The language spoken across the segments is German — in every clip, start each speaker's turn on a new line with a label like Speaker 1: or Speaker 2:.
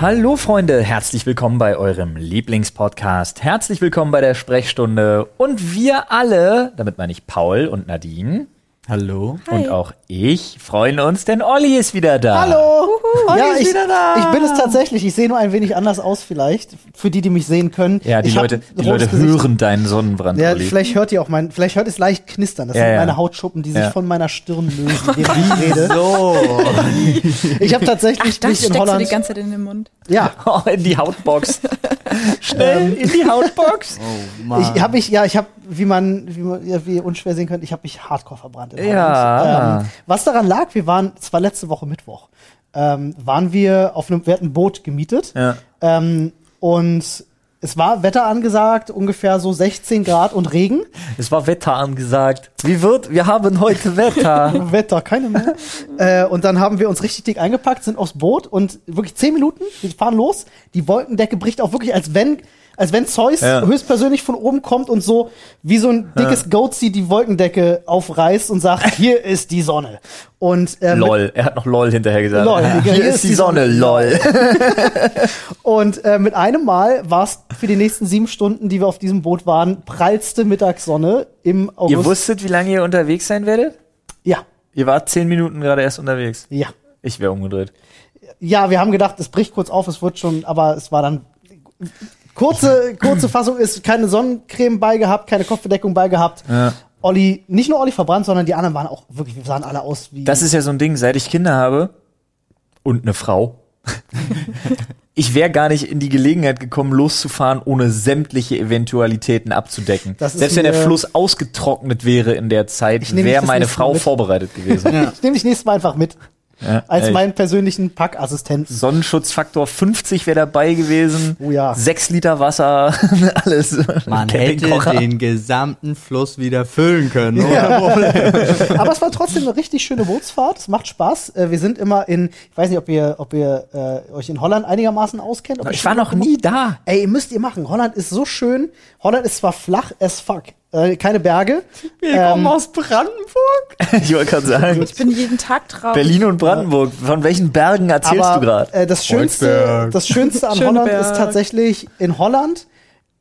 Speaker 1: Hallo Freunde, herzlich willkommen bei eurem Lieblingspodcast. Herzlich willkommen bei der Sprechstunde. Und wir alle, damit meine ich Paul und Nadine
Speaker 2: Hallo.
Speaker 1: und auch ich, freuen uns, denn Olli ist wieder da.
Speaker 3: Hallo!
Speaker 2: Olli
Speaker 3: ja,
Speaker 2: ist
Speaker 3: ich,
Speaker 2: wieder da.
Speaker 3: ich bin es tatsächlich. Ich sehe nur ein wenig anders aus, vielleicht. Für die, die mich sehen können.
Speaker 1: Ja, die
Speaker 3: ich hab
Speaker 1: Leute,
Speaker 3: ein
Speaker 1: die
Speaker 3: rotes
Speaker 1: Leute
Speaker 3: Gesicht.
Speaker 1: hören deinen Sonnenbrand,
Speaker 3: Ja,
Speaker 1: Olli.
Speaker 3: vielleicht hört ihr auch mein, vielleicht hört es leicht knistern. Das
Speaker 1: Ja,
Speaker 3: sind
Speaker 1: ja.
Speaker 3: meine Hautschuppen, die sich
Speaker 1: Ja.
Speaker 3: von meiner Stirn lösen, während ich rede.
Speaker 2: So.
Speaker 3: Ich habe tatsächlich
Speaker 4: Ach, das
Speaker 3: mich in
Speaker 4: steckst du die
Speaker 3: Holland.
Speaker 4: ganze Zeit in den Mund.
Speaker 3: ja,
Speaker 1: Oh, in die Hautbox.
Speaker 3: Ähm.
Speaker 1: Schnell in die Hautbox.
Speaker 3: ich habe mich, ja, ich habe, wie man, wie man, ja, wie ihr unschwer sehen könnt, ich habe mich hardcore verbrannt. In
Speaker 1: Ja.
Speaker 3: Holland. Ähm, was daran lag, wir waren, es war letzte Woche Mittwoch, ähm, waren wir auf einem, wir hatten ein Boot gemietet.
Speaker 1: Ja.
Speaker 3: Ähm, und es war Wetter angesagt, ungefähr so 16 Grad und Regen.
Speaker 1: Es war Wetter angesagt. Wie wird, wir haben heute Wetter.
Speaker 3: Wetter, keine mehr. äh, und dann haben wir uns richtig dick eingepackt, sind aufs Boot und wirklich 10 Minuten, wir fahren los. Die Wolkendecke bricht auch wirklich, als wenn, als wenn Zeus
Speaker 1: Ja.
Speaker 3: höchstpersönlich von oben kommt und so wie so ein dickes Goatsy die Wolkendecke aufreißt und sagt, hier ist die Sonne. Und ähm, mit
Speaker 1: lol. Er hat noch lol hinterher gesagt.
Speaker 3: Lol,
Speaker 1: Ja.
Speaker 3: Digga,
Speaker 1: Hier ist die Sonne, lol.
Speaker 3: Und äh, mit einem Mal war es für die nächsten sieben Stunden, die wir auf diesem Boot waren, prallste Mittagssonne im August.
Speaker 1: Ihr wusstet, wie lange ihr unterwegs sein werdet?
Speaker 3: Ja,
Speaker 1: Ihr wart zehn Minuten gerade erst unterwegs.
Speaker 3: ja.
Speaker 1: Ich wäre umgedreht.
Speaker 3: Ja, wir haben gedacht, es bricht kurz auf, es wird schon, aber es war dann. Kurze, kurze Fassung ist keine Sonnencreme beigehabt, keine Kopfbedeckung beigehabt.
Speaker 1: Ja.
Speaker 3: Olli, nicht nur Olli verbrannt, sondern die anderen waren auch wirklich, wir sahen alle aus wie.
Speaker 1: Das ist ja so ein Ding, seit ich Kinder habe und eine Frau. ich wäre gar nicht in die Gelegenheit gekommen, loszufahren, ohne sämtliche Eventualitäten abzudecken.
Speaker 3: Das ist
Speaker 1: Selbst wenn der
Speaker 3: mir-
Speaker 1: Fluss ausgetrocknet wäre in der Zeit,
Speaker 3: nehm dich
Speaker 1: wäre
Speaker 3: das
Speaker 1: meine
Speaker 3: nächste Mal
Speaker 1: Frau
Speaker 3: mit.
Speaker 1: vorbereitet gewesen.
Speaker 3: ich nehme dich nächstes Mal einfach mit.
Speaker 1: Ja,
Speaker 3: Als
Speaker 1: ey.
Speaker 3: meinen persönlichen Packassistenten.
Speaker 1: Sonnenschutzfaktor 50 wäre dabei gewesen.
Speaker 3: Oh ja.
Speaker 1: Sechs Liter Wasser, alles.
Speaker 2: Man hätte
Speaker 1: Campingkocher.
Speaker 2: den gesamten Fluss wieder füllen können. Oder?
Speaker 3: Aber es war trotzdem eine richtig schöne Bootsfahrt. Es macht Spaß. Äh, Wir sind immer in, ich weiß nicht, ob ihr, ob ihr äh, euch in Holland einigermaßen auskennt. Ob ihr
Speaker 1: Ich war
Speaker 3: schon
Speaker 1: noch
Speaker 3: mal-
Speaker 1: nie da.
Speaker 3: Ey, müsst ihr machen. Holland ist so schön. Holland ist zwar flach as fuck. Äh, keine Berge. Ähm,
Speaker 2: Wir kommen aus Brandenburg.
Speaker 1: Ich wollte gerade sagen.
Speaker 4: Ähm, Ich bin jeden Tag traurig.
Speaker 1: Berlin und Brandenburg. Von welchen Bergen erzählst
Speaker 3: aber,
Speaker 1: du gerade?
Speaker 3: Äh, das, schönste,
Speaker 2: Volksberg.
Speaker 3: das Schönste an
Speaker 4: Schöneberg.
Speaker 3: Holland ist tatsächlich, in Holland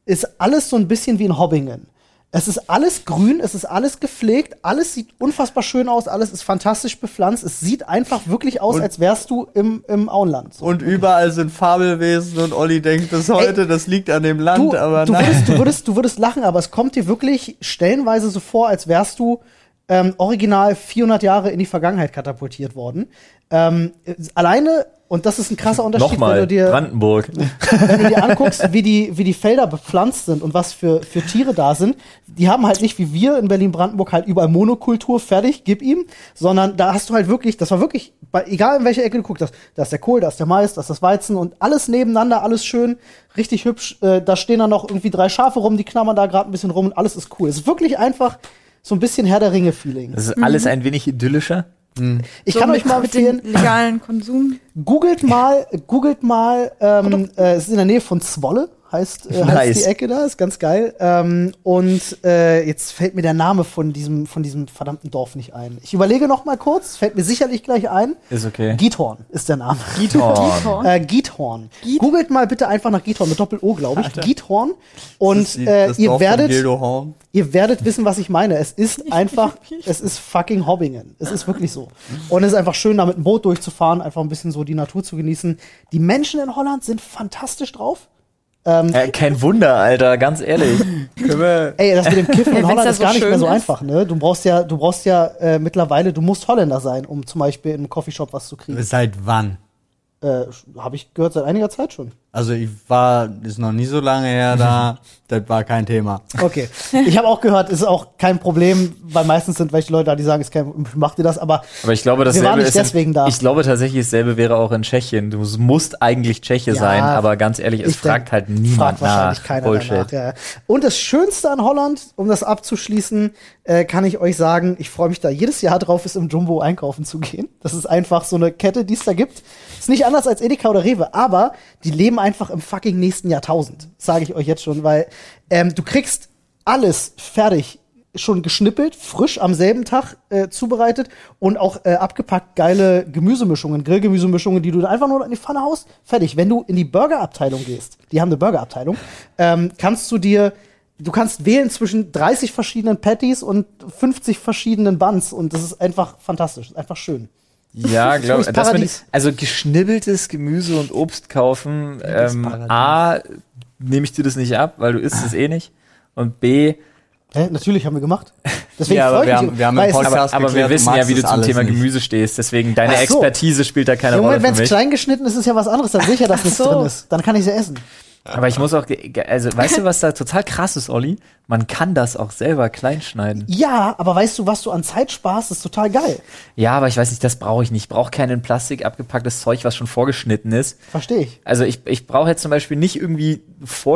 Speaker 3: ist alles so ein bisschen wie in Hobbingen. Es ist alles grün, es ist alles gepflegt, alles sieht unfassbar schön aus, alles ist fantastisch bepflanzt. Es sieht einfach wirklich aus,
Speaker 2: Und-
Speaker 3: als wärst du im, im Auenland. So.
Speaker 2: Und überall sind Fabelwesen und Olli denkt bis heute, das liegt an dem Land,
Speaker 3: Du,
Speaker 2: aber
Speaker 3: du,
Speaker 2: nein.
Speaker 3: würdest, du, würdest, du würdest lachen, aber es kommt dir wirklich stellenweise so vor, als wärst du ähm, original 400 Jahre in die Vergangenheit katapultiert worden. Ähm, äh, alleine, und das ist ein krasser Unterschied, wenn
Speaker 1: Nochmal,
Speaker 3: du dir,
Speaker 1: Brandenburg.
Speaker 3: wenn du dir anguckst, wie die, wie die Felder bepflanzt sind und was für, für Tiere da sind. Die haben halt nicht wie wir in Berlin-Brandenburg halt überall Monokultur, fertig, gib ihm, sondern da hast du halt wirklich, das war wirklich, bei, egal in welche Ecke du guckst, das, da ist der Kohl, da ist der Mais, da ist das Weizen und alles nebeneinander, alles schön, richtig hübsch. Äh, da stehen dann noch irgendwie drei Schafe rum, die knabbern da gerade ein bisschen rum und alles ist cool. Es ist wirklich einfach so ein bisschen Herr der Ringe-Feeling.
Speaker 1: Das ist alles ein wenig idyllischer.
Speaker 3: Ich
Speaker 4: So
Speaker 3: kann
Speaker 4: mit-
Speaker 3: euch mal
Speaker 4: mit dem
Speaker 3: empfehlen,
Speaker 4: legalen Konsum.
Speaker 3: Googelt mal, googelt mal, ähm, äh, es ist in der Nähe von Zwolle, heißt, äh,
Speaker 1: Nice.
Speaker 3: heißt die Ecke da, ist ganz geil. Ähm, und äh, jetzt fällt mir der Name von diesem, von diesem verdammten Dorf nicht ein. Ich überlege noch mal kurz, fällt mir sicherlich gleich ein.
Speaker 1: Ist okay.
Speaker 3: Giethorn ist der Name.
Speaker 1: Githorn.
Speaker 3: Äh, Giethorn. Googelt mal bitte einfach nach Giethorn mit Doppel-O, glaube ich. Giethorn.
Speaker 2: Das
Speaker 3: Und
Speaker 2: sieht
Speaker 3: äh,
Speaker 2: das Dorf
Speaker 3: ihr
Speaker 2: von
Speaker 3: werdet,
Speaker 2: Gildohorn.
Speaker 3: ihr werdet wissen, was ich meine. Es ist einfach, es ist fucking Hobbingen. Es ist wirklich so. Und es ist einfach schön, da mit dem Boot durchzufahren, einfach ein bisschen so die Natur zu genießen. Die Menschen in Holland sind fantastisch drauf. Ähm,
Speaker 1: Äh, kein Wunder, Alter, ganz ehrlich.
Speaker 2: Können wir-
Speaker 3: Ey, das mit dem Kiffen
Speaker 4: Ja, wenn's
Speaker 3: in Holland
Speaker 4: da
Speaker 3: ist
Speaker 4: so
Speaker 3: gar nicht
Speaker 4: schön
Speaker 3: mehr so
Speaker 4: ist.
Speaker 3: einfach, ne? Du brauchst ja, du brauchst ja äh, mittlerweile, du musst Holländer sein, um zum Beispiel im Coffeeshop was zu kriegen.
Speaker 2: Seit wann?
Speaker 3: Äh, Habe ich gehört seit einiger Zeit schon.
Speaker 2: Also ich war, ist noch nie so lange her da, das war kein Thema.
Speaker 3: Okay. Ich habe auch gehört, ist auch kein Problem, weil meistens sind welche Leute da, die sagen, ist kein, macht ihr das, aber
Speaker 1: Aber ich glaube, dasselbe
Speaker 3: Wir waren nicht
Speaker 1: ist in,
Speaker 3: deswegen da.
Speaker 1: Ich glaube tatsächlich, dasselbe wäre auch in Tschechien. Du musst eigentlich Tscheche
Speaker 3: Ja,
Speaker 1: sein, aber ganz ehrlich, es
Speaker 3: ich
Speaker 1: fragt
Speaker 3: denk,
Speaker 1: halt niemand
Speaker 3: fragt wahrscheinlich
Speaker 1: nach.
Speaker 3: keiner
Speaker 1: Bullshit.
Speaker 3: danach. Ja. ja. Und das Schönste an Holland, um das abzuschließen, äh, kann ich euch sagen, ich freue mich da jedes Jahr drauf, ist im Jumbo einkaufen zu gehen. Das ist einfach so eine Kette, die es da gibt. Ist nicht anders als Edeka oder Rewe, aber die leben einfach im fucking nächsten Jahrtausend, sage ich euch jetzt schon, weil ähm, du kriegst alles fertig schon geschnippelt, frisch am selben Tag äh, zubereitet und auch äh, abgepackt geile Gemüsemischungen, Grillgemüsemischungen, die du dann einfach nur in die Pfanne haust. Fertig. Wenn du in die Burgerabteilung gehst, die haben eine Burgerabteilung, ähm, kannst du dir Du kannst wählen zwischen 30 verschiedenen Patties und 50 verschiedenen Buns und das ist einfach fantastisch, ist einfach schön.
Speaker 1: Ja,
Speaker 3: Das
Speaker 1: glaube
Speaker 3: ist
Speaker 1: ich.
Speaker 3: Paradies.
Speaker 1: Also geschnibbeltes Gemüse und Obst kaufen. Ähm, A, nehme ich dir das nicht ab, weil du isst es eh nicht. Und B,
Speaker 3: Hä? Natürlich haben wir gemacht. Deswegen
Speaker 1: Ja, aber
Speaker 3: freue ich
Speaker 1: wir
Speaker 3: mich.
Speaker 1: haben-
Speaker 2: wir haben im
Speaker 3: weil es-
Speaker 2: Podcast-
Speaker 1: aber,
Speaker 2: hast
Speaker 1: aber wir
Speaker 2: geklärt, du
Speaker 1: wissen ja,
Speaker 2: magst
Speaker 1: wie du
Speaker 2: das
Speaker 1: zum
Speaker 2: alles
Speaker 1: Thema
Speaker 2: nicht.
Speaker 1: Gemüse stehst. Deswegen, deine
Speaker 3: Ach so.
Speaker 1: Expertise spielt da keine
Speaker 3: Im
Speaker 1: Rolle für
Speaker 3: Moment, wenn es
Speaker 1: mich.
Speaker 3: klein geschnitten ist, ist ja was anderes. Dann sicher, dass
Speaker 4: Ach
Speaker 3: nichts
Speaker 4: so.
Speaker 3: drin ist. Dann kann ich sie essen.
Speaker 1: Aber ich muss auch, ge- ge- also weißt du, was da total krass ist, Olli? Man kann das auch selber klein schneiden.
Speaker 3: Ja, aber weißt du, was du an Zeit sparst, ist total geil.
Speaker 1: Ja, aber ich weiß nicht, das brauche ich nicht. Ich brauche kein in Plastik abgepacktes Zeug, was schon vorgeschnitten ist.
Speaker 3: Verstehe ich.
Speaker 1: Also ich, ich brauche jetzt zum Beispiel nicht irgendwie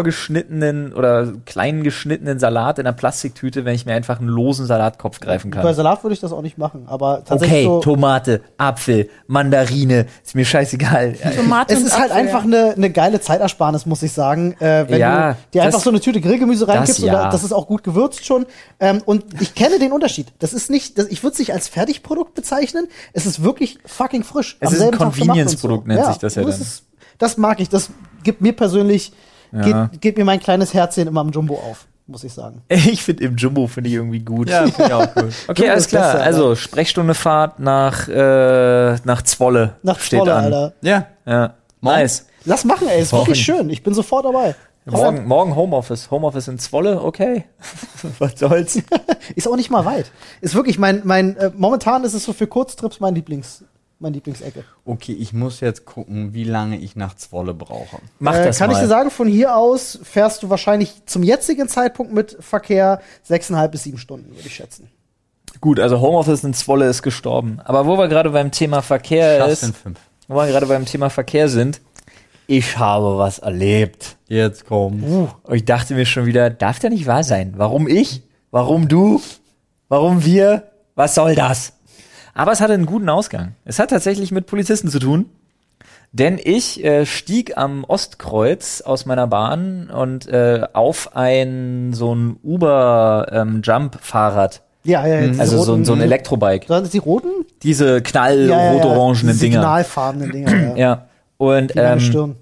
Speaker 1: vorgeschnittenen oder klein geschnittenen Salat in einer Plastiktüte, wenn ich mir einfach einen losen Salatkopf greifen
Speaker 3: Bei
Speaker 1: kann.
Speaker 3: Salat würde ich das auch nicht machen, aber
Speaker 1: Okay,
Speaker 2: Also
Speaker 3: tatsächlich so.
Speaker 1: Tomate, Apfel, Mandarine, ist mir scheißegal.
Speaker 4: Äh, Tomate
Speaker 3: Es
Speaker 4: und
Speaker 3: ist halt
Speaker 4: Apfel.
Speaker 3: einfach eine, eine geile Zeitersparnis, muss ich sagen. Äh, wenn
Speaker 1: Ja,
Speaker 3: du dir einfach
Speaker 1: das-
Speaker 3: so eine Tüte Grillgemüse reingibst,
Speaker 1: das
Speaker 3: das,
Speaker 1: ja.
Speaker 3: oder, das ist auch gut gewürzt schon. Ähm, und ich kenne den Unterschied. Das ist nicht, das, ich würde es nicht als Fertigprodukt bezeichnen. Es ist wirklich fucking frisch.
Speaker 1: Es
Speaker 3: am
Speaker 1: ist ein
Speaker 3: selben Tag gemacht und
Speaker 1: Convenience-Produkt, nennt sich das ja
Speaker 3: und
Speaker 1: dann.
Speaker 3: ist, das mag ich. Das gibt mir persönlich,
Speaker 1: Ja.
Speaker 3: geht, geht mir mein kleines Herzchen immer am Jumbo auf, muss ich sagen.
Speaker 1: Ich finde im Jumbo finde ich irgendwie gut.
Speaker 2: finde ich auch gut.
Speaker 1: Okay,
Speaker 3: Jumbo
Speaker 1: alles
Speaker 3: ist
Speaker 1: klar.
Speaker 3: besser,
Speaker 1: also Sprechstundefahrt nach äh, nach Zwolle
Speaker 3: Nach
Speaker 1: steht
Speaker 3: Zwolle,
Speaker 1: an.
Speaker 3: Alter.
Speaker 2: Ja.
Speaker 1: Ja.
Speaker 2: Morgen?
Speaker 1: Nice.
Speaker 3: Lass machen, ey. Ist
Speaker 1: Morgen.
Speaker 3: wirklich schön. Ich bin sofort dabei.
Speaker 1: Morgen, morgen Homeoffice. Homeoffice in Zwolle, okay. Was soll's?
Speaker 3: Ist auch nicht mal weit. Ist wirklich mein, mein äh, momentan ist es so für Kurztrips mein Lieblings, mein Lieblingsecke.
Speaker 2: Okay, ich muss jetzt gucken, wie lange ich nach Zwolle brauche.
Speaker 1: Mach
Speaker 3: Äh,
Speaker 1: das
Speaker 3: kann
Speaker 1: mal.
Speaker 3: ich dir sagen, von hier aus fährst du wahrscheinlich zum jetzigen Zeitpunkt mit Verkehr sechseinhalb bis sieben Stunden, würde ich schätzen.
Speaker 1: Gut, also Homeoffice in Zwolle ist gestorben. Aber wo wir gerade beim Thema
Speaker 3: Äh,
Speaker 1: Verkehr
Speaker 2: Schaff's in
Speaker 1: ist,
Speaker 2: fünf.
Speaker 1: wo wir gerade beim Thema Verkehr sind, ich habe was erlebt.
Speaker 2: Jetzt komm.
Speaker 1: Uh, und ich dachte mir schon wieder, darf ja nicht wahr sein. Warum ich? Warum du? Warum wir? Was soll das? Aber es hatte einen guten Ausgang. Es hat tatsächlich mit Polizisten zu tun. Denn ich äh, stieg am Ostkreuz aus meiner Bahn und äh, auf ein so ein Uber-Jump-Fahrrad.
Speaker 3: Ja, ja, ja. diese
Speaker 1: also so, ein-
Speaker 3: roten-
Speaker 1: so ein Elektrobike.
Speaker 3: Sondern die roten?
Speaker 1: Diese knallrot-orangenen Dinger.
Speaker 3: Signalfarbenen Dinger. ja.
Speaker 1: Ja. Und
Speaker 3: Die lange
Speaker 1: ähm,
Speaker 3: Stirn.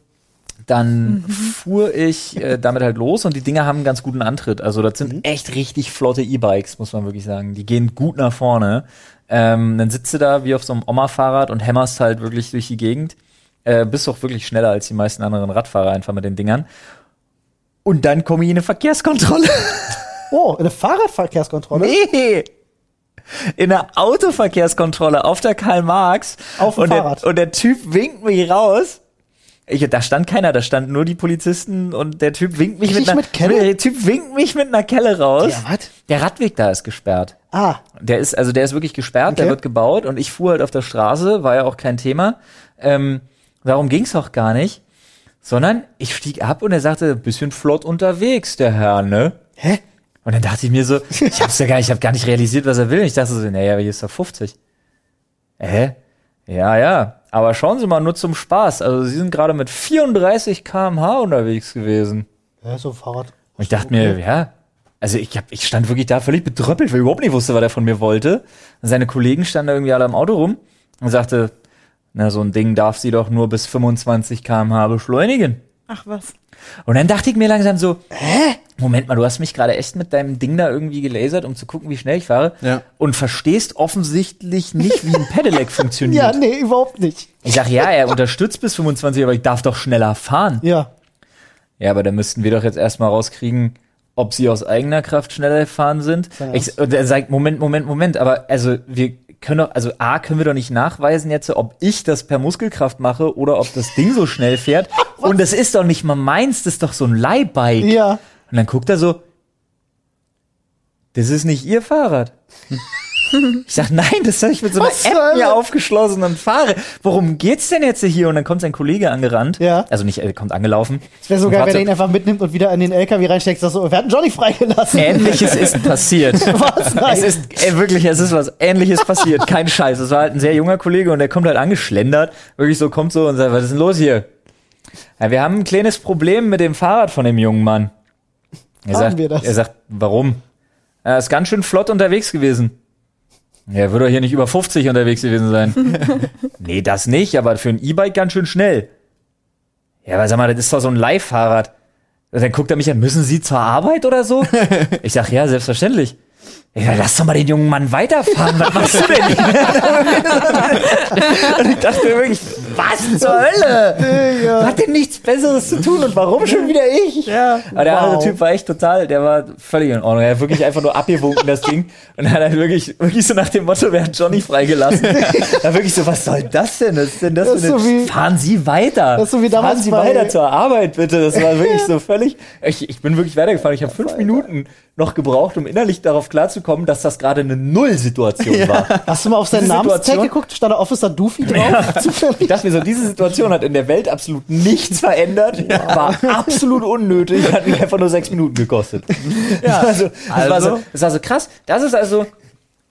Speaker 1: dann fuhr ich äh, damit halt los und die Dinger haben einen ganz guten Antritt. Also das sind echt richtig flotte E-Bikes, muss man wirklich sagen. Die gehen gut nach vorne. Ähm, dann sitzt du da wie auf so einem Oma-Fahrrad und hämmerst halt wirklich durch die Gegend. Äh, bist auch wirklich schneller als die meisten anderen Radfahrer einfach mit den Dingern. Und dann komme ich in eine Verkehrskontrolle.
Speaker 3: Oh, eine Fahrradverkehrskontrolle?
Speaker 1: Nee. In der Autoverkehrskontrolle auf der Karl Marx.
Speaker 3: Auf dem
Speaker 1: und der,
Speaker 3: Fahrrad.
Speaker 1: und der Typ winkt mich raus. Ich, da stand keiner, da standen nur die Polizisten und der Typ winkt mich
Speaker 3: Richtig
Speaker 1: mit einer
Speaker 3: mit Kelle?
Speaker 1: Der Typ winkt mich mit einer Kelle raus.
Speaker 3: Ja, was?
Speaker 1: Der Radweg da ist gesperrt.
Speaker 3: Ah,
Speaker 1: Der ist, also der ist wirklich gesperrt, der
Speaker 3: Okay.
Speaker 1: wird gebaut und ich fuhr halt auf der Straße, war ja auch kein Thema. Ähm, darum ging's auch gar nicht. Sondern ich stieg ab und er sagte, bisschen flott unterwegs, der Herr, ne?
Speaker 3: hä?
Speaker 1: Und dann dachte ich mir so, ich hab's ja gar, ich hab gar nicht realisiert, was er will. Ich dachte so, naja, aber hier ist doch 50. Hä? Ja, ja. Aber schauen Sie mal nur zum Spaß. Also Sie sind gerade mit 34 km/h unterwegs gewesen.
Speaker 3: Ja, so ein Fahrrad.
Speaker 1: Und ich dachte mir, ja. Also ich, hab, ich stand wirklich da völlig bedröppelt, weil ich überhaupt nicht wusste, was er von mir wollte. Und seine Kollegen standen da irgendwie alle am Auto rum und sagte, na, so ein Ding darf sie doch nur bis 25 km/h beschleunigen.
Speaker 4: Ach was.
Speaker 1: Und dann dachte ich mir langsam so, hä? Moment mal, du hast mich gerade echt mit deinem Ding da irgendwie gelasert, um zu gucken, wie schnell ich fahre.
Speaker 2: Ja.
Speaker 1: Und verstehst offensichtlich nicht, wie ein Pedelec funktioniert.
Speaker 3: Ja, nee, überhaupt nicht.
Speaker 1: Ich sag, ja, er unterstützt bis 25, aber ich darf doch schneller fahren.
Speaker 3: Ja.
Speaker 1: Ja, aber dann müssten wir doch jetzt erstmal rauskriegen, ob sie aus eigener Kraft schneller gefahren sind.
Speaker 3: Keine
Speaker 1: Ich, und er sagt, Moment, Moment, Moment, aber also wir können doch, also A, können wir doch nicht nachweisen jetzt, ob ich das per Muskelkraft mache oder ob das Ding so schnell fährt. und das ist doch nicht mal meins, das ist doch so ein Leihbike.
Speaker 3: Ja.
Speaker 1: Und dann guckt er so, das ist nicht ihr Fahrrad. Ich sag, nein, das habe ich mit so einer
Speaker 3: Was zur
Speaker 1: App mir
Speaker 3: Hölle?
Speaker 1: aufgeschlossen und fahre. Worum geht's denn jetzt hier? Und dann kommt sein Kollege angerannt.
Speaker 3: Ja.
Speaker 1: Also nicht, er kommt angelaufen.
Speaker 3: Es wäre so geil,
Speaker 1: Und
Speaker 3: wenn er
Speaker 1: warte,
Speaker 3: ihn einfach mitnimmt und wieder in den LKW reinsteckt. sagst so, wir hatten Johnny freigelassen.
Speaker 1: Ähnliches ist passiert.
Speaker 3: Was? Nein.
Speaker 1: Es ist äh, wirklich, es ist was Ähnliches passiert. Kein Scheiß. Es war halt ein sehr junger Kollege und der kommt halt angeschlendert. Wirklich so, kommt so und sagt, was ist denn los hier? Ja, wir haben ein kleines Problem mit dem Fahrrad von dem jungen Mann. Er
Speaker 3: Haben
Speaker 1: sagt,
Speaker 3: wir das?
Speaker 1: er sagt, warum? Er ist ganz schön flott unterwegs gewesen. Er würde doch hier nicht über 50 unterwegs gewesen sein. nee, das nicht, aber für ein E-Bike ganz schön schnell. Ja, aber sag mal, das ist doch so ein Live-Fahrrad. Und Dann guckt er mich an, müssen Sie zur Arbeit oder so? Ich sag, ja, selbstverständlich. Ja, lass doch mal den jungen Mann weiterfahren. Was machst du denn? hier? Und ich dachte mir wirklich, was zur Hölle? Hat denn nichts Besseres zu tun und warum schon wieder ich?
Speaker 3: Ja,
Speaker 1: Aber Ah, der
Speaker 3: wow.
Speaker 1: andere Typ war echt total, der war völlig in Ordnung. Er hat wirklich einfach nur abgewunken, das Ding. Und er hat halt wirklich, wirklich so nach dem Motto, wer hat Johnny freigelassen? Er war wirklich so, was soll das denn? Was ist denn das,
Speaker 3: Das ist
Speaker 1: für eine,
Speaker 3: so wie-
Speaker 1: Fahren Sie weiter.
Speaker 3: das ist so wie damals
Speaker 1: Fahren Sie
Speaker 3: bei-
Speaker 1: weiter zur Arbeit, bitte. Das war wirklich so völlig, ich, ich bin wirklich weitergefahren. Ich habe fünf Minuten noch gebraucht, um innerlich darauf klarzukommen, dass das gerade eine Null-Situation war.
Speaker 3: Hast du mal auf seinen
Speaker 1: Diese
Speaker 3: Namenstag
Speaker 1: Situation-
Speaker 3: geguckt? Stand da Officer Doofy drauf?
Speaker 1: Ich
Speaker 3: Zufällig.
Speaker 1: dachte mir so, diese Situation hat in der Welt absolut nichts verändert, war absolut unnötig, hat mich einfach nur sechs Minuten gekostet. Ja, also, das, War so,
Speaker 2: also?
Speaker 1: das war so krass. Das ist also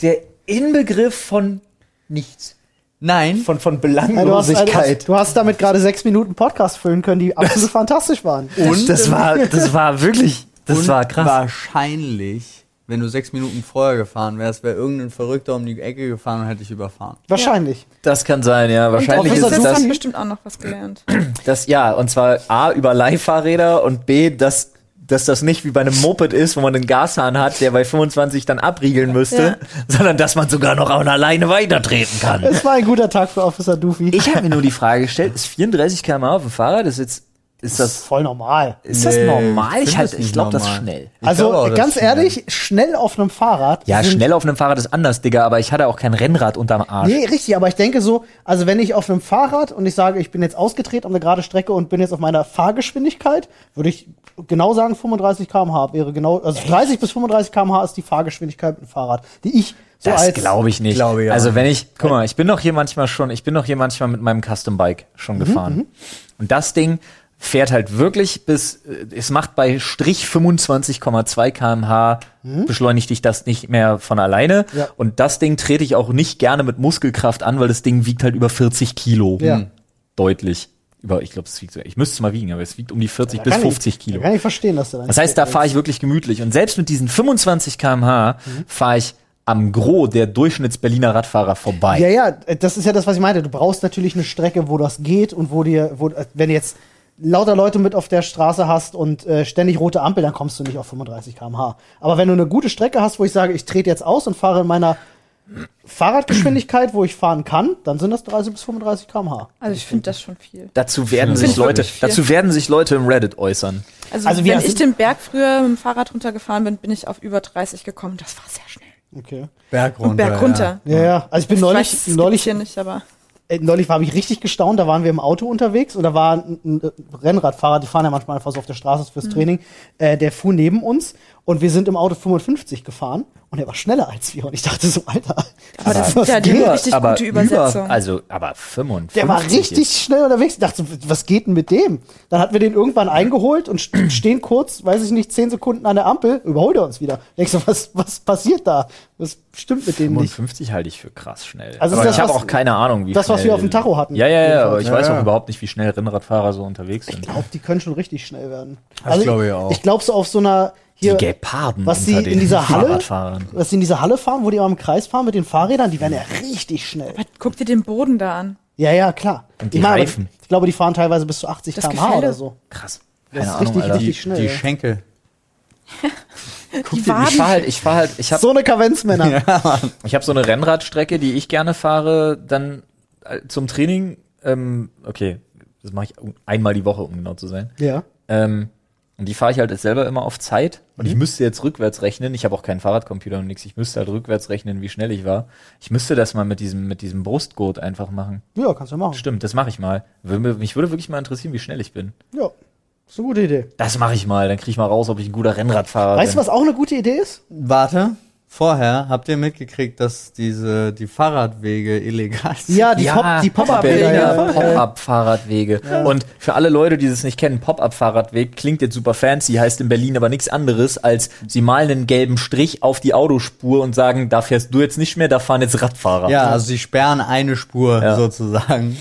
Speaker 1: der Inbegriff von nichts,
Speaker 2: Nein.
Speaker 1: von, von
Speaker 3: Ja, du, hast, du, hast,
Speaker 1: Belanglosigkeit.
Speaker 3: du hast damit gerade sechs Minuten Podcast füllen können, die absolut fantastisch waren.
Speaker 2: Und,
Speaker 1: das war, das war wirklich, das
Speaker 2: und
Speaker 1: war krass.
Speaker 2: wahrscheinlich, wenn du sechs Minuten vorher gefahren wärst, wäre irgendein Verrückter um die Ecke gefahren und hätte dich überfahren.
Speaker 3: Wahrscheinlich.
Speaker 1: das kann sein, ja.
Speaker 3: Wahrscheinlich
Speaker 1: Wahrscheinlich
Speaker 3: ist
Speaker 1: ist
Speaker 3: Officer
Speaker 1: es
Speaker 3: es
Speaker 4: Sims
Speaker 1: das,
Speaker 4: hat bestimmt auch noch was gelernt.
Speaker 1: das, ja, und zwar A, über Leihfahrräder und B, dass dass das nicht wie bei einem Moped ist, wo man einen Gashahn hat, der bei 25 dann abriegeln müsste, sondern dass man sogar noch auch alleine weitertreten kann.
Speaker 3: Es war ein guter Tag für Officer Doofy.
Speaker 1: Ich habe mir nur die Frage gestellt, ist 34 km auf dem Fahrrad, ist jetzt, ist
Speaker 3: das
Speaker 1: das,
Speaker 3: ist voll normal.
Speaker 1: ist das
Speaker 2: Nee,
Speaker 1: normal? Ich,
Speaker 2: find
Speaker 1: halt,
Speaker 2: das
Speaker 1: ich
Speaker 2: Äh, nicht
Speaker 1: glaube, das ist
Speaker 2: normal.
Speaker 1: schnell.
Speaker 2: Ich
Speaker 3: also
Speaker 2: glaub auch, das
Speaker 3: ganz
Speaker 2: ist schnell.
Speaker 3: ehrlich, schnell auf einem Fahrrad.
Speaker 1: Ja,
Speaker 3: sind-
Speaker 1: schnell auf einem Fahrrad ist anders, Digga, aber ich hatte auch kein Rennrad unterm Arsch.
Speaker 3: Nee, richtig, aber ich denke so, also wenn ich auf einem Fahrrad und ich sage, ich bin jetzt ausgedreht auf eine gerade Strecke und bin jetzt auf meiner Fahrgeschwindigkeit, würde ich genau sagen 35 km/h wäre genau, also 30 bis 35 km/h ist die Fahrgeschwindigkeit mit dem Fahrrad, die ich so
Speaker 1: Das
Speaker 3: als
Speaker 1: glaube ich nicht.
Speaker 2: Glaube ich auch
Speaker 1: also wenn ich, guck mal, ich bin doch hier manchmal schon, ich bin doch hier manchmal mit meinem Custom Bike schon
Speaker 3: Mhm,
Speaker 1: gefahren. Und das Ding fährt halt wirklich bis, äh, es macht bei Strich 25,2 kmh beschleunigt ich das nicht mehr von alleine.
Speaker 3: Mhm. Ja.
Speaker 1: Und das Ding trete ich auch nicht gerne mit Muskelkraft an, weil das Ding wiegt halt über 40 Kilo. Hm.
Speaker 3: Ja.
Speaker 1: Deutlich. Über, ich glaube, es wiegt, so- ich müsste es mal wiegen, aber es wiegt um die 40
Speaker 3: Da
Speaker 1: bis
Speaker 3: kann
Speaker 1: 50
Speaker 3: ich,
Speaker 1: Kilo.
Speaker 3: da Kann ich verstehen, dass du dann.
Speaker 1: Das heißt, da fahre ich wirklich gemütlich. Und selbst mit diesen 25 km/h
Speaker 3: Mhm.
Speaker 1: fahre ich am Gros der Durchschnitts-Berliner Radfahrer vorbei.
Speaker 3: Ja, ja, das ist ja das, was ich meinte. Du brauchst natürlich eine Strecke, wo das geht und wo dir, wo, äh, wenn du jetzt lauter Leute mit auf der Straße hast und äh, ständig rote Ampel, dann kommst du nicht auf 35 km/h. Aber wenn du eine gute Strecke hast, wo ich sage, ich trete jetzt aus und fahre in meiner Fahrradgeschwindigkeit, wo ich fahren kann, dann sind das 30 bis 35 km/h.
Speaker 4: Also ich finde das schon viel.
Speaker 1: Dazu werden
Speaker 4: Find
Speaker 1: sich
Speaker 4: ich
Speaker 1: Leute,
Speaker 4: wirklich viel.
Speaker 1: dazu werden sich Leute im Reddit äußern.
Speaker 4: Also,
Speaker 3: Also wir
Speaker 4: wenn
Speaker 3: sind-
Speaker 4: ich den Berg früher mit dem Fahrrad runtergefahren bin, bin ich auf über 30 gekommen. Das war sehr schnell.
Speaker 3: Okay.
Speaker 2: Berg runter.
Speaker 4: Und Berg runter.
Speaker 3: Ja, ja. Also ich bin neulich,
Speaker 4: ich weiß, das gibt's
Speaker 3: neulich
Speaker 4: hier nicht, aber
Speaker 3: Äh, neulich habe ich richtig gestaunt, da waren wir im Auto unterwegs und da war ein, ein äh, Rennradfahrer, die fahren ja manchmal einfach so auf der Straße
Speaker 4: Mhm.
Speaker 3: fürs Training, äh, der fuhr neben uns und wir sind im Auto 55 gefahren und er war schneller als wir und ich dachte so, Alter,
Speaker 4: Aber das
Speaker 3: was
Speaker 4: ist ja die-
Speaker 3: geht?
Speaker 1: Über-
Speaker 4: richtig gute Übersetzung.
Speaker 1: Über, also, aber 55.
Speaker 3: Der war richtig
Speaker 1: jetzt.
Speaker 3: schnell unterwegs. Ich dachte, so, was geht denn mit dem? Dann hatten wir den irgendwann eingeholt und st- stehen kurz, weiß ich nicht, zehn Sekunden an der Ampel, überholt er uns wieder. Ich so, was, was passiert da? Was stimmt mit dem nicht?
Speaker 1: 55 halte ich für krass schnell.
Speaker 3: Also ist
Speaker 1: aber
Speaker 3: das,
Speaker 1: ich habe
Speaker 3: was-
Speaker 1: auch keine Ahnung, wie
Speaker 3: das, was
Speaker 1: schnell,
Speaker 3: wir auf dem Tacho hatten,
Speaker 1: Ja, ja, ja, aber
Speaker 3: jedenfalls.
Speaker 1: ich weiß
Speaker 2: Ja,
Speaker 1: auch
Speaker 2: ja.
Speaker 1: überhaupt nicht, wie schnell Rennradfahrer so unterwegs sind.
Speaker 3: Ich glaube, die können schon richtig schnell werden. Also
Speaker 2: Das glaube ich auch.
Speaker 3: Ich glaube, so auf so einer
Speaker 1: die
Speaker 3: hier,
Speaker 1: Geparden
Speaker 3: was sie
Speaker 1: unter den
Speaker 3: in dieser Halle,
Speaker 1: Fahrradfahrern.
Speaker 3: was sie in dieser Halle fahren, wo die immer im Kreis fahren mit den Fahrrädern, die werden ja richtig schnell.
Speaker 4: was, guck dir den Boden da an.
Speaker 3: Ja, ja, klar.
Speaker 1: Und die
Speaker 3: ich, aber
Speaker 1: Reifen.
Speaker 3: ich glaube, die fahren teilweise bis zu 80
Speaker 4: Das
Speaker 3: km/h
Speaker 4: Gefälle.
Speaker 3: oder so.
Speaker 1: Krass.
Speaker 3: Das
Speaker 1: Keine
Speaker 3: ist
Speaker 1: Ahnung,
Speaker 3: richtig,
Speaker 1: Alter.
Speaker 3: richtig
Speaker 2: Die,
Speaker 3: schnell.
Speaker 2: die
Speaker 3: ja.
Speaker 2: Schenkel.
Speaker 4: Die
Speaker 1: Ich
Speaker 4: Waden.
Speaker 1: fahre halt, ich fahre halt, ich habe
Speaker 3: so eine Kavenz, Männer.
Speaker 1: Ich habe so eine Rennradstrecke, die ich gerne fahre, dann äh, zum Training. Ähm, okay, das mache ich einmal die Woche, um genau zu sein.
Speaker 3: Ja.
Speaker 1: Ähm, und die fahre ich halt jetzt selber immer auf Zeit. Und
Speaker 3: Mhm.
Speaker 1: ich müsste jetzt rückwärts rechnen. Ich habe auch keinen Fahrradcomputer und nichts. Ich müsste halt rückwärts rechnen, wie schnell ich war. Ich müsste das mal mit diesem, mit diesem Brustgurt einfach machen.
Speaker 3: Ja, kannst du machen.
Speaker 1: Stimmt, das mache ich mal. Würde, mir- mich würde wirklich mal interessieren, wie schnell ich bin.
Speaker 3: Ja. Ist eine gute Idee.
Speaker 1: Das mache ich mal. Dann kriege ich mal raus, ob ich ein guter Rennradfahrer
Speaker 3: Weißt du,
Speaker 1: bin.
Speaker 3: was auch eine gute Idee ist?
Speaker 2: Warte. Vorher habt ihr mitgekriegt, dass diese die Fahrradwege illegal sind.
Speaker 3: Ja, die Pop, die Pop-Up-Bilder.
Speaker 1: Berliner
Speaker 3: Ja.
Speaker 1: Pop-Up-Fahrradwege. Und für alle Leute, die das nicht kennen, Pop-Up-Fahrradweg klingt jetzt super fancy, heißt in Berlin aber nichts anderes, als sie malen einen gelben Strich auf die Autospur und sagen, da fährst du jetzt nicht mehr, da fahren jetzt Radfahrer.
Speaker 2: Ja, also sie sperren eine Spur
Speaker 1: Ja.
Speaker 2: sozusagen.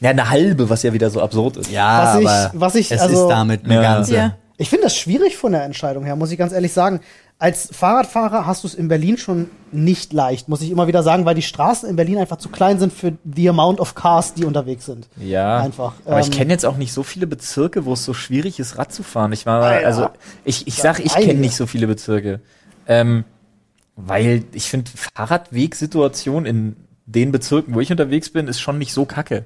Speaker 1: Ja, eine halbe, was ja wieder so absurd ist.
Speaker 2: Ja,
Speaker 3: Was ich-
Speaker 2: aber
Speaker 3: was ich-
Speaker 2: es
Speaker 3: also-
Speaker 2: ist damit eine
Speaker 1: Ja.
Speaker 2: ganze.
Speaker 4: Ja.
Speaker 3: Ich finde das schwierig von der Entscheidung her, muss ich ganz ehrlich sagen. als Fahrradfahrer hast du es in Berlin schon nicht leicht, muss ich immer wieder sagen, weil die Straßen in Berlin einfach zu klein sind für the amount of cars, die unterwegs sind.
Speaker 1: Ja,
Speaker 3: Einfach,
Speaker 1: aber ich
Speaker 3: ähm,
Speaker 1: kenne jetzt auch nicht so viele Bezirke, wo es so schwierig ist, Rad zu fahren. Ich war,
Speaker 3: Ah, ja.
Speaker 1: also ich, ich sag, ich
Speaker 3: einige.
Speaker 1: kenne nicht so viele Bezirke, ähm, weil ich finde Fahrradwegsituation in den Bezirken, wo ich unterwegs bin, ist schon nicht so kacke.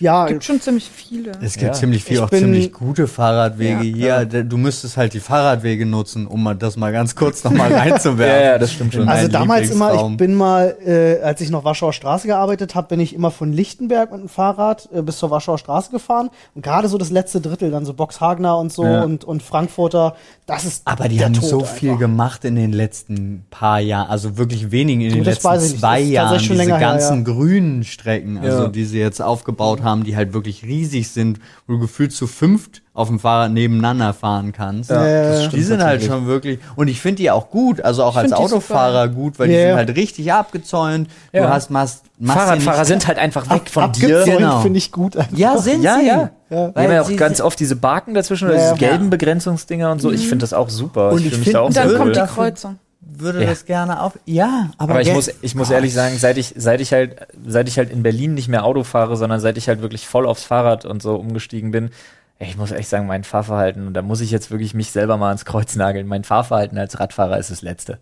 Speaker 3: Ja,
Speaker 4: Gibt schon ziemlich viele.
Speaker 2: Es gibt
Speaker 1: Ja.
Speaker 2: ziemlich viel,
Speaker 3: Ich
Speaker 2: auch
Speaker 3: bin-
Speaker 2: ziemlich gute Fahrradwege hier. D- Du müsstest halt die Fahrradwege nutzen, um mal das mal ganz kurz nochmal reinzuwerfen.
Speaker 1: Ja, ja, das stimmt schon.
Speaker 2: In
Speaker 3: also
Speaker 2: meinen
Speaker 3: damals immer, ich
Speaker 2: Lieblingsraum.
Speaker 3: bin mal, äh, als ich noch Warschauer Straße gearbeitet habe, bin ich immer von Lichtenberg mit dem Fahrrad äh, bis zur Warschauer Straße gefahren und gerade so das letzte Drittel, dann so Boxhagener und so
Speaker 1: Ja.
Speaker 3: und, und Frankfurter, das ist
Speaker 2: Aber die
Speaker 3: der
Speaker 2: haben
Speaker 3: Tod
Speaker 2: so viel
Speaker 3: einfach.
Speaker 2: gemacht in den letzten paar Jahren, also wirklich wenigen in den
Speaker 3: das
Speaker 2: letzten
Speaker 3: weiß ich nicht.
Speaker 2: zwei
Speaker 3: Das ist
Speaker 2: Jahren.
Speaker 3: tatsächlich schon
Speaker 2: Diese
Speaker 3: länger her,
Speaker 2: ganzen grünen Strecken, also
Speaker 1: Ja.
Speaker 2: die sie jetzt aufgebaut haben, die halt wirklich riesig sind, wo du gefühlt zu fünft auf dem Fahrrad nebeneinander fahren kannst.
Speaker 1: Ja,
Speaker 3: das
Speaker 2: Das
Speaker 3: stimmt
Speaker 2: die sind halt
Speaker 1: natürlich.
Speaker 2: schon wirklich, und ich finde die auch gut, also auch als
Speaker 4: find die
Speaker 2: Autofahrer gut, weil
Speaker 3: Ja,
Speaker 2: die
Speaker 3: ja.
Speaker 2: sind halt richtig abgezäunt. Du
Speaker 1: Ja.
Speaker 2: hast, machst, machst sie
Speaker 1: Fahrradfahrer
Speaker 2: nicht-
Speaker 1: sind halt einfach weg von dir.
Speaker 3: Abgezäunt
Speaker 2: Genau.
Speaker 3: finde ich gut. einfach.
Speaker 2: Ja, sind
Speaker 1: Ja,
Speaker 2: sie.
Speaker 1: ja.
Speaker 2: Weil
Speaker 1: Die haben ja auch
Speaker 2: sie- Mhm.
Speaker 1: ganz oft diese Barken dazwischen oder
Speaker 3: Ja,
Speaker 1: diese
Speaker 3: ja.
Speaker 1: gelben Begrenzungsdinger und so. Ich finde das auch super.
Speaker 2: Und ich
Speaker 1: fühl mich
Speaker 2: find-
Speaker 1: da auch
Speaker 2: Und
Speaker 4: Und dann
Speaker 1: sehr
Speaker 2: Obwohl-
Speaker 1: wohl.
Speaker 4: kommt die
Speaker 2: Dafür-
Speaker 4: Kreuzung.
Speaker 2: würde
Speaker 1: Ja.
Speaker 2: das gerne auf. Ja, aber,
Speaker 1: Aber ich
Speaker 2: jetzt-
Speaker 1: muss, ich muss ehrlich sagen, seit ich, seit ich halt, seit ich halt in Berlin nicht mehr Auto fahre, sondern seit ich halt wirklich voll aufs Fahrrad und so umgestiegen bin, ey, ich muss echt sagen, mein Fahrverhalten, und da muss ich jetzt wirklich mich selber mal ans Kreuz nageln. Mein Fahrverhalten als Radfahrer ist das Letzte.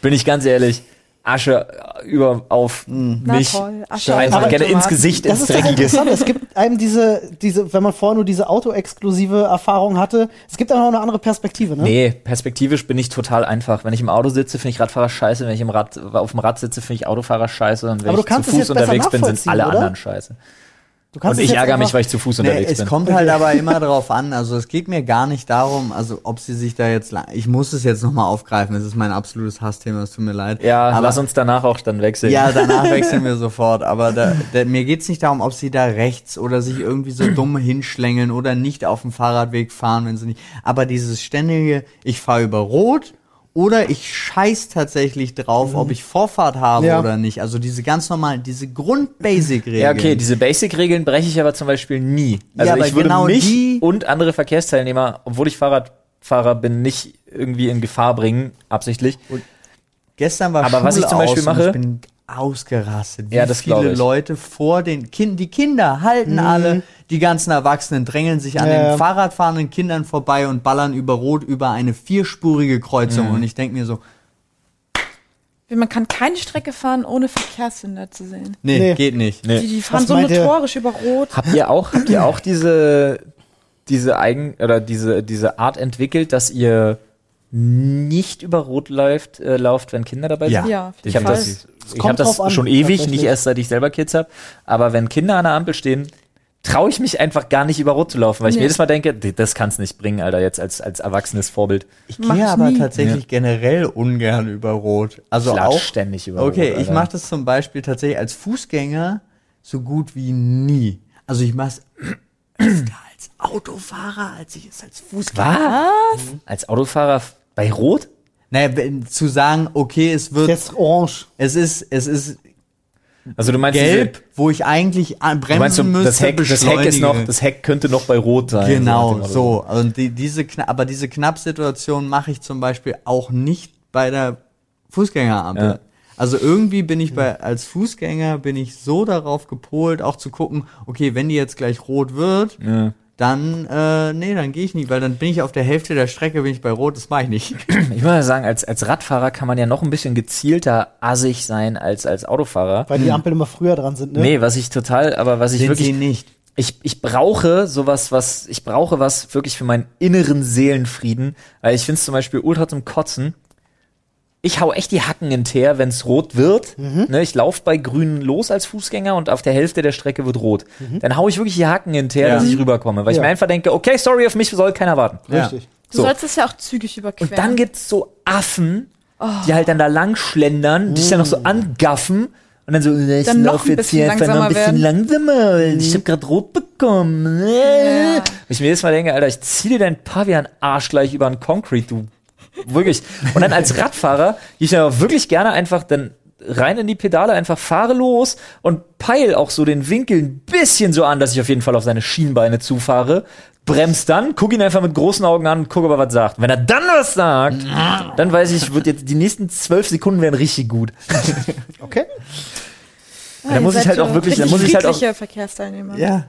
Speaker 1: Bin ich ganz ehrlich, Asche äh, über auf
Speaker 2: Mhm.
Speaker 4: Na
Speaker 1: mich.
Speaker 4: toll, Asche auf
Speaker 1: Einfach
Speaker 4: meine
Speaker 1: gerne ins
Speaker 4: Tomaten.
Speaker 1: Gesicht,
Speaker 3: Das
Speaker 1: ins
Speaker 3: ist das
Speaker 1: Dreckige.
Speaker 3: Interessante. Es gibt einem diese, diese, wenn man vorher nur diese autoexklusive Erfahrung hatte, es gibt einfach auch eine andere Perspektive, ne?
Speaker 1: Nee, perspektivisch bin ich total einfach. Wenn ich im Auto sitze, finde ich Radfahrer scheiße. Wenn ich im Rad, auf dem Rad sitze, finde ich Autofahrer scheiße. Und wenn
Speaker 3: Aber du
Speaker 1: ich zu
Speaker 3: kannst es
Speaker 1: Fuß
Speaker 3: jetzt besser
Speaker 1: unterwegs bin, sind
Speaker 3: nachvollziehen,
Speaker 1: alle
Speaker 3: oder?
Speaker 1: anderen scheiße.
Speaker 3: Du
Speaker 1: Und
Speaker 3: es
Speaker 1: ich
Speaker 3: jetzt
Speaker 1: ärgere mich,
Speaker 3: einfach-
Speaker 1: weil ich zu Fuß
Speaker 2: Nee,
Speaker 1: unterwegs
Speaker 2: es
Speaker 1: bin.
Speaker 2: kommt halt aber immer drauf an. Also es geht mir gar nicht darum, also ob sie sich da jetzt, lang- ich muss es jetzt nochmal aufgreifen. Es ist mein absolutes Hassthema. Es tut mir leid.
Speaker 1: Ja,
Speaker 2: aber
Speaker 1: lass uns danach auch dann wechseln.
Speaker 2: Ja, danach wechseln wir sofort. Aber da, da, mir geht's nicht darum, ob sie da rechts oder sich irgendwie so dumm hinschlängeln oder nicht auf dem Fahrradweg fahren, wenn sie nicht. Aber dieses ständige, ich fahre über Rot oder ich scheiß tatsächlich drauf,
Speaker 1: Mhm.
Speaker 2: ob ich Vorfahrt habe
Speaker 3: Ja.
Speaker 2: oder nicht. Also diese ganz normalen, diese Grund-Basic-Regeln.
Speaker 1: ja okay, diese Basic-Regeln breche ich aber zum Beispiel nie. Also
Speaker 2: aber
Speaker 1: ich würde
Speaker 2: genau
Speaker 1: mich
Speaker 2: die-
Speaker 1: und andere Verkehrsteilnehmer, obwohl ich Fahrradfahrer bin, nicht irgendwie in Gefahr bringen, absichtlich.
Speaker 2: Gestern war
Speaker 1: Aber was
Speaker 2: Schule
Speaker 1: ich zum Beispiel
Speaker 2: aus und
Speaker 1: mache-
Speaker 2: ich bin ausgerastet. Wie
Speaker 1: Ja, das glaub
Speaker 2: viele
Speaker 1: ich. Mhm.
Speaker 2: Leute vor den Kindern, die Kinder halten alle, die ganzen Erwachsenen drängeln sich an
Speaker 3: Ja, ja.
Speaker 2: den Fahrradfahrenden Kindern vorbei und ballern über Rot über eine vierspurige Kreuzung.
Speaker 1: Mhm.
Speaker 2: Und ich denke mir so,
Speaker 4: Wie, Man kann keine Strecke fahren, ohne Verkehrssünder zu sehen.
Speaker 2: nee,
Speaker 3: Nee.
Speaker 2: geht nicht.
Speaker 1: Nee.
Speaker 4: Die, die fahren
Speaker 3: Was
Speaker 4: so
Speaker 3: meint ihr?
Speaker 4: notorisch über Rot.
Speaker 1: Habt ihr auch, habt ihr auch diese, diese Eigen, oder diese, diese Art entwickelt, dass ihr nicht über Rot läuft, äh, lauft, wenn Kinder dabei
Speaker 2: Ja.
Speaker 1: sind?
Speaker 4: Ja, auf
Speaker 1: Ich
Speaker 4: jeden
Speaker 1: habe
Speaker 4: Fall.
Speaker 1: das, ich
Speaker 3: kommt
Speaker 1: hab das
Speaker 3: drauf an,
Speaker 1: schon ewig,
Speaker 3: tatsächlich.
Speaker 1: nicht erst seit ich selber Kids habe. Aber wenn Kinder an der Ampel stehen, traue ich mich einfach gar nicht über Rot zu laufen, weil ich
Speaker 4: Nee.
Speaker 1: mir jedes Mal denke, "D- das kann's nicht bringen, Alter, jetzt als, als erwachsenes Vorbild.
Speaker 2: Ich
Speaker 4: Mach
Speaker 2: gehe
Speaker 4: ich
Speaker 2: aber
Speaker 4: nie.
Speaker 2: tatsächlich generell ungern über Rot. Also
Speaker 1: Ich latsch
Speaker 2: auch
Speaker 1: ständig über
Speaker 2: Okay,
Speaker 1: Rot,
Speaker 2: ich
Speaker 1: Alter.
Speaker 2: mache das zum Beispiel tatsächlich als Fußgänger so gut wie nie. Also ich mache es als Autofahrer, als ich es als Fußgänger
Speaker 1: Was? Als Autofahrer f- bei Rot?
Speaker 2: Naja, wenn, zu sagen, okay, es wird,
Speaker 3: Jetzt orange.
Speaker 2: es ist, es ist
Speaker 1: Also du meinst diese-
Speaker 2: gelb, wo ich eigentlich an-
Speaker 1: Du meinst,
Speaker 2: bremsen
Speaker 1: du,
Speaker 2: müsste,
Speaker 1: das Heck, das Heck ist noch,
Speaker 2: beschleunige.
Speaker 1: das Heck könnte noch bei Rot sein. nach dem
Speaker 2: genau
Speaker 1: Motto.
Speaker 2: so. Und die, diese, kna- aber diese Knappsituation mache ich zum Beispiel auch nicht bei der Fußgängerampel.
Speaker 1: Ja.
Speaker 2: Also irgendwie bin ich bei, als Fußgänger bin ich so darauf gepolt, auch zu gucken, okay, wenn die jetzt gleich rot wird, dann, äh, nee, dann gehe ich nicht, weil dann bin ich auf der Hälfte der Strecke, bin ich bei rot, das mache ich nicht.
Speaker 1: Ich würde sagen, als, als Radfahrer kann man ja noch ein bisschen gezielter assig sein als als Autofahrer.
Speaker 3: Weil die Ampeln immer früher dran sind, ne?
Speaker 1: Nee, was ich total, aber was ich
Speaker 2: Sind
Speaker 1: wirklich,
Speaker 2: sie nicht.
Speaker 1: ich, ich brauche sowas, was, ich brauche was wirklich für meinen inneren Seelenfrieden, weil ich finde es zum Beispiel ultra zum Kotzen. Ich hau echt die Hacken in den Teer, wenn's rot wird.
Speaker 2: Mhm.
Speaker 1: Ne, ich lauf bei Grün los als Fußgänger und auf der Hälfte der Strecke wird rot. Dann hau ich wirklich die Hacken in den Teer,
Speaker 2: Mhm. Ja.
Speaker 1: dass ich rüberkomme, weil
Speaker 3: Ja.
Speaker 1: ich mir einfach denke, okay, sorry, auf mich soll keiner warten.
Speaker 3: Richtig.
Speaker 4: Du
Speaker 1: So.
Speaker 4: sollst es ja auch zügig überqueren.
Speaker 1: Und dann gibt's so Affen, die halt dann da lang schlendern, die sich dann noch so angaffen und dann so, ich
Speaker 4: Dann noch
Speaker 1: lauf
Speaker 4: ein
Speaker 1: jetzt
Speaker 4: bisschen Mhm.
Speaker 1: hier einfach noch ein bisschen langsamer, weil ich hab grad rot bekommen. Äh.
Speaker 4: Ja.
Speaker 1: Ich mir jedes Mal denke, Alter, ich zieh dir dein Pavian Arsch gleich über den Concrete, du. Wirklich. Und dann als Radfahrer gehe ich dann auch wirklich gerne einfach dann rein in die Pedale, einfach fahre los und peil auch so den Winkel ein bisschen so an, dass ich auf jeden Fall auf seine Schienbeine zufahre, bremst dann, guck ihn einfach mit großen Augen an und guck, ob er was sagt. Wenn er dann was sagt, dann weiß ich, wird jetzt die nächsten zwölf Sekunden werden richtig gut.
Speaker 3: Okay.
Speaker 1: da muss ich halt auch wirklich- da muss ich halt auch-
Speaker 4: Verkehrsteilnehmer.
Speaker 2: Ja.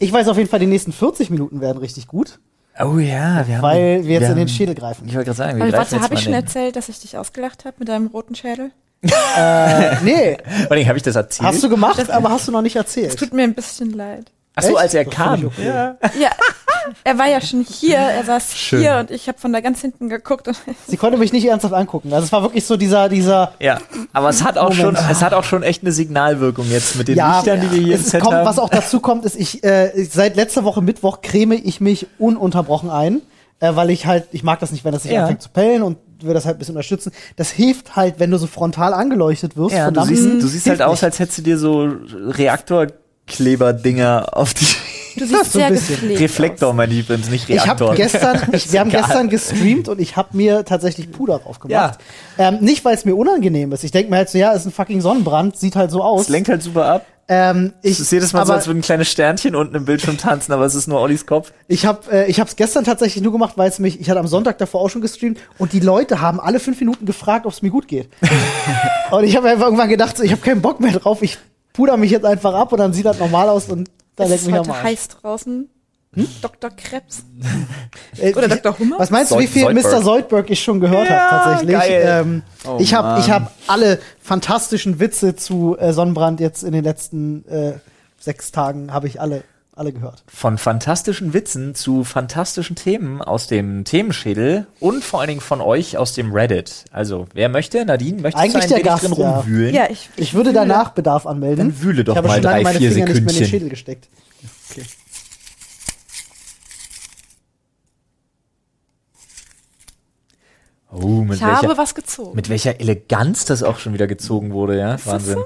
Speaker 3: Ich weiß auf jeden Fall, die nächsten 40 Minuten werden richtig gut,
Speaker 1: Oh ja, wir haben
Speaker 3: weil wir jetzt in den
Speaker 1: haben-
Speaker 3: Schädel greifen.
Speaker 1: Ich wollte gerade sagen, wir
Speaker 4: Aber
Speaker 1: greifen
Speaker 4: warte,
Speaker 1: jetzt
Speaker 4: habe
Speaker 1: mal
Speaker 4: ich schon
Speaker 1: den-
Speaker 4: erzählt, dass ich dich ausgelacht habe mit deinem roten Schädel?
Speaker 3: Nee,
Speaker 1: Vor allem habe ich das erzählt.
Speaker 3: hast du gemacht, aber hast du noch nicht erzählt.
Speaker 4: Tut mir ein bisschen leid.
Speaker 1: Ach so,
Speaker 3: Echt?
Speaker 1: als er
Speaker 3: Das
Speaker 1: kam.
Speaker 3: find ich okay.
Speaker 4: Ja, er war ja schon hier, er saß
Speaker 1: Schön.
Speaker 4: hier und ich habe von da ganz hinten geguckt und
Speaker 3: Sie konnte mich nicht ernsthaft angucken. Also es war wirklich so dieser, dieser,
Speaker 1: Ja, aber es hat auch schon,
Speaker 3: Moment.
Speaker 1: es hat auch schon echt eine Signalwirkung jetzt mit den
Speaker 3: ja,
Speaker 1: Lichtern, die wir hier im
Speaker 3: es
Speaker 1: Set
Speaker 3: kommt,
Speaker 1: haben.
Speaker 3: was auch dazu kommt, ist, ich, äh, ich- seit letzter Woche Mittwoch creme ich mich ununterbrochen ein, äh, weil ich halt, ich mag das nicht, wenn das sich
Speaker 1: Ja.
Speaker 3: anfängt zu pellen und will das halt ein bisschen unterstützen. Das hilft halt, wenn du so frontal angeleuchtet wirst.
Speaker 1: ja,
Speaker 3: von
Speaker 1: du
Speaker 3: Lampen.
Speaker 1: siehst, du siehst halt
Speaker 3: Hilft
Speaker 1: aus, als hättest du dir so Reaktorkleber-Dinger auf die
Speaker 4: du siehst
Speaker 3: so ein
Speaker 4: sehr
Speaker 3: bisschen.
Speaker 4: gepflegt
Speaker 1: Reflektor, mein Lieblings, nicht
Speaker 3: Ich habe
Speaker 1: Reaktor.
Speaker 3: gestern, ich, wir haben
Speaker 1: egal.
Speaker 3: gestern gestreamt und ich habe mir tatsächlich Puder drauf gemacht. Ähm, nicht, weil es mir unangenehm ist. Ich denke mir halt so, ja, ist ein fucking Sonnenbrand, sieht halt so aus.
Speaker 1: es lenkt halt super ab.
Speaker 3: Ähm, ich,
Speaker 1: Es ist jedes Mal so,
Speaker 3: aber
Speaker 1: als würden kleine Sternchen unten im Bildschirm tanzen, aber es ist nur Ollis Kopf.
Speaker 3: ich habe äh, ich hab's gestern tatsächlich nur gemacht, weil es mich, ich hatte am Sonntag davor auch schon gestreamt und die Leute haben alle fünf Minuten gefragt, ob es mir gut geht. und ich habe einfach irgendwann gedacht, so, ich habe keinen Bock mehr drauf, ich puder mich jetzt einfach ab und dann sieht das normal aus und dann
Speaker 4: Es
Speaker 3: leck
Speaker 4: ist
Speaker 3: mich am
Speaker 4: heute
Speaker 3: Arsch.
Speaker 4: heiß draußen.
Speaker 1: Hm?
Speaker 4: Dr. Krebs.
Speaker 3: Äh,
Speaker 4: Oder
Speaker 3: wie-
Speaker 4: Dr. Hummer?
Speaker 3: Was meinst du,
Speaker 1: Sold-
Speaker 3: wie viel
Speaker 1: Soldberg.
Speaker 3: Mr. Soldberg ich schon gehört
Speaker 1: Ja,
Speaker 3: habe tatsächlich?
Speaker 1: geil.
Speaker 3: Ähm,
Speaker 2: Oh,
Speaker 3: ich habe ich
Speaker 2: Mann.
Speaker 3: hab alle fantastischen Witze zu äh, Sonnenbrand jetzt in den letzten äh, sechs Tagen habe ich alle, alle gehört.
Speaker 1: Von fantastischen Witzen zu fantastischen Themen aus dem Themenschädel und vor allen Dingen von euch aus dem Reddit. Also, wer möchte? Nadine, möchtest
Speaker 3: Eigentlich
Speaker 1: du
Speaker 3: der
Speaker 1: ein wenig
Speaker 3: Gast,
Speaker 1: drin
Speaker 3: ja.
Speaker 1: rumwühlen?
Speaker 4: Ja, ich,
Speaker 3: Ich würde
Speaker 4: fühle-
Speaker 3: danach Bedarf anmelden.
Speaker 1: Dann wühle doch
Speaker 3: ich habe
Speaker 1: mal
Speaker 3: schon lange
Speaker 1: drei,
Speaker 3: meine
Speaker 1: vier
Speaker 3: Finger nicht mehr in den
Speaker 1: Sekündchen.
Speaker 3: Schädel gesteckt.
Speaker 1: Oh, mit
Speaker 4: Ich habe
Speaker 1: welcher-
Speaker 4: was gezogen.
Speaker 1: Mit welcher Eleganz das auch schon wieder gezogen wurde, ja? Wahnsinn.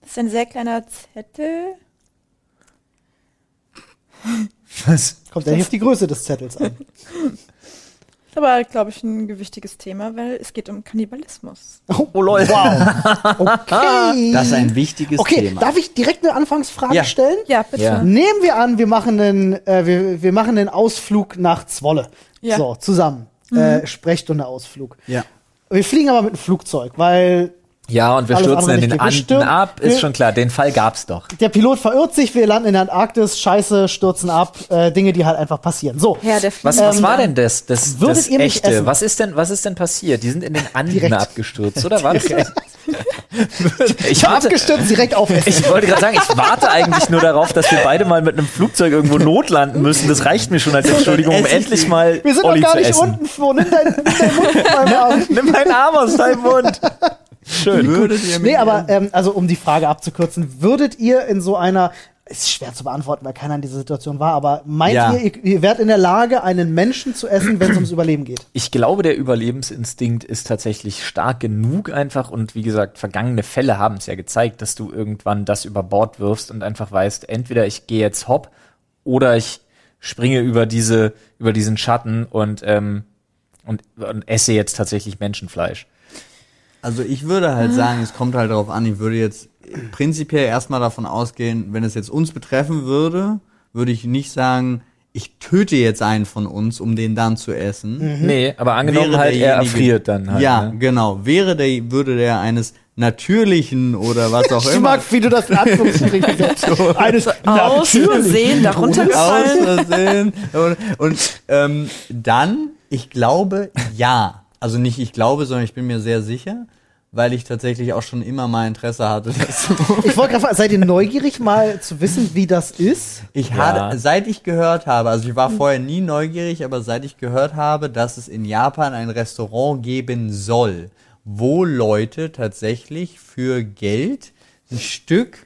Speaker 4: Das ist ein sehr kleiner Zettel.
Speaker 1: Was?
Speaker 3: Kommt ja nicht auf die Größe des Zettels an.
Speaker 4: Ist aber, glaube ich, ein gewichtiges Thema, weil es geht um Kannibalismus.
Speaker 3: Oh,
Speaker 1: lol.
Speaker 3: Wow. Okay.
Speaker 2: Das ist ein wichtiges
Speaker 3: okay,
Speaker 2: Thema.
Speaker 3: darf ich direkt eine Anfangsfrage
Speaker 2: Ja.
Speaker 3: stellen?
Speaker 4: Ja, bitte.
Speaker 1: Ja.
Speaker 3: Nehmen wir an, wir machen einen, äh, wir, wir machen einen Ausflug nach Zwolle.
Speaker 4: Ja. Mhm.
Speaker 3: So, zusammen. Äh, Sprechstunde Ausflug.
Speaker 2: ja.
Speaker 3: Wir fliegen aber mit dem Flugzeug, weil
Speaker 1: Ja, und wir
Speaker 3: Alles
Speaker 1: stürzen
Speaker 3: andere
Speaker 1: in den
Speaker 3: nicht. Wir
Speaker 1: Anden
Speaker 3: stürmen-
Speaker 1: ab, ist
Speaker 3: wir-
Speaker 1: schon klar. Den Fall gab's doch.
Speaker 3: der Pilot verirrt sich, wir landen in der Antarktis, scheiße, stürzen ab, äh, Dinge, die halt einfach passieren. So.
Speaker 4: Herr der
Speaker 1: Was,
Speaker 4: Fliegen-
Speaker 1: was war denn das, das,
Speaker 3: Ähm, würdet
Speaker 1: das
Speaker 3: ihr mich
Speaker 1: echte?
Speaker 3: essen?
Speaker 1: Was ist denn, was ist denn passiert? Die sind in den Anden
Speaker 3: Direkt.
Speaker 1: abgestürzt, oder war das? das? ich warte,
Speaker 3: Abgestürzt direkt auf Essen.
Speaker 1: ich wollte gerade sagen, ich warte eigentlich nur darauf, dass wir beide mal mit einem Flugzeug irgendwo notlanden müssen. Das reicht mir schon als Entschuldigung, um
Speaker 2: Ess ich
Speaker 1: endlich
Speaker 2: die.
Speaker 1: mal
Speaker 3: Wir sind
Speaker 1: Olli
Speaker 3: doch gar
Speaker 1: zu
Speaker 3: nicht
Speaker 1: essen.
Speaker 3: unten, Flo. Nimm deinen nimm deinen Mund von meinem Arm.
Speaker 1: Nimm meinen Arm aus deinem Mund. Schön.
Speaker 2: Würdet ihr
Speaker 3: Nee, aber ähm, also um die Frage abzukürzen, würdet ihr in so einer ist schwer zu beantworten, weil keiner in dieser Situation war, aber meint
Speaker 2: Ja.
Speaker 3: ihr, ihr, ihr wärt in der Lage, einen Menschen zu essen, wenn es ums Überleben geht?
Speaker 1: Ich glaube, der Überlebensinstinkt ist tatsächlich stark genug einfach und wie gesagt, vergangene Fälle haben es ja gezeigt, dass du irgendwann das über Bord wirfst und einfach weißt, entweder ich gehe jetzt hopp oder ich springe über diese über diesen Schatten und ähm, und, und esse jetzt tatsächlich Menschenfleisch.
Speaker 2: Also ich würde halt sagen, es kommt halt darauf an, ich würde jetzt prinzipiell erstmal davon ausgehen, wenn es jetzt uns betreffen würde, würde ich nicht sagen, ich töte jetzt einen von uns, um den dann zu essen.
Speaker 1: Nee, aber angenommen Mhm. halt, er
Speaker 2: Mhm. derjenige-
Speaker 1: erfriert dann halt.
Speaker 2: Ja,
Speaker 1: ne?
Speaker 2: genau. Wäre der, würde der eines natürlichen oder was auch
Speaker 3: Ich
Speaker 2: immer
Speaker 3: mag, wie du das in Anführungsstrichen setzt. Eines
Speaker 4: Ähm, Ausgesehen, darunter
Speaker 2: aus
Speaker 4: gefallen.
Speaker 2: Versehen. Und, und ähm, dann, ich glaube, ja. Also nicht ich glaube, sondern ich bin mir sehr sicher, weil ich tatsächlich auch schon immer mal Interesse hatte. Dass
Speaker 3: Ich wollte gerade fragen, seid ihr neugierig mal zu wissen, wie das ist?
Speaker 2: ich
Speaker 1: Ja.
Speaker 2: hatte, seit ich gehört habe, also ich war vorher nie neugierig, aber seit ich gehört habe, dass es in Japan ein Restaurant geben soll, wo Leute tatsächlich für Geld ein Stück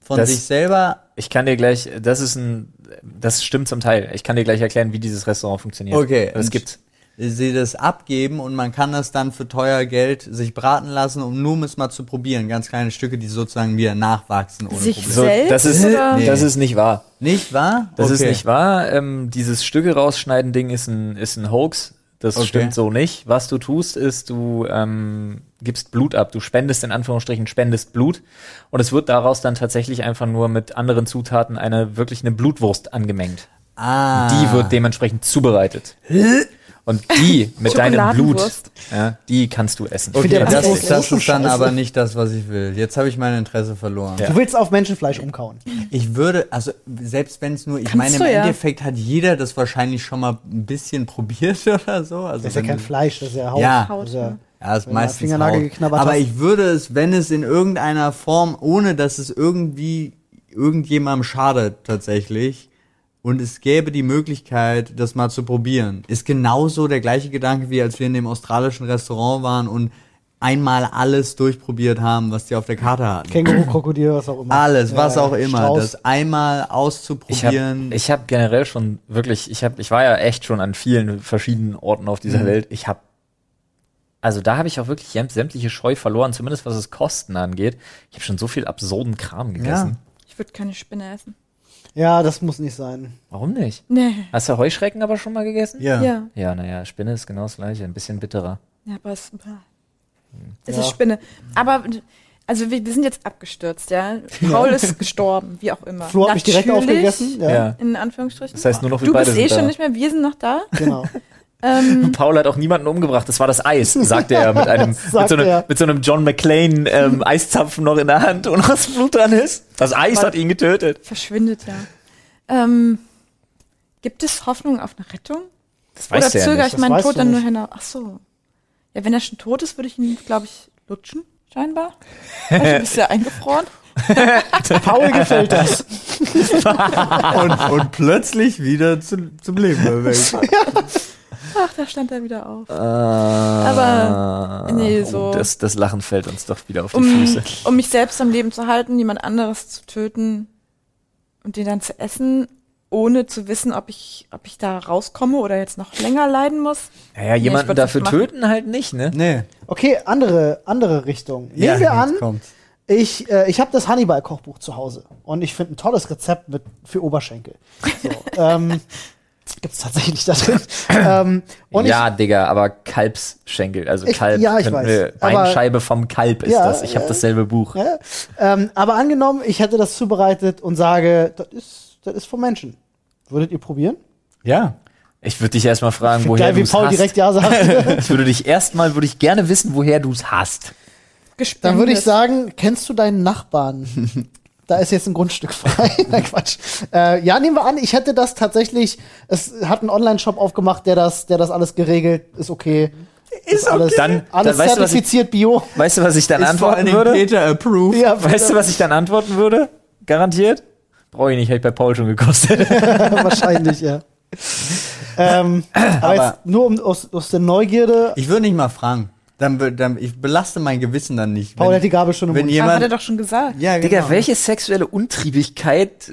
Speaker 2: von
Speaker 1: Das-
Speaker 2: sich selber
Speaker 1: Ich kann dir gleich, das ist ein, das stimmt zum Teil. Ich kann dir gleich erklären, wie dieses Restaurant funktioniert. Also
Speaker 2: Okay.
Speaker 1: Das
Speaker 2: und
Speaker 1: gibt's.
Speaker 2: Sie das abgeben und man kann das dann für teuer Geld sich braten lassen, um nur um es mal zu probieren. Ganz kleine Stücke, die sozusagen wieder nachwachsen ohne
Speaker 4: Sich
Speaker 2: Probleme.
Speaker 1: So, das ist,
Speaker 4: Selbst, oder?
Speaker 1: das ist nicht wahr.
Speaker 2: Nicht wahr?
Speaker 1: Das ist
Speaker 2: Okay.
Speaker 1: nicht wahr. Ähm, dieses Stücke rausschneiden Ding ist ein, ist ein Hoax. Das
Speaker 2: Okay.
Speaker 1: stimmt so nicht. Was du tust, ist, du ähm, gibst Blut ab. Du spendest in Anführungsstrichen, spendest Blut. Und es wird daraus dann tatsächlich einfach nur mit anderen Zutaten eine, wirklich eine Blutwurst angemengt.
Speaker 2: Ah.
Speaker 1: Die wird dementsprechend zubereitet. Und die mit deinem Blut,
Speaker 4: Schokoladenwurst.
Speaker 1: ja, die kannst du essen.
Speaker 2: Okay,
Speaker 3: finde ja
Speaker 2: das,
Speaker 3: Blutost
Speaker 2: ist, das
Speaker 3: so
Speaker 2: ist dann
Speaker 3: scheiße.
Speaker 2: aber nicht das, was ich will. Jetzt habe ich mein Interesse verloren.
Speaker 1: Ja.
Speaker 3: Du willst auf Menschenfleisch umkauen.
Speaker 2: Ich würde, also selbst wenn es nur, ich meine,
Speaker 4: Kannst
Speaker 2: im
Speaker 4: du ja.
Speaker 2: Endeffekt hat jeder das wahrscheinlich schon mal ein bisschen probiert oder so.
Speaker 3: Das
Speaker 2: Also
Speaker 3: ist ja
Speaker 2: wenn
Speaker 3: kein
Speaker 2: du-
Speaker 3: Fleisch, das ist ja Haut.
Speaker 2: Ja.
Speaker 3: Das ist ja
Speaker 2: Ja, ist
Speaker 3: Wenn du
Speaker 2: meistens
Speaker 3: Fingernagel
Speaker 2: Haut.
Speaker 3: geknabbert
Speaker 2: Aber
Speaker 3: hast.
Speaker 2: ich würde es, wenn es in irgendeiner Form, ohne dass es irgendwie irgendjemandem schadet tatsächlich, und es gäbe die Möglichkeit, das mal zu probieren, ist genauso der gleiche Gedanke, wie als wir in dem australischen Restaurant waren und einmal alles durchprobiert haben, was die auf der Karte hatten.
Speaker 3: Känguru, Krokodil, was auch immer.
Speaker 2: Alles, was
Speaker 3: Ja,
Speaker 2: auch immer,
Speaker 3: Strauß.
Speaker 2: das einmal
Speaker 1: Ich habe
Speaker 2: auszuprobieren.
Speaker 1: ich hab generell schon wirklich, ich hab, ich war ja echt schon an vielen verschiedenen Orten auf dieser Welt. Ich habe, also da habe ich auch wirklich jäm- sämtliche Scheu verloren, zumindest was es Kosten angeht. Ich habe schon so viel absurden Kram gegessen.
Speaker 4: Ich würde keine Spinne essen.
Speaker 3: ja, das muss nicht sein.
Speaker 1: Warum nicht?
Speaker 4: Nee.
Speaker 1: Hast du Heuschrecken aber schon mal gegessen?
Speaker 2: ja. ja.
Speaker 4: Ja.
Speaker 1: Ja, naja, Spinne ist genau das gleiche, ein bisschen bitterer.
Speaker 4: Ja, aber es, bah. es
Speaker 3: Ja.
Speaker 4: ist Spinne. Aber also wir, wir sind jetzt abgestürzt, ja. Paul ist gestorben, wie auch immer.
Speaker 3: Flo habe ich direkt
Speaker 4: Natürlich,
Speaker 3: aufgegessen. Ja,
Speaker 4: In Anführungsstrichen.
Speaker 1: Das heißt nur noch, wir
Speaker 4: du
Speaker 1: beide
Speaker 4: bist eh
Speaker 1: sind
Speaker 4: schon
Speaker 1: da.
Speaker 4: nicht mehr, wir sind noch da.
Speaker 3: genau.
Speaker 4: Ähm,
Speaker 1: Paul hat auch niemanden umgebracht, das war das Eis, sagte er mit einem, mit,
Speaker 3: Sagt
Speaker 1: so einem
Speaker 3: er.
Speaker 1: mit so einem John McClane ähm, Eiszapfen noch in der Hand und was Blut dran ist. Das Eis
Speaker 4: Aber-
Speaker 1: hat ihn getötet.
Speaker 4: verschwindet, ja. Ähm, gibt es Hoffnung auf eine Rettung?
Speaker 1: Das
Speaker 4: Oder
Speaker 1: weiß er ja
Speaker 4: zögere
Speaker 1: nicht.
Speaker 4: ich
Speaker 3: das
Speaker 4: meinen
Speaker 3: weißt
Speaker 4: Tod
Speaker 3: du
Speaker 4: dann nur
Speaker 3: nicht.
Speaker 4: hinaus? Ach so. Ja, wenn er schon tot ist, würde ich ihn, glaube ich, lutschen, scheinbar. Weil du bist ja eingefroren.
Speaker 3: Paul gefällt das.
Speaker 2: Und, und plötzlich wieder zu, zum Leben erweckt.
Speaker 4: Ach, da stand er wieder auf.
Speaker 1: Aber
Speaker 4: nee, so-
Speaker 1: Ah. Oh, das, das Lachen fällt uns doch wieder auf die
Speaker 4: um,
Speaker 1: Füße.
Speaker 4: um mich selbst am Leben zu halten, jemand anderes zu töten und den dann zu essen, ohne zu wissen, ob ich, ob ich da rauskomme oder jetzt noch länger leiden muss.
Speaker 1: Naja,
Speaker 4: ich
Speaker 1: jemanden
Speaker 4: würd's
Speaker 1: dafür
Speaker 4: nicht machen.
Speaker 1: töten halt nicht, ne?
Speaker 2: Nee.
Speaker 3: Okay, andere, andere Richtung. Nehmen
Speaker 2: Ja,
Speaker 3: wir
Speaker 2: jetzt
Speaker 3: an,
Speaker 2: kommt's.
Speaker 3: ich, äh, ich habe das Hannibal-Kochbuch zu Hause und ich finde ein tolles Rezept mit, für Oberschenkel. So, ähm, gibt's tatsächlich da drin. ähm, und
Speaker 1: ja, Digga, aber Kalbsschenkel, also
Speaker 3: Ich-
Speaker 1: Kalb.
Speaker 3: ja, ich
Speaker 1: könnten
Speaker 3: weiß,
Speaker 1: wir-
Speaker 3: aber-
Speaker 1: Beinscheibe vom Kalb ist
Speaker 3: Ja,
Speaker 1: das. Ich habe
Speaker 3: ja.
Speaker 1: dasselbe Buch.
Speaker 3: ich, äh, ähm, aber angenommen, ich hätte das zubereitet und sage, das ist, das ist vom Menschen. Würdet ihr probieren?
Speaker 2: Ja.
Speaker 1: Ich würde dich erstmal fragen,
Speaker 3: Find
Speaker 1: woher
Speaker 3: Geil,
Speaker 1: du
Speaker 3: wie
Speaker 1: es
Speaker 3: Paul
Speaker 1: hast.
Speaker 3: direkt Ja sagt.
Speaker 1: Ich würde dich erstmal, würde ich gerne wissen, woher du es hast.
Speaker 4: Gespendet.
Speaker 3: Dann würde ich
Speaker 4: Ah,
Speaker 3: sagen, kennst du deinen Nachbarn? Da ist jetzt ein Grundstück frei. Nein, Quatsch. Äh, ja, nehmen wir an, ich hätte das tatsächlich, es hat einen Online-Shop aufgemacht, der das, der das alles geregelt, ist okay. Ist, alles,
Speaker 1: okay. Dann-
Speaker 3: alles
Speaker 1: dann weißt du, was ich-
Speaker 3: zertifiziert Bio.
Speaker 1: Weißt du, was ich dann
Speaker 2: Ist vor
Speaker 1: antworten
Speaker 2: allen Dingen
Speaker 1: würde?
Speaker 2: Peter approved.
Speaker 3: Ja,
Speaker 1: Weißt du, was ich dann antworten würde? Garantiert? Brauche ich nicht, hätte ich bei Paul schon gekostet.
Speaker 3: wahrscheinlich, ja. Ähm, aber, jetzt nur um, aus, aus der Neugierde,
Speaker 2: Ich würde nicht mal fragen. Dann, be- dann, ich belaste mein Gewissen dann nicht.
Speaker 3: Paul
Speaker 2: Wenn-
Speaker 3: hat die Gabel schon im
Speaker 2: wenn
Speaker 3: Mund.
Speaker 4: Ah, hat er
Speaker 2: jemand,
Speaker 4: doch schon gesagt.
Speaker 2: ja, genau.
Speaker 1: Digga, welche sexuelle Untriebigkeit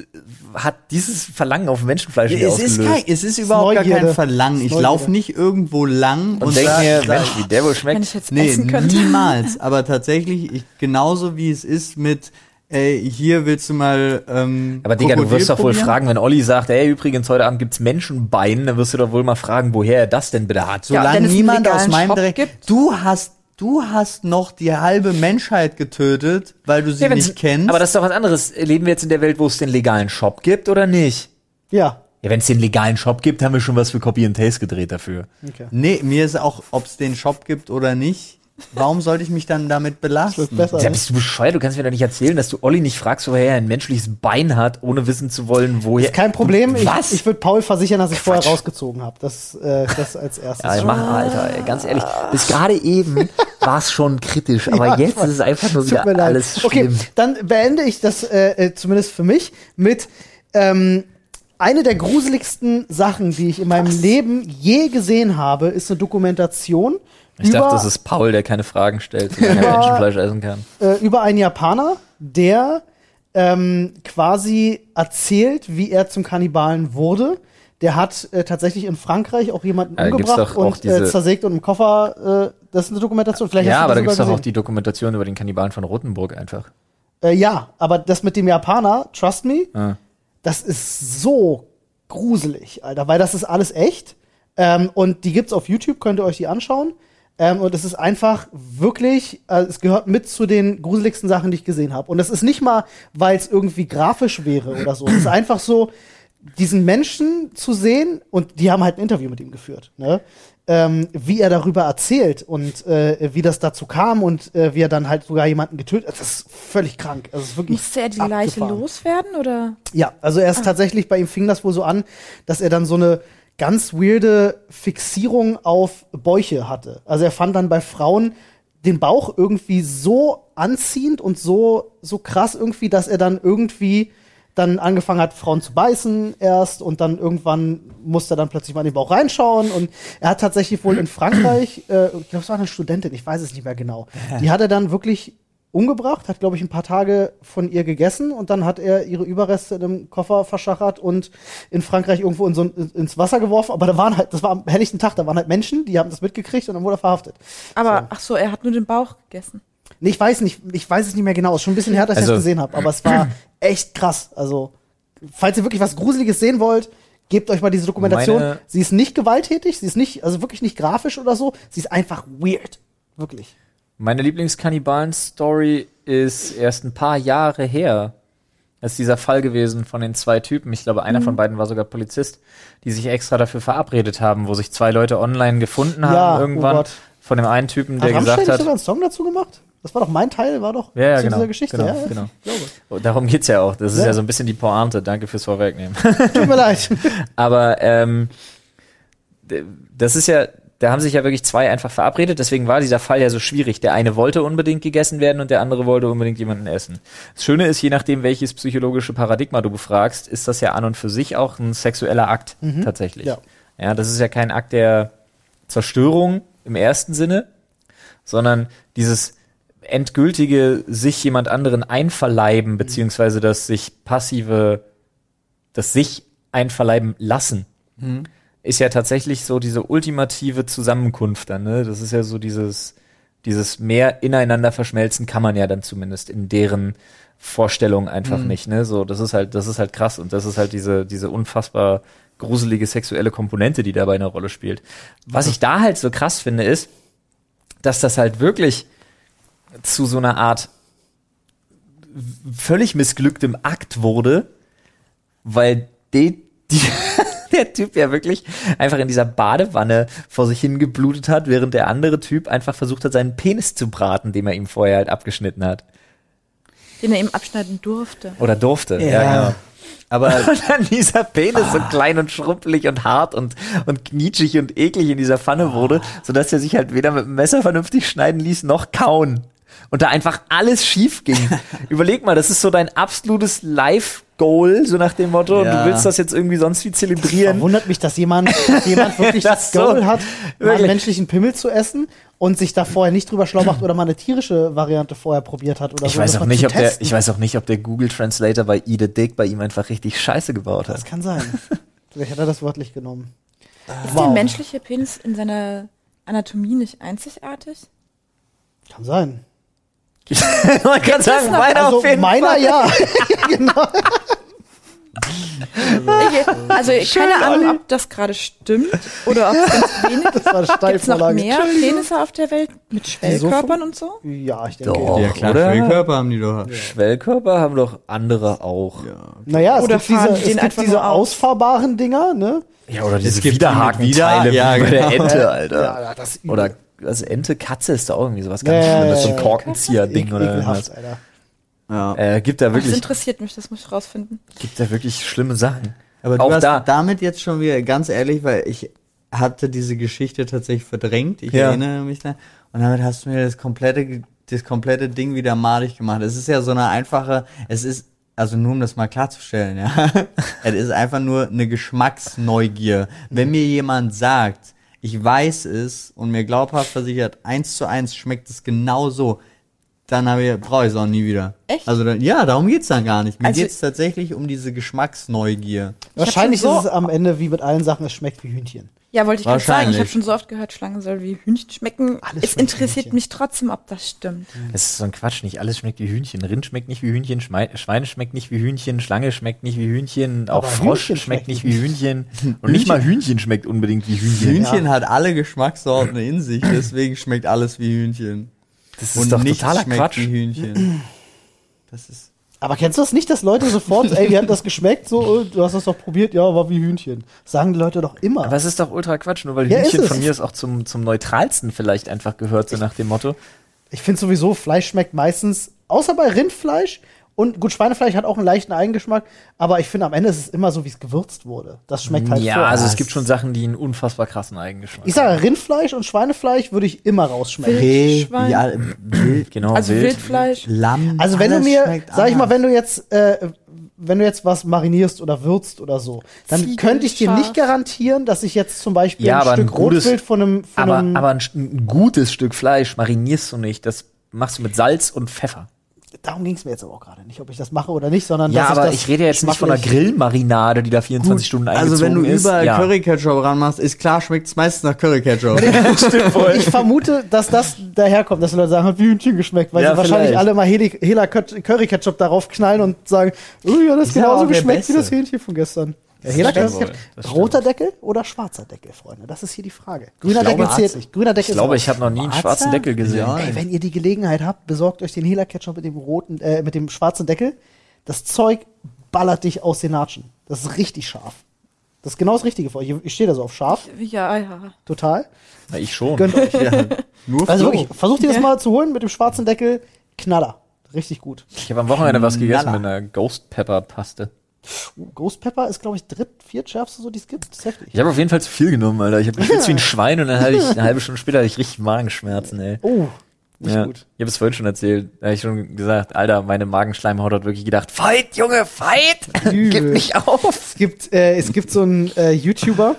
Speaker 1: hat dieses Verlangen auf Menschenfleisch
Speaker 2: Ja,
Speaker 1: wieder
Speaker 2: es, ist
Speaker 1: ausgelöst?
Speaker 2: kein, es ist überhaupt gar
Speaker 3: Neugierde.
Speaker 2: kein Verlangen. Ich
Speaker 3: Neugierde.
Speaker 2: laufe nicht irgendwo lang und,
Speaker 1: und denk
Speaker 2: sag-
Speaker 1: mir,
Speaker 2: sag-
Speaker 1: Mensch, wie der wohl
Speaker 4: Wenn
Speaker 1: schmeckt.
Speaker 4: ich jetzt
Speaker 2: Nee,
Speaker 4: essen könnte.
Speaker 2: niemals. Aber tatsächlich, ich, genauso wie es ist mit, ey, hier willst du mal. Ähm,
Speaker 1: Aber Digga, du
Speaker 2: Krokodil
Speaker 1: wirst doch wohl
Speaker 2: probieren?
Speaker 1: fragen, wenn Olli sagt, ey, übrigens, heute Abend gibt's Menschenbein, dann wirst du doch wohl mal fragen, woher er das denn bitte hat.
Speaker 4: Ja, wenn es
Speaker 2: Solange
Speaker 4: einen
Speaker 2: niemand aus
Speaker 4: legalen
Speaker 2: meinem
Speaker 4: Shop
Speaker 2: Dreck.
Speaker 4: gibt.
Speaker 2: Du hast, du hast noch die halbe Menschheit getötet, weil du sie
Speaker 1: Ja, wenn's-
Speaker 2: nicht kennst.
Speaker 1: Aber das ist doch was anderes. Leben wir jetzt in der Welt, wo es den legalen Shop gibt oder nicht?
Speaker 3: Ja,
Speaker 1: Ja, wenn es den legalen Shop gibt, haben wir schon was für Copy and Paste gedreht dafür.
Speaker 3: okay.
Speaker 2: nee, mir ist auch, ob es den Shop gibt oder nicht. Warum sollte ich mich dann damit
Speaker 3: Das wird
Speaker 2: belasten?
Speaker 3: besser.
Speaker 1: Ja, bist du bescheuert? Du kannst mir doch nicht erzählen, dass du Olli nicht fragst, woher er ein menschliches Bein hat, ohne wissen zu wollen, woher.
Speaker 3: Ist kein Problem. Ich,
Speaker 1: Was?
Speaker 3: ich würde Paul versichern, dass ich vorher
Speaker 1: Quatsch.
Speaker 3: rausgezogen habe. Das, äh, das als erstes.
Speaker 1: Ja, mach mal, Alter, ey, ganz ehrlich. Bis gerade eben war es schon kritisch, aber
Speaker 3: Ja,
Speaker 1: jetzt
Speaker 3: Mann.
Speaker 1: ist es einfach nur wieder
Speaker 3: Tut mir leid.
Speaker 1: alles
Speaker 3: okay,
Speaker 1: schlimm.
Speaker 3: dann beende ich das äh, äh, zumindest für mich mit ähm, eine der gruseligsten Sachen, die ich in meinem Leben je gesehen habe, ist eine Dokumentation
Speaker 1: Ich
Speaker 3: über,
Speaker 1: dachte, das ist Paul, der keine Fragen stellt, solange
Speaker 3: Über-
Speaker 1: er Menschenfleisch essen kann.
Speaker 3: äh, über einen Japaner, der ähm, quasi erzählt, wie er zum Kannibalen wurde. Der hat äh, tatsächlich in Frankreich auch jemanden
Speaker 1: Ja, da gibt's
Speaker 3: umgebracht
Speaker 1: doch auch
Speaker 3: und äh,
Speaker 1: diese-
Speaker 3: zersägt und im Koffer. Äh, das ist eine Dokumentation. Vielleicht
Speaker 1: Ja,
Speaker 3: hast
Speaker 1: aber
Speaker 3: du
Speaker 1: da
Speaker 3: die
Speaker 1: gibt es doch
Speaker 3: sogar
Speaker 1: auch die Dokumentation über den Kannibalen von Rotenburg einfach.
Speaker 3: Äh, ja, aber das mit dem Japaner, trust me,
Speaker 1: Ah.
Speaker 3: das ist so gruselig, Alter, weil das ist alles echt. Ähm, und die gibt's auf YouTube, könnt ihr euch die anschauen. Ähm, und es ist einfach wirklich, äh, es gehört mit zu den gruseligsten Sachen, die ich gesehen habe. Und das ist nicht mal, weil es irgendwie grafisch wäre oder so. Es ist einfach so, diesen Menschen zu sehen und die haben halt ein Interview mit ihm geführt, ne? ähm, wie er darüber erzählt und äh, wie das dazu kam und äh, wie er dann halt sogar jemanden getötet hat. Das ist völlig krank. Also es ist wirklich
Speaker 4: Musste er die Leiche
Speaker 3: abgefahren.
Speaker 4: loswerden oder?
Speaker 3: Ja, also er ist tatsächlich, bei ihm fing das wohl so an, dass er dann so eine ganz weirde Fixierung auf Bäuche hatte. Also er fand dann bei Frauen den Bauch irgendwie so anziehend und so, so krass irgendwie, dass er dann irgendwie dann angefangen hat, Frauen zu beißen erst und dann irgendwann musste er dann plötzlich mal in den Bauch reinschauen und er hat tatsächlich wohl in Frankreich, äh, ich glaube, es war eine Studentin, ich weiß es nicht mehr genau, die hat er dann wirklich umgebracht, hat, glaube ich, ein paar Tage von ihr gegessen und dann hat er ihre Überreste in einem Koffer verschachert und in Frankreich irgendwo in so ein, ins Wasser geworfen. Aber da waren halt, das war am helllichten Tag, da waren halt Menschen, die haben das mitgekriegt und dann wurde er verhaftet.
Speaker 4: Aber ach so, er hat nur den Bauch gegessen.
Speaker 3: Nee, ich weiß nicht, ich weiß es nicht mehr genau. Ist schon ein bisschen her, dass ich
Speaker 1: Also-
Speaker 3: das gesehen habe, aber es war echt krass. Also, falls ihr wirklich was Gruseliges sehen wollt, gebt euch mal diese Dokumentation.
Speaker 1: Meine-
Speaker 3: sie ist nicht gewalttätig, sie ist nicht, also wirklich nicht grafisch oder so, sie ist einfach weird. Wirklich.
Speaker 1: Meine Lieblingskannibalen-Story ist erst ein paar Jahre her. Das ist dieser Fall gewesen von den zwei Typen. Ich glaube, einer
Speaker 3: Mhm.
Speaker 1: von beiden war sogar Polizist, die sich extra dafür verabredet haben, wo sich zwei Leute online gefunden haben
Speaker 3: Ja, oh
Speaker 1: irgendwann.
Speaker 3: Gott.
Speaker 1: von dem einen Typen, der
Speaker 3: hat Rammstein
Speaker 1: gesagt
Speaker 3: nicht
Speaker 1: hat,
Speaker 3: sogar einen Song dazu gemacht? Das war doch mein Teil, war doch
Speaker 1: Ja, ja,
Speaker 3: zu
Speaker 1: genau,
Speaker 3: dieser Geschichte.
Speaker 1: genau,
Speaker 3: ja, ja,
Speaker 1: genau.
Speaker 3: ich glaube.
Speaker 1: Oh, darum geht's ja auch. Das ist
Speaker 3: Ja.
Speaker 1: ja so ein bisschen die Pointe. Danke fürs Vorwegnehmen.
Speaker 3: Tut mir leid.
Speaker 1: Aber ähm, d- das ist ja, da haben sich ja wirklich zwei einfach verabredet, deswegen war dieser Fall ja so schwierig. Der eine wollte unbedingt gegessen werden und der andere wollte unbedingt jemanden essen. Das Schöne ist, je nachdem, welches psychologische Paradigma du befragst, ist das ja an und für sich auch ein sexueller Akt tatsächlich.
Speaker 3: Ja.
Speaker 1: Ja. ja, das ist ja kein Akt der Zerstörung im ersten Sinne, sondern dieses endgültige sich jemand anderen einverleiben, beziehungsweise das sich passive das sich einverleiben lassen, ist ja tatsächlich so diese ultimative Zusammenkunft dann, ne? Das ist ja so dieses, dieses mehr ineinander verschmelzen kann man ja dann zumindest in deren Vorstellung einfach nicht, ne? So, das ist halt, das ist halt krass und das ist halt diese, diese unfassbar gruselige sexuelle Komponente, die dabei eine Rolle spielt. Was ich da halt so krass finde, ist, dass das halt wirklich zu so einer Art völlig missglücktem Akt wurde, weil de, die, der Typ ja wirklich einfach in dieser Badewanne vor sich hingeblutet hat, während der andere Typ einfach versucht hat, seinen Penis zu braten, den er ihm vorher halt abgeschnitten hat.
Speaker 4: Den er eben abschneiden durfte.
Speaker 1: Oder durfte. genau.
Speaker 2: Aber
Speaker 1: Und dann dieser Penis so klein und schrumpelig und hart und, und knietschig und eklig in dieser Pfanne wurde, sodass er sich halt weder mit dem Messer vernünftig schneiden ließ, noch kauen. Und da einfach alles schief ging. Überleg mal, das ist so dein absolutes Live-Goal, so nach dem Motto,
Speaker 2: Ja.
Speaker 1: du willst das jetzt irgendwie sonst wie zelebrieren.
Speaker 3: Verwundert mich, dass jemand, dass jemand wirklich
Speaker 1: Das
Speaker 3: das,
Speaker 1: so.
Speaker 3: Goal hat, mal einen
Speaker 1: Wirklich.
Speaker 3: menschlichen Pimmel zu essen und sich da vorher nicht drüber schlau macht oder mal eine tierische Variante vorher probiert hat oder
Speaker 1: Ich
Speaker 3: so.
Speaker 1: weiß,
Speaker 3: das
Speaker 1: auch
Speaker 3: mal
Speaker 1: nicht,
Speaker 3: zu
Speaker 1: ob der,
Speaker 3: testen.
Speaker 1: ich weiß auch nicht, ob der Google Translator bei Eat a Dick bei ihm einfach richtig Scheiße gebaut
Speaker 3: Das
Speaker 1: hat.
Speaker 3: kann sein. Vielleicht hat er das wörtlich genommen.
Speaker 4: Ist der menschliche Penis in seiner Anatomie nicht einzigartig?
Speaker 3: Kann sein.
Speaker 1: Man kann sagen, meiner
Speaker 3: also
Speaker 1: auf jeden
Speaker 3: meiner
Speaker 1: Fall.
Speaker 3: ja. genau. Ah.
Speaker 4: Ich, also keine Ahnung, ob das gerade stimmt oder ob es ganz wenig ist.
Speaker 3: Das war
Speaker 4: Gibt
Speaker 3: eine
Speaker 4: es noch
Speaker 3: Steilvorlage.
Speaker 4: mehr Penisse auf der Welt mit Schwellkörpern und so?
Speaker 3: Ja, ich denke.
Speaker 1: Doch.
Speaker 3: ja.
Speaker 2: ja klar,
Speaker 1: oder?
Speaker 2: Schwellkörper haben die doch.
Speaker 1: Schwellkörper haben doch andere auch.
Speaker 3: Naja, es
Speaker 4: Oder
Speaker 3: gibt diese,
Speaker 4: fahren
Speaker 3: es
Speaker 4: den
Speaker 3: gibt
Speaker 4: einfach
Speaker 3: diese
Speaker 4: nur auf?
Speaker 3: ausfahrbaren Dinger, ne?
Speaker 1: Ja, oder
Speaker 2: diese Widerhakenteile wie
Speaker 1: ja,
Speaker 2: bei
Speaker 1: genau.
Speaker 2: der
Speaker 1: der Ente,
Speaker 3: Ja,
Speaker 1: Alter.
Speaker 3: ja, das ist übel.
Speaker 1: oder also Ente, Katze ist da auch irgendwie sowas ganz
Speaker 3: Ja,
Speaker 1: Schlimmes, so
Speaker 3: ja,
Speaker 1: ein
Speaker 3: ja.
Speaker 1: Korkenzieher-Ding
Speaker 3: Ekel-
Speaker 1: oder
Speaker 3: ekelhaft,
Speaker 1: irgendwas.
Speaker 3: Alter.
Speaker 2: Ja.
Speaker 1: Äh, gibt da
Speaker 4: Das
Speaker 1: wirklich,
Speaker 4: interessiert mich, das muss ich rausfinden.
Speaker 1: gibt da wirklich schlimme Sachen.
Speaker 2: Aber du
Speaker 1: auch
Speaker 2: hast
Speaker 1: da.
Speaker 2: damit jetzt schon wieder, ganz ehrlich, weil ich hatte diese Geschichte tatsächlich verdrängt. Ich
Speaker 1: Ja.
Speaker 2: erinnere mich da. Und damit hast du mir das komplette, das komplette Ding wieder malig gemacht. Es ist ja so eine einfache, es ist, also nur um das mal klarzustellen, ja. es ist einfach nur eine Geschmacksneugier. Wenn mir jemand sagt, ich weiß es und mir glaubhaft versichert, eins zu eins schmeckt es genau so, dann habe ich, brauche ich es auch nie wieder.
Speaker 4: Echt?
Speaker 2: Also dann, ja, darum geht's dann gar nicht. Mir
Speaker 4: Also-
Speaker 2: geht's tatsächlich um diese Geschmacksneugier.
Speaker 3: Wahrscheinlich
Speaker 4: schon so-
Speaker 3: ist es am Ende wie mit allen Sachen, es schmeckt wie Hühnchen.
Speaker 4: Ja, wollte ich gerade sagen.
Speaker 2: Wahrscheinlich.
Speaker 4: Ich habe schon so oft gehört, Schlangen soll wie Hühnchen schmecken.
Speaker 3: Alles
Speaker 4: es
Speaker 3: schmeckt wie
Speaker 4: interessiert
Speaker 3: Hühnchen.
Speaker 4: mich trotzdem, ob das stimmt.
Speaker 1: Es ist so ein Quatsch, nicht alles schmeckt wie Hühnchen. Rind schmeckt nicht wie Hühnchen, Schmei- Schwein schmeckt nicht wie Hühnchen, Schlange schmeckt nicht wie Hühnchen, auch
Speaker 3: Aber
Speaker 1: Frosch
Speaker 3: Hühnchen
Speaker 1: schmeckt, nicht
Speaker 3: schmeckt
Speaker 1: wie Hühnchen. Und nicht mal Hühnchen schmeckt unbedingt wie Hühnchen.
Speaker 2: Hühnchen hat alle Geschmackssorten in sich, deswegen schmeckt alles wie Hühnchen.
Speaker 1: Das
Speaker 2: Und nichts schmeckt wie Hühnchen. Das ist.
Speaker 3: Aber kennst du das nicht, dass Leute sofort, ey, wir haben das geschmeckt, so, äh, du hast das doch probiert, ja, war wie Hühnchen. Sagen die Leute doch immer.
Speaker 1: Aber es ist doch ultra Quatsch, nur weil
Speaker 3: Ja,
Speaker 1: Hühnchen
Speaker 3: ist es.
Speaker 1: von mir ist auch zum, zum neutralsten vielleicht einfach gehört, so nach dem Motto.
Speaker 3: Ich finde sowieso, Fleisch schmeckt meistens, außer bei Rindfleisch. Und gut, Schweinefleisch hat auch einen leichten Eigengeschmack, aber ich finde, am Ende ist es immer so, wie es gewürzt wurde. Das schmeckt halt
Speaker 1: ja,
Speaker 3: vor.
Speaker 1: also es gibt schon Sachen, die einen unfassbar krassen Eigengeschmack
Speaker 3: Ich sage, Rindfleisch und Schweinefleisch würde ich immer rausschmecken.
Speaker 2: Reh,
Speaker 4: Schwein.
Speaker 2: ja,
Speaker 1: haben.
Speaker 2: Wild,
Speaker 1: Genau,
Speaker 4: Also Wildfleisch.
Speaker 2: Lamm.
Speaker 3: Also wenn du
Speaker 2: alles
Speaker 3: mir,
Speaker 2: schmeckt
Speaker 3: sag ich mal,
Speaker 2: anders.
Speaker 3: wenn du jetzt, äh, wenn du jetzt was marinierst oder würzt oder so, dann
Speaker 4: Zwiebeln,
Speaker 3: könnte ich dir
Speaker 4: scharf.
Speaker 3: nicht garantieren, dass ich jetzt zum Beispiel
Speaker 1: Ja,
Speaker 3: ein
Speaker 1: aber ein
Speaker 3: Stück
Speaker 1: gutes-
Speaker 3: Rotwild von einem, von
Speaker 1: Aber,
Speaker 3: einem
Speaker 1: aber ein, st- ein gutes Stück Fleisch marinierst du nicht. Das machst du mit Salz und Pfeffer.
Speaker 3: darum ging es mir jetzt aber auch gerade nicht, ob ich das mache oder nicht, sondern
Speaker 1: Ja,
Speaker 3: dass
Speaker 1: aber
Speaker 3: das
Speaker 1: ich rede jetzt nicht von einer
Speaker 3: schmacklich-
Speaker 1: Grillmarinade, die da 24 Stunden eingezogen
Speaker 2: Also wenn du
Speaker 1: ist.
Speaker 2: überall
Speaker 1: ja.
Speaker 2: Curry-Ketchup ranmachst, ist klar, schmeckt es meistens nach Curry-Ketchup.
Speaker 3: Und ich vermute, dass das daherkommt, dass die Leute sagen, hat wie Hühnchen geschmeckt, weil
Speaker 1: Ja,
Speaker 3: sie wahrscheinlich
Speaker 1: vielleicht.
Speaker 3: alle mal Heli- Hela Köt- Curry Ketchup darauf knallen und sagen, oh ja, das
Speaker 2: Ist
Speaker 3: ist
Speaker 2: aber
Speaker 3: genauso
Speaker 2: auch der
Speaker 3: geschmeckt wie das
Speaker 2: Beste.
Speaker 3: Hähnchen von gestern. Ja, Hela
Speaker 1: stimmt
Speaker 3: Curry
Speaker 1: wohl,
Speaker 3: Ketchup.
Speaker 1: das stimmt.
Speaker 3: Roter Deckel oder schwarzer Deckel, Freunde? Das ist hier die Frage. Grüner
Speaker 2: glaube,
Speaker 3: Deckel zählt
Speaker 2: Arzt-
Speaker 3: nicht. Grüner Deckel
Speaker 1: Ich glaube,
Speaker 3: raus.
Speaker 1: ich habe noch nie einen schwarzen
Speaker 2: Marzahn?
Speaker 1: Deckel gesehen.
Speaker 2: Ja.
Speaker 3: Ey, wenn ihr die Gelegenheit habt, besorgt euch den Hela Ketchup mit dem roten, äh, mit dem schwarzen Deckel. Das Zeug ballert dich aus den Latschen. Das ist richtig scharf. Das ist genau das Richtige für euch. Ich stehe da so auf scharf,
Speaker 4: Ja, ja.
Speaker 3: total.
Speaker 1: Na, ich schon.
Speaker 3: Gönnt euch.
Speaker 2: ja, nur
Speaker 3: Also
Speaker 2: Flo.
Speaker 3: wirklich, versucht ihr das mal zu holen mit dem schwarzen Deckel. Knaller. Richtig gut.
Speaker 1: Ich habe am Wochenende was gegessen
Speaker 2: Nala.
Speaker 1: mit einer Ghost Pepper Paste.
Speaker 3: Uh, Ghost Pepper ist, glaube ich, dritt, viert schärfste, so die es gibt. Das ist heftig.
Speaker 1: Ich habe auf jeden Fall zu viel genommen, Alter. Ich habe geschwitzt wie ein Schwein und dann hatte ich eine halbe Stunde später hatte ich richtig Magenschmerzen, ey.
Speaker 3: Oh, nicht
Speaker 1: ja.
Speaker 3: gut.
Speaker 1: Ich habe es vorhin schon erzählt. Da habe ich schon gesagt, Alter, meine Magenschleimhaut hat wirklich gedacht, fight, Junge, fight! Gib
Speaker 3: Übel.
Speaker 1: mich auf!
Speaker 3: Es gibt, äh, es gibt so einen äh, YouTuber,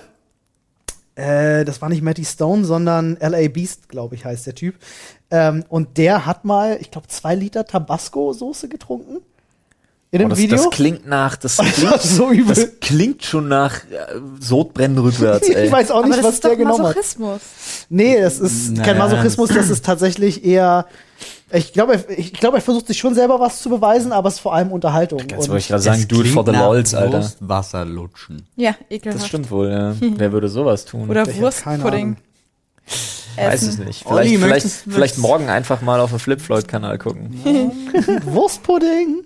Speaker 3: äh, das war nicht Matty Stone, sondern L.A. Beast, glaube ich, heißt der Typ. Ähm, und der hat mal, ich glaube, zwei Liter Tabasco-Soße getrunken. In
Speaker 1: Oh,
Speaker 3: dem
Speaker 1: das,
Speaker 3: Video.
Speaker 1: das klingt nach, das klingt,
Speaker 3: war so übel.
Speaker 1: das klingt schon nach äh, Sodbrennen rückwärts, ey.
Speaker 3: ich weiß auch
Speaker 4: Aber
Speaker 3: nicht,
Speaker 4: das
Speaker 3: was
Speaker 4: ist doch
Speaker 3: der genau genommen hat.
Speaker 4: Masochismus.
Speaker 3: Nee, das ist
Speaker 2: Naja,
Speaker 3: kein Masochismus, das ist tatsächlich eher. Ich glaube, er, ich glaube, er versucht sich schon selber was zu beweisen, aber es ist vor allem Unterhaltung.
Speaker 1: Jetzt
Speaker 3: Und
Speaker 1: wollte ich gerade sagen, do it for the
Speaker 2: Klingt nach
Speaker 1: lols, Alter.
Speaker 2: Wurstwasser lutschen.
Speaker 4: Ja, ekelhaft.
Speaker 1: Das stimmt wohl, ja. Wer würde sowas tun?
Speaker 4: Oder
Speaker 3: Ich hab keine
Speaker 4: Wurstpudding.
Speaker 3: Ahnung.
Speaker 1: Weiß
Speaker 4: Essen.
Speaker 1: es nicht.
Speaker 2: Olli,
Speaker 1: Vielleicht, vielleicht,
Speaker 2: möchtest-
Speaker 1: vielleicht
Speaker 2: möchtest-
Speaker 1: morgen einfach mal auf dem Flip Floyd Kanal gucken.
Speaker 3: Wurstpudding.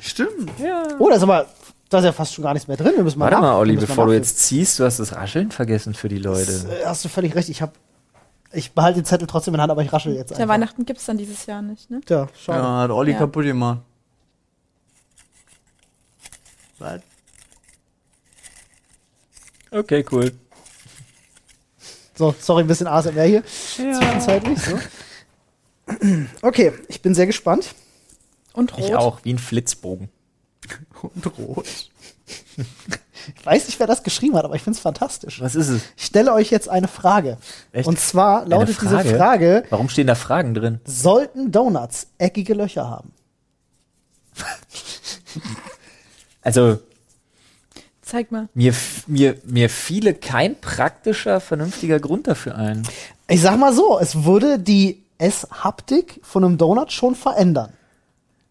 Speaker 2: Stimmt.
Speaker 3: Oh, da ist aber, da ist ja fast schon gar nichts mehr drin. Wir müssen mal
Speaker 1: Warte mal,
Speaker 3: nach-
Speaker 1: Olli,
Speaker 3: wir müssen
Speaker 1: bevor du
Speaker 3: nachfüllen.
Speaker 1: jetzt ziehst, du hast das Rascheln vergessen für die Leute.
Speaker 3: Äh, Hast du völlig recht. Ich habe, ich behalte den Zettel trotzdem in der Hand, aber ich raschel jetzt
Speaker 4: Ja,
Speaker 3: einfach.
Speaker 4: Weihnachten gibt's dann dieses Jahr nicht, ne?
Speaker 3: Tja, schau.
Speaker 2: Ja, hat Olli
Speaker 4: Ja.
Speaker 2: kaputt gemacht. Was?
Speaker 1: Okay, cool.
Speaker 3: So, sorry, ein bisschen ASMR hier. Zwischenzeitlich. So. Okay, ich bin sehr gespannt.
Speaker 4: Und rot.
Speaker 1: Ich auch, wie ein Flitzbogen.
Speaker 2: Und rot.
Speaker 3: Ich weiß nicht, wer das geschrieben hat, aber ich finde es fantastisch.
Speaker 1: Was ist es?
Speaker 3: Ich stelle euch jetzt eine Frage.
Speaker 1: Echt?
Speaker 3: Und zwar
Speaker 1: Eine
Speaker 3: lautet diese Frage,
Speaker 1: Warum stehen da Fragen drin?
Speaker 3: sollten Donuts eckige Löcher haben?
Speaker 1: Also,
Speaker 4: Zeig mal.
Speaker 1: mir, f- mir, mir fiele kein praktischer, vernünftiger Grund dafür ein.
Speaker 3: Ich sag mal so, es würde die Esshaptik von einem Donut schon verändern.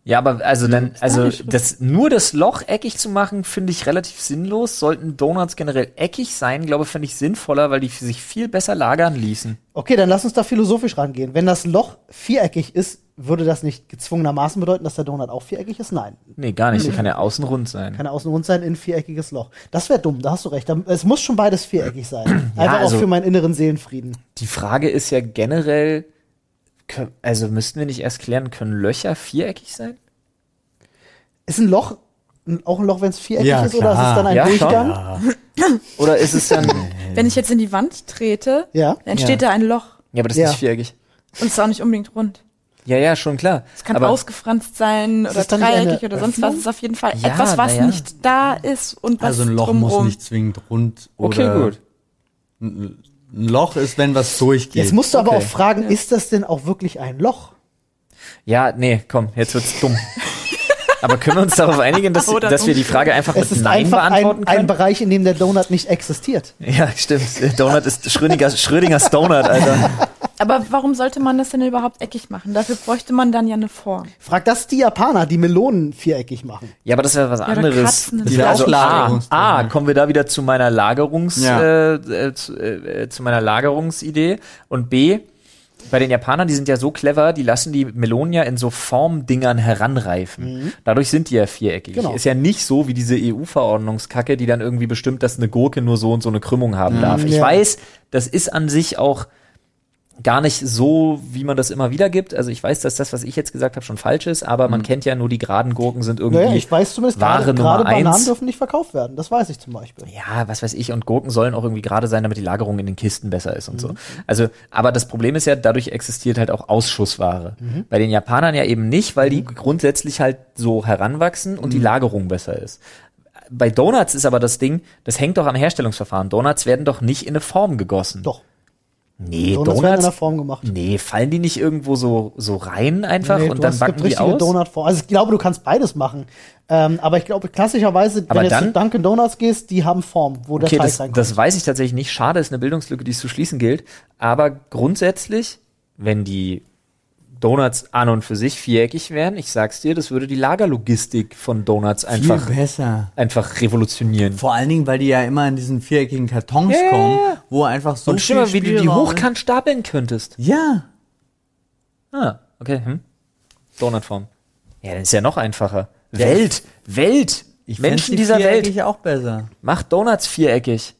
Speaker 1: Ja, aber also dann, also das nur das Loch eckig zu machen, finde ich relativ sinnlos. Sollten Donuts generell eckig sein, glaube ich, finde ich sinnvoller, weil die sich viel besser lagern ließen.
Speaker 3: Okay, dann lass uns da philosophisch rangehen. Wenn das Loch viereckig ist, würde das nicht gezwungenermaßen bedeuten, dass der Donut auch viereckig ist? Nein.
Speaker 1: Nee, gar nicht. Der kann ja außen rund sein.
Speaker 3: Mhm. Kann er außen rund sein, in ein viereckiges Loch. Das wäre dumm, da hast du recht. Da- Es muss schon beides viereckig sein. Einfach
Speaker 1: also-
Speaker 3: auch für meinen inneren Seelenfrieden.
Speaker 1: Die Frage ist ja generell, kö- also müssten wir nicht erst klären, können Löcher viereckig sein?
Speaker 3: Ist ein Loch ein- auch ein Loch, wenn es viereckig
Speaker 2: Ja,
Speaker 3: ist, oder ist
Speaker 2: klar.
Speaker 3: es dann ein
Speaker 1: Ja, schon.
Speaker 3: Durchgang?
Speaker 1: Oder ist es dann,
Speaker 4: Wenn ich jetzt in die Wand trete,
Speaker 3: Ja.
Speaker 4: dann entsteht da ein Loch.
Speaker 1: ja, aber das ist
Speaker 3: Ja.
Speaker 1: nicht viereckig.
Speaker 4: Und es ist auch nicht unbedingt rund.
Speaker 1: Ja, ja, schon klar.
Speaker 4: Es kann
Speaker 1: aber
Speaker 4: ausgefranst sein oder
Speaker 3: das dann nicht eine
Speaker 4: dreieckig oder sonst was. Es ist auf jeden Fall
Speaker 1: Ja,
Speaker 4: etwas, was
Speaker 1: na ja.
Speaker 4: nicht da ist und was
Speaker 2: Also ein Loch
Speaker 4: drumrum.
Speaker 2: muss nicht zwingend rund
Speaker 1: okay,
Speaker 2: oder
Speaker 1: gut.
Speaker 2: ein Loch ist, wenn was durchgeht.
Speaker 3: Jetzt musst du aber
Speaker 1: Okay.
Speaker 3: auch fragen, ist das denn auch wirklich ein Loch?
Speaker 1: Ja, nee, komm, jetzt wird's dumm. Aber können wir uns darauf einigen, dass,
Speaker 4: Oder
Speaker 1: dass wir die
Speaker 4: dunkel.
Speaker 1: Frage einfach
Speaker 3: Es
Speaker 1: mit
Speaker 3: ist
Speaker 1: Nein
Speaker 3: einfach
Speaker 1: beantworten
Speaker 3: ein, ein
Speaker 1: können?
Speaker 3: Bereich, in dem der Donut nicht existiert.
Speaker 1: ja, stimmt. Donut ist Schrödingers, Schrödingers Donut, Alter.
Speaker 4: Aber warum sollte man das denn überhaupt eckig machen? Dafür bräuchte man dann ja eine Form.
Speaker 3: Frag das die Japaner, die Melonen viereckig machen.
Speaker 1: Ja, aber das ist ja was
Speaker 4: oder
Speaker 1: anderes.
Speaker 4: Katzen.
Speaker 1: Das
Speaker 2: Die
Speaker 1: wäre also A,
Speaker 2: Auslagerungs-
Speaker 1: A, kommen wir da wieder zu meiner Lagerungs,
Speaker 2: Ja.
Speaker 1: äh, äh, zu, äh, äh, zu meiner Lagerungsidee und B, bei den Japanern, die sind ja so clever, die lassen die Melonen ja in so Formdingern heranreifen. Dadurch sind die ja viereckig.
Speaker 3: Genau.
Speaker 1: Ist ja nicht so wie diese EU-Verordnungskacke, die dann irgendwie bestimmt, dass eine Gurke nur so und so eine Krümmung haben darf. Ich
Speaker 3: Ja.
Speaker 1: weiß, das ist an sich auch gar nicht so, wie man das immer wieder gibt. Also ich weiß, dass das, was ich jetzt gesagt habe, schon falsch ist, aber man kennt ja nur, die geraden Gurken sind irgendwie
Speaker 3: Naja, ich weiß zumindest,
Speaker 1: Ware
Speaker 3: gerade
Speaker 1: Nummer
Speaker 3: gerade Bananen
Speaker 1: eins.
Speaker 3: dürfen nicht verkauft werden. Das weiß ich zum Beispiel.
Speaker 1: Ja, was weiß ich. Und Gurken sollen auch irgendwie gerade sein, damit die Lagerung in den Kisten besser ist und
Speaker 3: Mhm.
Speaker 1: so. Also, aber das Problem ist ja, dadurch existiert halt auch Ausschussware.
Speaker 3: Mhm.
Speaker 1: Bei den Japanern ja eben nicht, weil die grundsätzlich halt so heranwachsen und die
Speaker 3: Mhm.
Speaker 1: Lagerung besser ist. Bei Donuts ist aber das Ding, das hängt doch am Herstellungsverfahren. Donuts werden doch nicht in eine Form gegossen.
Speaker 3: Doch.
Speaker 1: Nee,
Speaker 3: Donuts,
Speaker 1: Donuts,
Speaker 3: werden in einer Form gemacht.
Speaker 1: nee, fallen die nicht irgendwo so, so rein einfach
Speaker 3: Nee, du
Speaker 1: und
Speaker 3: hast-
Speaker 1: dann
Speaker 3: es
Speaker 1: backen
Speaker 3: gibt
Speaker 1: die
Speaker 3: richtige
Speaker 1: aus?
Speaker 3: Donutform. Also ich glaube, du kannst beides machen. Ähm, aber ich glaube, klassischerweise,
Speaker 1: Aber
Speaker 3: wenn du jetzt zu
Speaker 1: dann-
Speaker 3: Dunkin' Donuts gehst, die haben Form, wo der
Speaker 1: Okay,
Speaker 3: Teig
Speaker 1: das,
Speaker 3: reinkommt.
Speaker 1: das weiß ich tatsächlich nicht. Schade, ist eine Bildungslücke, die es zu schließen gilt. Aber grundsätzlich, wenn die Donuts an und für sich viereckig wären, ich sag's dir, das würde die Lagerlogistik von Donuts einfach,
Speaker 2: Viel besser.
Speaker 1: einfach revolutionieren.
Speaker 2: Vor allen Dingen, weil die ja immer in diesen viereckigen Kartons
Speaker 1: Ja, ja,
Speaker 2: kommen,
Speaker 1: ja.
Speaker 2: wo einfach so
Speaker 1: Und schau mal, wie du die
Speaker 2: Spielraum ist.
Speaker 1: hochkant stapeln könntest.
Speaker 2: Ja.
Speaker 1: Ah, okay. Hm. Donutform. Ja, dann ist ja noch einfacher. Welt, Welt,
Speaker 2: Ich
Speaker 1: Menschen
Speaker 2: fänd
Speaker 1: dieser Welt,
Speaker 2: viereckig auch besser.
Speaker 1: macht Donuts viereckig.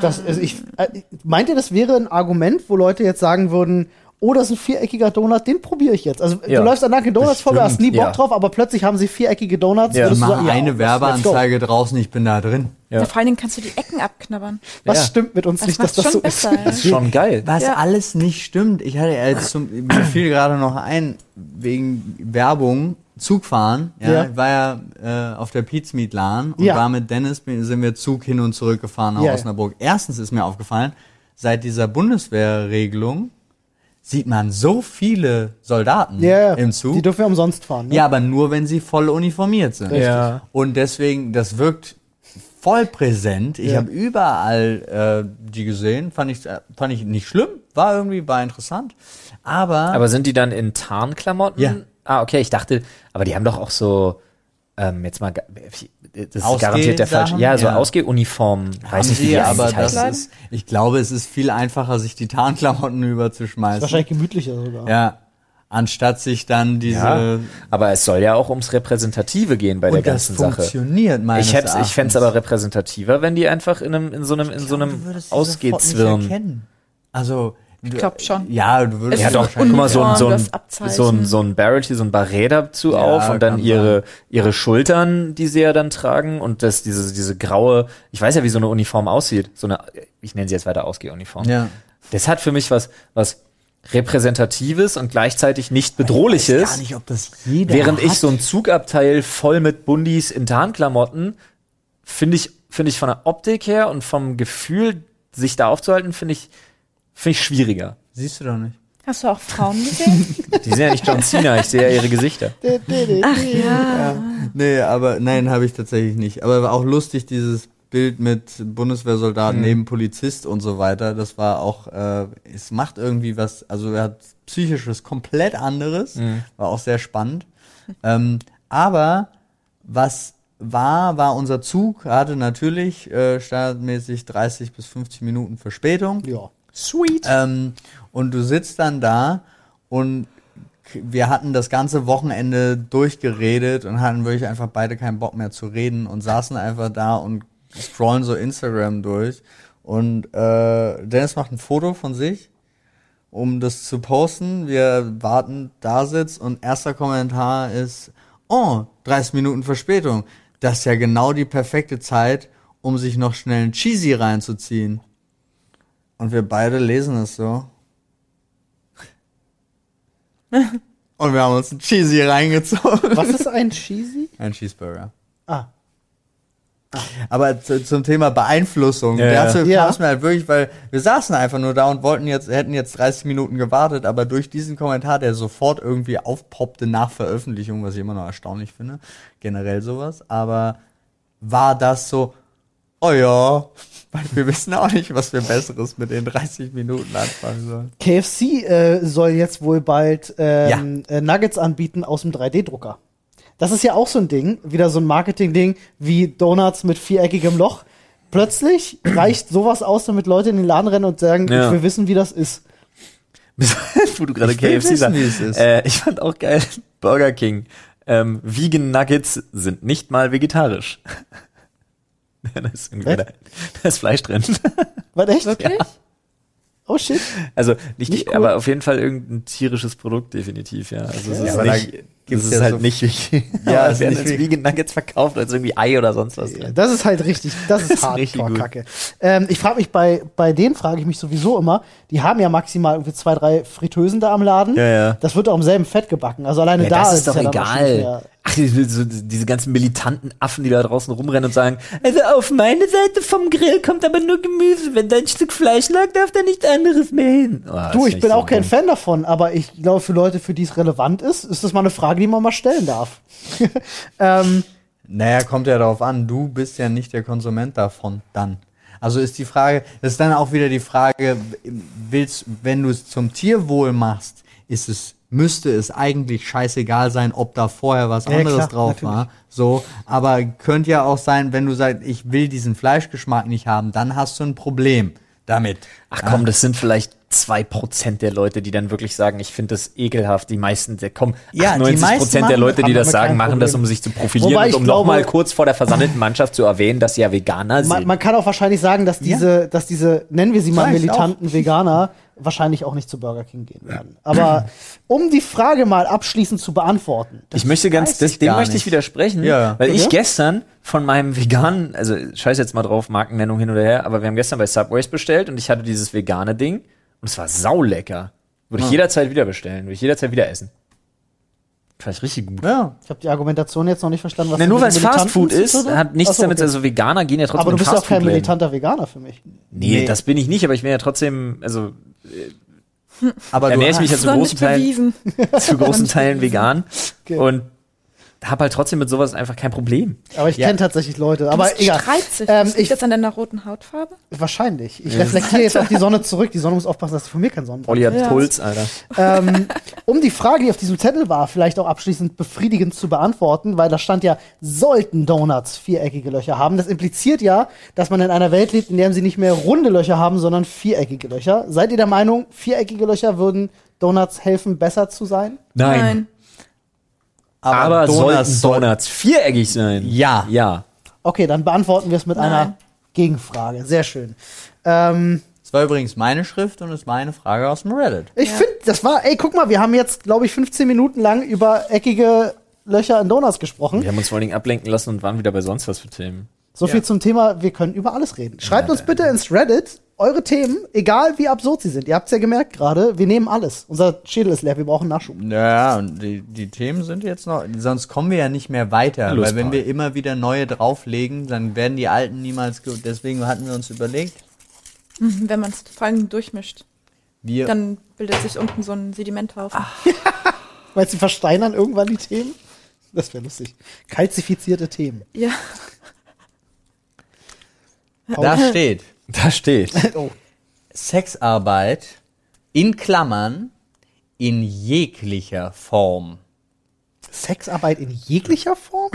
Speaker 3: Das, also ich, äh, meint ihr, das wäre ein Argument, wo Leute jetzt sagen würden, oh, das ist ein viereckiger Donut, den probiere ich jetzt. Also
Speaker 1: Ja.
Speaker 3: du läufst an Dunkin' Donuts vorbei, hast nie
Speaker 1: Bestimmt,
Speaker 3: Bock
Speaker 1: ja.
Speaker 3: drauf, aber plötzlich haben sie viereckige Donuts.
Speaker 1: Ja,
Speaker 2: Wir
Speaker 3: würdest du
Speaker 2: machen
Speaker 3: sagen, ja,
Speaker 2: eine
Speaker 3: let's go.
Speaker 2: Werbeanzeige draußen, ich bin da drin.
Speaker 1: Ja.
Speaker 4: Ja. Vor allen Dingen kannst du die Ecken abknabbern.
Speaker 3: Was
Speaker 1: Ja.
Speaker 3: stimmt mit uns
Speaker 4: Das
Speaker 3: nicht,
Speaker 4: macht's
Speaker 3: dass das
Speaker 4: schon
Speaker 3: so
Speaker 4: besser.
Speaker 3: ist?
Speaker 4: ja.
Speaker 1: Ist schon geil.
Speaker 2: Was
Speaker 4: Ja.
Speaker 2: alles nicht stimmt. Ich hatte ja jetzt zum, mir fiel gerade noch ein, wegen Werbung, Zugfahren. Ja,
Speaker 3: Ja.
Speaker 2: Ich war ja äh, auf der Pizmeet Lahn und
Speaker 3: Ja.
Speaker 2: war mit Dennis, bin- sind wir Zug hin und zurück gefahren nach
Speaker 3: Ja, ja.
Speaker 2: Osnabrück. Erstens ist mir aufgefallen, seit dieser Bundeswehrregelung sieht man so viele Soldaten
Speaker 3: Ja, ja.
Speaker 2: im Zug.
Speaker 3: Die dürfen ja umsonst fahren. Ne?
Speaker 2: Ja, aber nur, wenn sie voll uniformiert sind.
Speaker 3: Richtig.
Speaker 1: Ja.
Speaker 2: Und deswegen, das wirkt voll präsent. Ich
Speaker 3: Ja.
Speaker 2: habe überall äh, die gesehen. Fand ich, äh, fand ich nicht schlimm. War irgendwie, war interessant. Aber,
Speaker 1: Aber sind die dann in Tarnklamotten?
Speaker 2: Ah. Ja.
Speaker 1: Ah, okay, ich dachte, aber die haben doch auch so, ähm, jetzt mal, ga- das ist
Speaker 2: Ausgeh-
Speaker 1: garantiert der falsche.
Speaker 2: Sachen?
Speaker 1: Ja, so
Speaker 2: Ja.
Speaker 1: Ausgehuniformen.
Speaker 2: haben
Speaker 1: Weiß nicht, wie
Speaker 2: sie,
Speaker 1: die
Speaker 2: aber
Speaker 1: eigentlich
Speaker 2: das
Speaker 1: heißen.
Speaker 2: ist, ich glaube, es ist viel einfacher, sich die Tarnklamotten überzuschmeißen.
Speaker 3: Wahrscheinlich gemütlicher sogar.
Speaker 2: Ja. Anstatt sich dann diese.
Speaker 1: Ja, aber es soll ja auch ums Repräsentative gehen bei der
Speaker 2: äh, Und das
Speaker 1: ganzen Sache.
Speaker 2: funktioniert meines
Speaker 1: Ich, hätt's- ich
Speaker 2: Erachtens.
Speaker 1: fände es aber repräsentativer, wenn die einfach in, einem, in so einem, in so
Speaker 2: Du
Speaker 1: einem
Speaker 2: würdest sie sofort nicht
Speaker 1: Ausgehzwirn.
Speaker 2: erkennen. Also. Ich
Speaker 4: glaub schon.
Speaker 2: Ja, du würdest
Speaker 1: Ja
Speaker 4: Es
Speaker 2: sie
Speaker 4: ist
Speaker 1: doch,
Speaker 4: auch
Speaker 1: guck mal, so ein, so ein,
Speaker 4: das Abzeichen.
Speaker 1: so ein, so ein Barrett, so ein Barret dazu auf und dann
Speaker 2: kann
Speaker 1: ihre, ihre Schultern, die sie ja dann tragen und das, diese, diese graue, ich weiß ja, wie so eine Uniform aussieht, so eine, ich nenne sie jetzt weiter Ausgehuniform.
Speaker 2: Ja.
Speaker 1: Das hat für mich was, was repräsentatives und gleichzeitig nicht
Speaker 2: Ich weiß gar
Speaker 1: bedrohliches,
Speaker 2: nicht, ob das jeder
Speaker 1: während ich
Speaker 2: hat.
Speaker 1: so ein Zugabteil voll mit Bundis in Tarnklamotten, finde ich, finde ich von der Optik her und vom Gefühl, sich da aufzuhalten, finde ich, finde ich schwieriger.
Speaker 2: Siehst du doch nicht.
Speaker 4: Hast du auch Frauen gesehen?
Speaker 1: Die sind ja nicht John Cena, ich sehe ja ihre Gesichter.
Speaker 2: Nee, aber nein, habe ich tatsächlich nicht. Aber war auch lustig, dieses Bild mit Bundeswehrsoldaten neben Polizist und so weiter. Das war auch, äh, es macht irgendwie was, also er hat psychisch was komplett anderes. War auch sehr spannend. ähm, aber was war, war unser Zug, hatte natürlich äh, standardmäßig 30 bis 50 Minuten Verspätung.
Speaker 3: Ja.
Speaker 1: Sweet.
Speaker 2: Ähm, und du sitzt dann da und k- wir hatten das ganze Wochenende durchgeredet und hatten wirklich einfach beide keinen Bock mehr zu reden und saßen einfach da und scrollen so Instagram durch. Und äh, Dennis macht ein Foto von sich, um das zu posten. Wir warten, da sitzt und erster Kommentar ist, oh, 30 Minuten Verspätung. Das ist ja genau die perfekte Zeit, um sich noch schnell einen Cheesy reinzuziehen. Und wir beide lesen es so. Und wir haben uns einen Cheesy reingezogen.
Speaker 3: Was ist ein Cheesy?
Speaker 2: Ein Cheeseburger.
Speaker 3: Ah.
Speaker 2: Aber zu, zum Thema Beeinflussung,
Speaker 1: Ja, ja.
Speaker 2: dazu kam
Speaker 3: Ja.
Speaker 2: es mir halt wirklich, weil wir saßen einfach nur da und wollten jetzt, hätten jetzt 30 Minuten gewartet, aber durch diesen Kommentar, der sofort irgendwie aufpoppte nach Veröffentlichung, was ich immer noch erstaunlich finde, generell sowas, aber war das so, oh ja, weil wir wissen auch nicht, was wir Besseres mit den 30 Minuten anfangen sollen.
Speaker 3: KFC äh, soll jetzt wohl bald ähm, äh, Nuggets anbieten aus dem 3D-Drucker. Das ist ja auch so ein Ding, wieder so ein Marketing-Ding wie Donuts mit viereckigem Loch. Plötzlich reicht sowas aus, damit Leute in den Laden rennen und sagen,
Speaker 1: Ja.
Speaker 3: ich will wissen, wie das ist.
Speaker 1: Wo du gerade
Speaker 2: Ich will
Speaker 1: KFC
Speaker 2: wissen,
Speaker 1: sagst.
Speaker 2: wie es ist.
Speaker 1: Äh, ich fand auch geil, Burger King. Ähm, Vegan Nuggets sind nicht mal vegetarisch. da, ist irgendwie
Speaker 3: Was?
Speaker 1: da, da ist Fleisch drin.
Speaker 3: Was echt?
Speaker 4: Wirklich?
Speaker 3: Oh shit.
Speaker 1: Also nicht,
Speaker 3: Nicht cool.
Speaker 1: aber auf jeden Fall irgendein tierisches Produkt, definitiv, ja. Also es
Speaker 2: Ja,
Speaker 1: ist
Speaker 2: aber da
Speaker 1: nicht,
Speaker 2: gibt's
Speaker 1: es ist
Speaker 2: ja
Speaker 1: halt
Speaker 2: so-
Speaker 1: nicht vegan.
Speaker 2: Ja,
Speaker 1: aber
Speaker 2: ist
Speaker 1: es werden
Speaker 2: nicht
Speaker 1: als Vegan Nuggets verkauft, als irgendwie Ei oder sonst was drin.
Speaker 3: Das ist halt richtig, das ist
Speaker 1: ist richtig gut.
Speaker 3: Hardcore-Kacke. Ähm, ich frage mich bei, bei denen frage ich mich sowieso immer, die haben ja maximal irgendwie zwei, drei Fritteusen da am Laden.
Speaker 1: Ja, ja.
Speaker 3: Das wird auch im selben Fett gebacken. Also alleine
Speaker 1: Ja,
Speaker 3: da
Speaker 1: das
Speaker 3: es
Speaker 1: ist doch
Speaker 3: ja dann auch schon nicht
Speaker 1: egal.
Speaker 3: mehr-
Speaker 1: Ach, diese, so- diese ganzen militanten Affen, die da draußen rumrennen und sagen, also auf meine Seite vom Grill kommt aber nur Gemüse. Wenn da ein Stück Fleisch lag, darf da nichts anderes mehr hin. Oh, das
Speaker 3: Du,
Speaker 1: ist
Speaker 3: ich
Speaker 1: nicht
Speaker 3: bin
Speaker 1: so
Speaker 3: auch kein
Speaker 1: dumm.
Speaker 3: Fan davon, aber ich glaube, für Leute, für die es relevant ist, ist das mal eine Frage, die man mal stellen darf. ähm,
Speaker 2: Naja, kommt ja darauf an, du bist ja nicht der Konsument davon dann. Also ist die Frage, das ist dann auch wieder die Frage, willst, wenn du es zum Tierwohl machst, ist es, müsste es eigentlich scheißegal sein, ob da vorher was
Speaker 3: Ja,
Speaker 2: anderes
Speaker 3: klar,
Speaker 2: drauf
Speaker 3: natürlich.
Speaker 2: war. So, aber könnte ja auch sein, wenn du sagst, ich will diesen Fleischgeschmack nicht haben, dann hast du ein Problem damit.
Speaker 1: Ach komm, das sind vielleicht zwei Prozent der Leute, die dann wirklich sagen, ich finde das ekelhaft. Die meisten, der, komm,
Speaker 2: Ja, die
Speaker 1: 90
Speaker 2: meisten
Speaker 1: Prozent der
Speaker 2: machen-
Speaker 1: Leute, die
Speaker 2: haben
Speaker 1: das
Speaker 2: damit
Speaker 1: sagen,
Speaker 2: kein
Speaker 1: machen das,
Speaker 2: Problem.
Speaker 1: um sich zu profilieren
Speaker 3: Wobei
Speaker 1: und
Speaker 3: ich
Speaker 1: um
Speaker 3: glaube-
Speaker 1: nochmal kurz vor der versammelten Mannschaft zu erwähnen, dass sie ja Veganer
Speaker 3: man,
Speaker 1: sind.
Speaker 3: man kann auch wahrscheinlich sagen, dass diese, dass diese, nennen wir sie mal
Speaker 2: Vielleicht
Speaker 3: militanten Veganer, wahrscheinlich auch nicht zu Burger King gehen werden. Aber um die Frage mal abschließend zu beantworten,
Speaker 1: Ich möchte ganz,
Speaker 2: weiß
Speaker 1: das,
Speaker 2: ich
Speaker 1: dem
Speaker 2: gar
Speaker 1: möchte ich
Speaker 2: nicht.
Speaker 1: widersprechen,
Speaker 2: Ja.
Speaker 1: weil ich
Speaker 3: Okay.
Speaker 1: gestern von meinem veganen, also scheiß jetzt mal drauf, Markennennung hin oder her, aber wir haben gestern bei Subways bestellt und ich hatte dieses vegane Ding und es war saulecker. Würde ich jederzeit wieder bestellen, würde ich jederzeit wieder essen. Vielleicht richtig gut.
Speaker 2: Ja.
Speaker 3: ich habe die Argumentation jetzt noch nicht verstanden, was
Speaker 1: Na,
Speaker 3: das
Speaker 1: nur
Speaker 3: mit
Speaker 1: weil es
Speaker 3: den
Speaker 1: Fast
Speaker 3: Militanten
Speaker 1: Food
Speaker 3: zu
Speaker 1: ist,
Speaker 3: tun
Speaker 1: hat nichts
Speaker 3: Achso,
Speaker 1: damit,
Speaker 3: okay.
Speaker 1: also Veganer gehen ja trotzdem
Speaker 3: Aber du
Speaker 1: in
Speaker 3: bist ja auch kein
Speaker 1: Fastfood-Läden.
Speaker 3: militanter Veganer für mich.
Speaker 1: Nee,
Speaker 2: Nee.
Speaker 1: das bin ich nicht, aber ich bin ja trotzdem, also
Speaker 2: Aber
Speaker 1: Ernähre ich
Speaker 2: hast-
Speaker 1: mich jetzt
Speaker 4: Das
Speaker 1: zu
Speaker 4: war
Speaker 1: großen
Speaker 4: nicht
Speaker 1: Teilen,
Speaker 4: bewiesen.
Speaker 1: zu großen Teilen vegan
Speaker 3: Okay.
Speaker 1: und habe halt trotzdem mit sowas einfach kein Problem.
Speaker 3: Aber ich
Speaker 2: Ja.
Speaker 3: kenne tatsächlich Leute.
Speaker 4: Du
Speaker 3: Aber
Speaker 4: bist
Speaker 3: egal.
Speaker 4: 30.
Speaker 3: Ähm,
Speaker 4: Liegt
Speaker 3: ich,
Speaker 4: das an deiner roten Hautfarbe?
Speaker 3: wahrscheinlich. Ich reflektiere jetzt auf die Sonne zurück. Die Sonne muss aufpassen, dass sie von mir keinen Sonnenbrand
Speaker 1: Olli hat
Speaker 4: Ja.
Speaker 1: Puls, Alter.
Speaker 3: ähm, um die Frage, die auf diesem Zettel war, vielleicht auch abschließend befriedigend zu beantworten, weil da stand ja, sollten Donuts viereckige Löcher haben. Das impliziert ja, dass man in einer Welt lebt, in der sie nicht mehr runde Löcher haben, sondern viereckige Löcher. Seid ihr der Meinung, viereckige Löcher würden Donuts helfen, besser zu sein?
Speaker 1: Aber sollten
Speaker 2: soll-
Speaker 1: Donuts viereckig sein?
Speaker 2: Ja.
Speaker 1: Ja.
Speaker 3: Okay, dann beantworten wir es mit
Speaker 4: Nein.
Speaker 3: einer Gegenfrage. Sehr schön. Ähm,
Speaker 2: Das war übrigens meine Schrift und das war eine Frage aus dem Reddit.
Speaker 3: ich
Speaker 4: Ja.
Speaker 3: finde, das war, ey, guck mal, wir haben jetzt, glaube ich, 15 Minuten lang über eckige Löcher in Donuts gesprochen.
Speaker 1: Wir haben uns vor allen Dingen ablenken lassen und waren wieder bei sonst was für Themen.
Speaker 3: So viel zum Thema, wir können über alles reden. Schreibt uns bitte ins Reddit eure Themen, egal wie absurd sie sind. Ihr habt es ja gemerkt gerade, wir nehmen alles. Unser Schädel ist leer, wir brauchen Nachschub.
Speaker 2: Ja, und die, die Themen sind jetzt noch, sonst kommen wir ja nicht mehr weiter,
Speaker 1: Los,
Speaker 2: weil wenn
Speaker 1: Paul.
Speaker 2: wir immer wieder neue drauflegen, dann werden die alten niemals gut. Deswegen hatten wir uns überlegt,
Speaker 4: Mhm, Wenn man es vor allem durchmischt,
Speaker 2: wir
Speaker 4: dann bildet sich unten so ein Sedimenthaufen. Ach,
Speaker 3: Weil sie versteinern irgendwann die Themen. Das wäre lustig. Kalzifizierte Themen.
Speaker 4: ja.
Speaker 2: da steht
Speaker 1: Da steht.
Speaker 3: Oh.
Speaker 2: Sexarbeit in Klammern in jeglicher Form.
Speaker 3: Sexarbeit in jeglicher Form?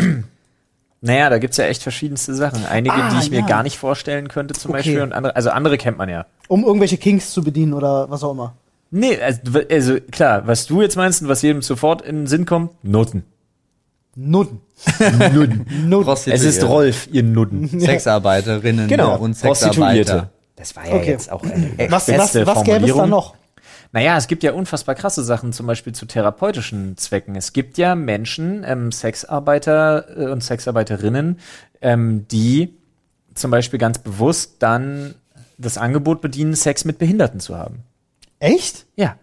Speaker 1: naja, da gibt's ja echt verschiedenste Sachen. Einige,
Speaker 3: Ah,
Speaker 1: die ich mir
Speaker 3: ja.
Speaker 1: gar nicht vorstellen könnte, zum
Speaker 3: Okay.
Speaker 1: Beispiel. Und andere, also andere kennt man ja.
Speaker 3: Um irgendwelche Kings zu bedienen oder was auch immer.
Speaker 1: Nee, also, also klar, was du jetzt meinst und was jedem sofort in den Sinn kommt, Nutten.
Speaker 3: Nudden.
Speaker 1: Nudden.
Speaker 3: Nudden.
Speaker 2: Prostituierte.
Speaker 1: Es ist Rolf, Also ihr Nudden.
Speaker 2: Sexarbeiterinnen
Speaker 1: Genau.
Speaker 2: und Sexarbeiter.
Speaker 1: Das war ja
Speaker 3: Okay.
Speaker 1: jetzt auch eine
Speaker 3: Was, was,
Speaker 1: beste
Speaker 3: was gäbe es da
Speaker 1: Formulierung.
Speaker 3: noch?
Speaker 1: Naja, es gibt ja unfassbar krasse Sachen, zum Beispiel zu therapeutischen Zwecken. Es gibt ja Menschen, ähm, Sexarbeiter äh, und Sexarbeiterinnen, ähm, die zum Beispiel ganz bewusst dann das Angebot bedienen, Sex mit Behinderten zu haben.
Speaker 3: Echt?
Speaker 1: Ja.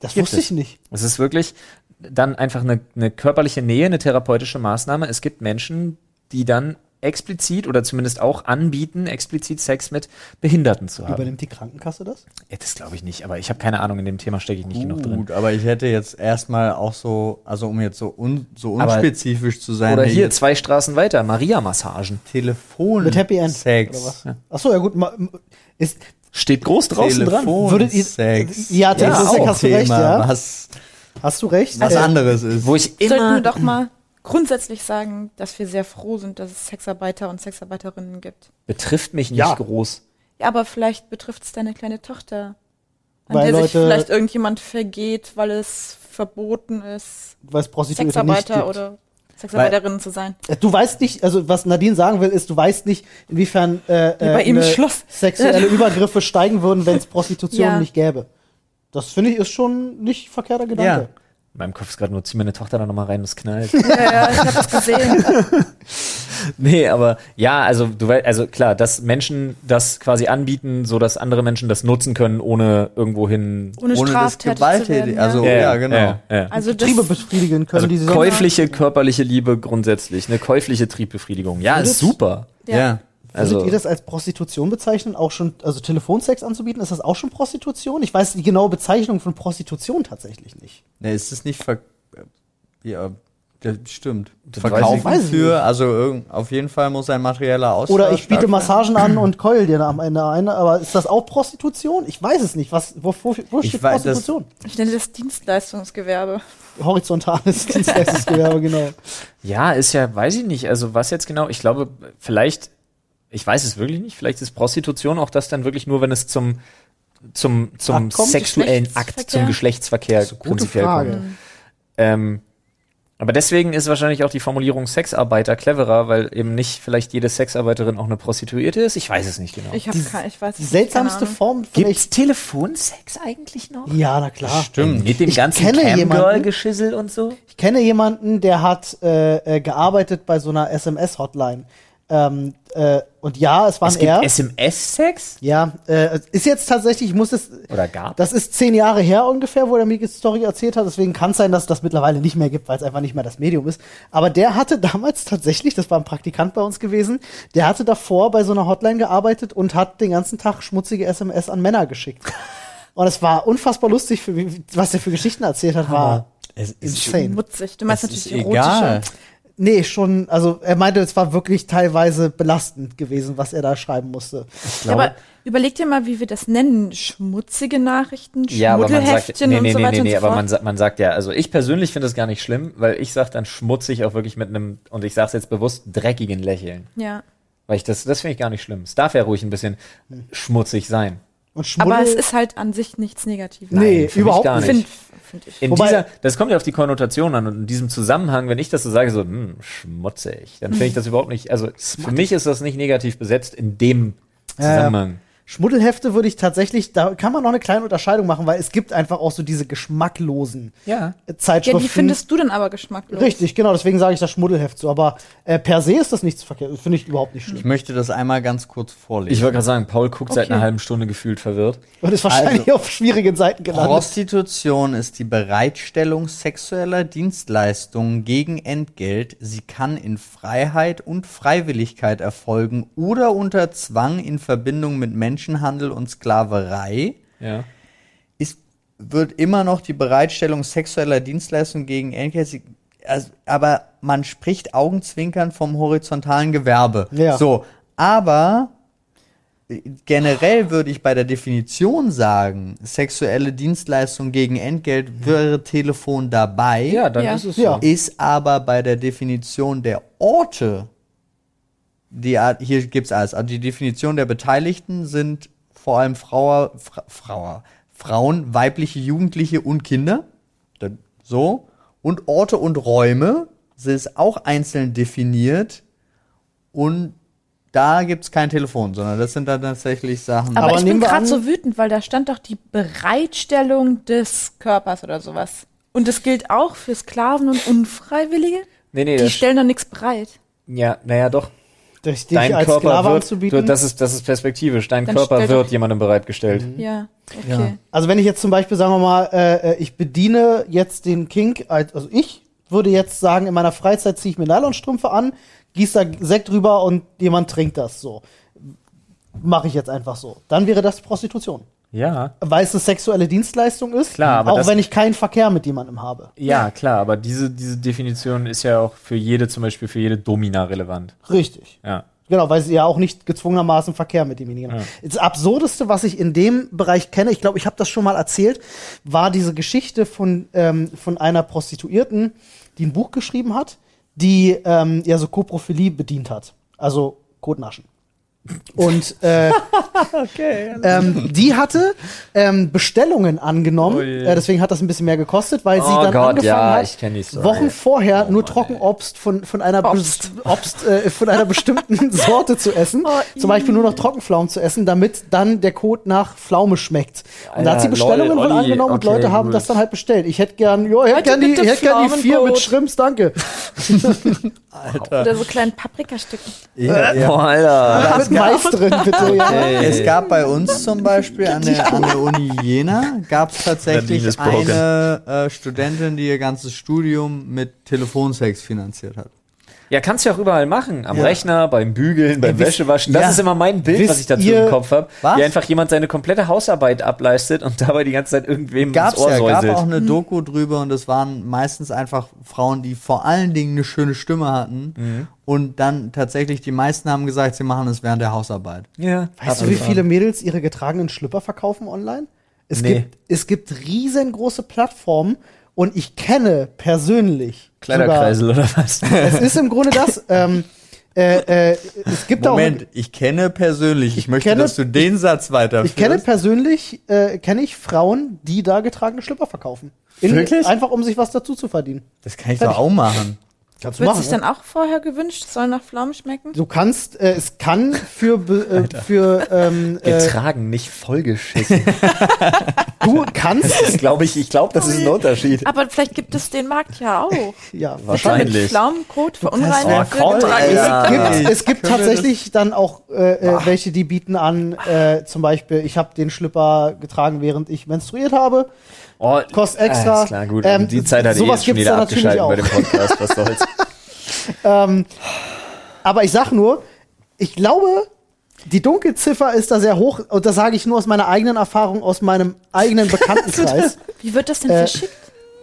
Speaker 3: Das
Speaker 1: Gibt
Speaker 3: wusste
Speaker 1: es.
Speaker 3: ich nicht.
Speaker 1: Es ist wirklich dann einfach eine, eine körperliche Nähe, eine therapeutische Maßnahme. Es gibt Menschen, die dann explizit oder zumindest auch anbieten, explizit Sex mit Behinderten zu haben.
Speaker 3: Übernimmt die Krankenkasse das?
Speaker 1: Ja, das glaube ich nicht, aber ich habe keine Ahnung, in dem Thema stecke ich nicht genug drin.
Speaker 2: Gut, aber ich hätte jetzt erstmal auch so, also um jetzt so, un, so
Speaker 1: Aber-
Speaker 2: unspezifisch zu sein,
Speaker 1: Oder
Speaker 2: hätte ich
Speaker 1: hier,
Speaker 2: jetzt
Speaker 1: zwei Straßen weiter, Maria-Massagen.
Speaker 2: Telefon
Speaker 3: Mit Happy End. Oder
Speaker 2: Hm. Sex.
Speaker 3: was? Achso, ja gut. ma- m- Ist,
Speaker 1: Steht groß draußen dran.
Speaker 2: Telefon
Speaker 3: Würdet ihr-
Speaker 2: Sex.
Speaker 3: Ja, Telefon- Sex, hast du
Speaker 2: Thema,
Speaker 3: recht, ja.
Speaker 2: Was,
Speaker 3: hast du recht?
Speaker 2: was
Speaker 3: Äh,
Speaker 2: anderes ist.
Speaker 1: Wo ich
Speaker 4: Sollten
Speaker 1: immer
Speaker 4: wir doch mal grundsätzlich sagen, dass wir sehr froh sind, dass es Sexarbeiter und Sexarbeiterinnen gibt.
Speaker 1: betrifft mich nicht
Speaker 3: Ja.
Speaker 1: groß.
Speaker 4: Ja, aber vielleicht betrifft es deine kleine Tochter, an
Speaker 3: Weil
Speaker 4: der sich
Speaker 3: Leute-
Speaker 4: vielleicht irgendjemand vergeht, weil es verboten ist,
Speaker 3: Weil es Prostituierte nicht gibt.
Speaker 4: Sexarbeiter oder Sexarbeiterinnen zu sein.
Speaker 3: Äh, Du weißt nicht, also was Nadine sagen will, ist, du weißt nicht, inwiefern äh,
Speaker 4: Wie bei
Speaker 3: äh,
Speaker 4: ihm im
Speaker 3: eine
Speaker 4: Schloss.
Speaker 3: sexuelle Übergriffe steigen würden, wenn es Prostitution
Speaker 4: Ja.
Speaker 3: nicht gäbe. Das finde ich ist schon nicht verkehrter Gedanke.
Speaker 1: In meinem Kopf ist gerade nur, zieh meine Tochter da nochmal rein, das knallt.
Speaker 4: Ja, ja, ich habe das gesehen.
Speaker 1: Nee, aber ja, also du weißt, also klar, dass Menschen das quasi anbieten, so dass andere Menschen das nutzen können, ohne irgendwohin.
Speaker 4: Ohne,
Speaker 2: Ohne das
Speaker 4: Straftätig zu werden.
Speaker 2: gewalttätig- also-
Speaker 4: ja.
Speaker 2: Ja, genau.
Speaker 1: ja.
Speaker 4: also das,
Speaker 3: Triebe befriedigen können,
Speaker 1: Also
Speaker 3: die sie sonst-
Speaker 1: käufliche körperliche Liebe grundsätzlich, eine käufliche Triebbefriedigung. Ja, ist
Speaker 3: Würdest-
Speaker 1: super.
Speaker 4: ja.
Speaker 2: ja.
Speaker 1: Also
Speaker 3: Würdet ihr das als Prostitution bezeichnen, auch schon, also Telefonsex anzubieten, ist das auch schon Prostitution? Ich weiß die genaue Bezeichnung von Prostitution tatsächlich nicht.
Speaker 2: Ne, ist es nicht ver ja, das stimmt.
Speaker 1: weiß ich-
Speaker 2: Verkaufen
Speaker 3: weiß ich
Speaker 2: für,
Speaker 3: nicht.
Speaker 2: also irgend, auf jeden Fall muss ein materieller Austausch.
Speaker 3: Oder ich biete
Speaker 2: stattfinden.
Speaker 3: Massagen an und keul dir am Ende eine, aber ist das auch Prostitution? Ich weiß es nicht. Was, wo, wo, wo
Speaker 2: Ich
Speaker 3: steht
Speaker 2: weiß, das-
Speaker 3: Prostitution?
Speaker 4: Ich nenne das Dienstleistungsgewerbe.
Speaker 3: Horizontales Dienstleistungsgewerbe, genau.
Speaker 1: ja, ist ja, weiß ich nicht. Also was jetzt genau? Ich glaube, vielleicht, ich weiß es wirklich nicht. Vielleicht ist Prostitution auch das dann wirklich nur, wenn es zum zum zum
Speaker 3: Akt kommt,
Speaker 1: sexuellen Akt,
Speaker 4: Geschlechtsverkehr?
Speaker 1: zum Geschlechtsverkehr
Speaker 3: Gute
Speaker 1: prinzipiell kommt.
Speaker 3: Frage.
Speaker 4: Mhm.
Speaker 1: Ähm, aber deswegen ist wahrscheinlich auch die Formulierung Sexarbeiter cleverer, weil eben nicht vielleicht jede Sexarbeiterin auch eine Prostituierte ist. Ich weiß es nicht genau.
Speaker 4: Ich habe keine, ich weiß
Speaker 3: Die
Speaker 4: nicht,
Speaker 3: seltsamste
Speaker 4: keine Ahnung.
Speaker 3: Form von
Speaker 1: Gibt's Telefonsex eigentlich noch?
Speaker 3: echt- Ja, na klar.
Speaker 2: Stimmt.
Speaker 1: Hm, Mit dem
Speaker 3: Ich
Speaker 1: ganzen
Speaker 3: kenne jemanden-
Speaker 1: Camgirl-Geschissel und so?
Speaker 3: Ich kenne jemanden, der hat äh, äh, gearbeitet bei so einer SMS-Hotline. Ähm, äh, und ja, es war
Speaker 1: Es
Speaker 3: ein
Speaker 1: gibt
Speaker 3: R.
Speaker 1: SMS-Sex?
Speaker 3: Ja, äh, ist jetzt tatsächlich, ich muss es,
Speaker 1: Oder gab?
Speaker 3: das ist zehn Jahre her ungefähr, wo er mir die Story erzählt hat, deswegen kann es sein, dass es das mittlerweile nicht mehr gibt, weil es einfach nicht mehr das Medium ist. Aber der hatte damals tatsächlich, das war ein Praktikant bei uns gewesen, der hatte davor bei so einer Hotline gearbeitet und hat den ganzen Tag schmutzige SMS an Männer geschickt. Und es war unfassbar lustig, für, wie- was er für Geschichten erzählt hat, war
Speaker 2: Es ist,
Speaker 3: insane.
Speaker 4: Mutzig. Du meinst
Speaker 2: es ist
Speaker 4: natürlich erotische.
Speaker 2: egal.
Speaker 3: Nee, schon, also er meinte, es war wirklich teilweise belastend gewesen, was er da schreiben musste.
Speaker 4: Ja, aber überleg dir mal, wie wir das nennen. Schmutzige Nachrichten,
Speaker 1: Ja, aber man sagt, nee,
Speaker 4: Schmuddelheftchen
Speaker 1: nee, nee,
Speaker 4: und so
Speaker 1: nee,
Speaker 4: weiter
Speaker 1: nee,
Speaker 4: und so
Speaker 1: aber man,
Speaker 4: fort.
Speaker 1: sa- man sagt ja, also ich persönlich finde das gar nicht schlimm, weil ich sag dann schmutzig auch wirklich mit einem, und ich sag's jetzt bewusst, dreckigen Lächeln.
Speaker 4: Ja.
Speaker 1: Weil ich das, das finde ich gar nicht schlimm. Es darf ja ruhig ein bisschen schmutzig sein.
Speaker 3: Und Schmuddel,
Speaker 4: Aber es ist halt an sich nichts Negatives.
Speaker 3: nee,
Speaker 1: Nein, für mich
Speaker 3: überhaupt
Speaker 1: gar
Speaker 3: nicht.
Speaker 1: nicht.
Speaker 4: Find, find ich.
Speaker 1: In
Speaker 3: Wobei-
Speaker 1: dieser, das kommt ja auf die Konnotation an und in diesem Zusammenhang, wenn ich das so sage, so hm, schmutzig, dann finde ich das überhaupt nicht. Also für mich ist das nicht negativ besetzt in dem Zusammenhang.
Speaker 3: Schmuddelhefte würde ich tatsächlich, da kann man noch eine kleine Unterscheidung machen, weil es gibt einfach auch so diese geschmacklosen
Speaker 1: Ja.
Speaker 3: äh,
Speaker 4: Ja,
Speaker 3: Zeitschriften.
Speaker 4: die findest du dann aber geschmacklos.
Speaker 3: Richtig, genau, deswegen sage ich das Schmuddelheft so. Aber äh, per se ist das nichts verkehrt. Finde ich überhaupt nicht
Speaker 2: ich
Speaker 3: schlimm.
Speaker 2: möchte das einmal ganz kurz vorlesen.
Speaker 1: Ich wollte gerade sagen, Paul guckt seit
Speaker 4: Okay.
Speaker 1: einer halben Stunde gefühlt verwirrt.
Speaker 3: Und ist wahrscheinlich auf schwierigen Seiten gelandet.
Speaker 2: Prostitution ist die Bereitstellung sexueller Dienstleistungen gegen Entgelt. Sie kann in Freiheit und Freiwilligkeit erfolgen oder unter Zwang in Verbindung mit Menschenhandel und Sklaverei.
Speaker 1: Ja.
Speaker 2: Ist, wird immer noch die Bereitstellung sexueller Dienstleistungen gegen Entgelt. Sie, also, aber man spricht augenzwinkern vom horizontalen Gewerbe.
Speaker 3: Ja.
Speaker 2: So, aber äh, generell würde ich bei der Definition sagen, sexuelle Dienstleistung gegen Entgelt wäre Telefon dabei,
Speaker 1: Ja, dann
Speaker 4: Ja.
Speaker 1: ist es
Speaker 3: Ja.
Speaker 1: so.
Speaker 2: ist aber bei der Definition der Orte, die Art, hier gibt's alles, also die Definition der Beteiligten sind vor allem Frauer, Fra, Frauer, Frauen, weibliche, Jugendliche und Kinder, Dann so, und Orte und Räume, sie ist auch einzeln definiert und da gibt's kein Telefon, sondern das sind dann tatsächlich Sachen.
Speaker 4: Aber,
Speaker 3: Aber
Speaker 4: ich
Speaker 3: nehmen
Speaker 4: bin
Speaker 3: wir an-
Speaker 4: gerade so wütend, weil da stand doch die Bereitstellung des Körpers oder sowas. Und das gilt auch für Sklaven und Unfreiwillige.
Speaker 1: Nee, nee,
Speaker 4: Die
Speaker 1: das,
Speaker 4: stellen doch nichts bereit.
Speaker 1: ja, naja, doch.
Speaker 3: Durch dich
Speaker 1: Dein
Speaker 3: als
Speaker 1: Körper
Speaker 3: Sklave
Speaker 1: wird,
Speaker 3: anzubieten.
Speaker 1: du, das ist, das ist perspektivisch. Dein
Speaker 4: Dann
Speaker 1: Körper
Speaker 4: stellt
Speaker 1: wird
Speaker 4: doch-
Speaker 1: jemandem bereitgestellt.
Speaker 4: Ja, okay.
Speaker 2: Ja.
Speaker 3: also wenn ich jetzt zum Beispiel, sagen wir mal, äh, äh, ich bediene jetzt den Kink, als- also ich würde jetzt sagen, in meiner Freizeit ziehe ich mir Nylonstrümpfe an, gieße da Sekt drüber und jemand trinkt das so. Mache ich jetzt einfach so. Dann wäre das Prostitution.
Speaker 1: Ja.
Speaker 3: Weil es eine sexuelle Dienstleistung ist,
Speaker 1: Klar, aber
Speaker 3: auch
Speaker 1: das-
Speaker 3: wenn ich keinen Verkehr mit jemandem habe.
Speaker 1: Ja, klar, aber diese, diese Definition ist ja auch für jede, zum Beispiel für jede Domina relevant.
Speaker 3: Richtig.
Speaker 1: Ja.
Speaker 3: Genau, weil sie ja auch nicht gezwungenermaßen Verkehr mit demjenigen haben. Das Absurdeste, was ich in dem Bereich kenne, ich glaube, ich habe das schon mal erzählt, war diese Geschichte von, ähm, von einer Prostituierten, die ein Buch geschrieben hat, die ähm, ja so Koprophilie bedient hat. Also Kotnaschen. Und äh, ähm, die hatte ähm, Bestellungen angenommen,
Speaker 1: Oh je.
Speaker 3: äh, deswegen hat das ein bisschen mehr gekostet, weil sie
Speaker 1: Oh
Speaker 3: dann
Speaker 1: Gott,
Speaker 3: angefangen
Speaker 1: ja,
Speaker 3: hat,
Speaker 1: ich kenn die Story. Oh
Speaker 3: Wochen vorher nur Trockenobst von, von einer Be-
Speaker 4: Obst.
Speaker 3: Obst äh, von einer bestimmten Sorte zu essen.
Speaker 4: Oh,
Speaker 3: zum Beispiel nur noch Trockenpflaumen zu essen, damit dann der Kot nach Pflaume schmeckt. Und da hat sie
Speaker 1: Alter,
Speaker 3: Bestellungen
Speaker 1: lol,
Speaker 3: wohl
Speaker 1: Olli,
Speaker 3: angenommen und
Speaker 1: okay,
Speaker 3: Leute haben
Speaker 1: gut.
Speaker 3: das dann halt bestellt. Ich hätte gern, jo, ich hätte
Speaker 4: Heute
Speaker 3: gern, die- ich
Speaker 4: bitte
Speaker 3: hätt gern die vier mit
Speaker 4: Pflaumenkot.
Speaker 3: Schrimps, danke.
Speaker 4: Oder so kleinen Paprikastücken.
Speaker 2: Ja, ja.
Speaker 1: Alter.
Speaker 3: Da mit Mais drin, bitte. Ja.
Speaker 2: Es gab bei uns zum Beispiel an der, an der Uni Jena gab es tatsächlich
Speaker 1: Berlin ist broken.
Speaker 2: eine äh, Studentin, die ihr ganzes Studium mit Telefonsex finanziert hat.
Speaker 1: Ja, kannst du ja auch überall machen. Am Rechner, beim Bügeln, beim
Speaker 2: wisst-
Speaker 1: Wäschewaschen. Das
Speaker 2: ja.
Speaker 1: ist immer mein Bild, was
Speaker 3: Wisst
Speaker 1: ich dazu
Speaker 3: ihr-
Speaker 1: im Kopf habe.
Speaker 2: Was?
Speaker 1: Wie einfach jemand seine komplette Hausarbeit ableistet und dabei die ganze Zeit irgendwem
Speaker 2: Gab's
Speaker 1: ins Ohr
Speaker 2: ja, gab
Speaker 1: säuselt.
Speaker 2: auch
Speaker 3: Hm.
Speaker 2: eine Doku drüber und es waren meistens einfach Frauen, die vor allen Dingen eine schöne Stimme hatten und dann tatsächlich die meisten haben gesagt, sie machen es während der Hausarbeit.
Speaker 1: ja.
Speaker 3: Weißt du, wie viele Mädels ihre getragenen Schlüpper verkaufen online? Es,
Speaker 1: Nee.
Speaker 3: gibt, es gibt riesengroße Plattformen und ich kenne persönlich sogar
Speaker 1: Kleiderkreisel oder was?
Speaker 3: Es ist im Grunde das. Ähm, äh, äh, es gibt
Speaker 2: Moment,
Speaker 3: auch.
Speaker 2: ich kenne persönlich, ich, möchte,
Speaker 3: kenne-
Speaker 2: dass du den Satz weiterführst.
Speaker 3: Ich kenne persönlich äh, kenne ich Frauen, die da getragene Schlüpper verkaufen. In,
Speaker 1: Wirklich?
Speaker 3: Einfach um sich was dazu zu verdienen.
Speaker 2: das kann ich doch auch machen.
Speaker 3: Kannst
Speaker 4: Wird sich dann auch vorher gewünscht, es soll nach Pflaumen schmecken?
Speaker 3: Du kannst, äh, es kann für be- äh, für ähm, äh,
Speaker 1: Getragen, nicht vollgeschissen.
Speaker 3: du kannst
Speaker 1: Das glaube ich, ich glaube, das ist ein Unterschied.
Speaker 4: Aber vielleicht gibt es den Markt ja auch.
Speaker 3: ja
Speaker 4: Mit
Speaker 1: Wahrscheinlich.
Speaker 4: Pflaumenkot verunreinigt.
Speaker 1: Oh, komm,
Speaker 4: wird getragen.
Speaker 1: Alter.
Speaker 3: Es gibt,
Speaker 2: Ey,
Speaker 3: es gibt
Speaker 2: können wir
Speaker 3: tatsächlich dann auch äh, äh, welche, die bieten an, äh, zum Beispiel, ich habe den Schlüpper getragen, während ich menstruiert habe.
Speaker 1: Oh,
Speaker 3: Kostet extra.
Speaker 1: Alles klar, gut.
Speaker 3: Ähm,
Speaker 1: Um die Zeit hat eh jetzt
Speaker 3: sowas
Speaker 1: schon
Speaker 3: gibt's
Speaker 1: wieder
Speaker 3: da natürlich
Speaker 1: abgeschaltet
Speaker 3: auch.
Speaker 1: bei dem Podcast. Was soll's?
Speaker 3: Ähm, Aber ich sag nur, ich glaube, die Dunkelziffer ist da sehr hoch und das sage ich nur aus meiner eigenen Erfahrung, aus meinem eigenen Bekanntenkreis.
Speaker 4: Wie wird das denn
Speaker 3: Äh,
Speaker 4: verschickt?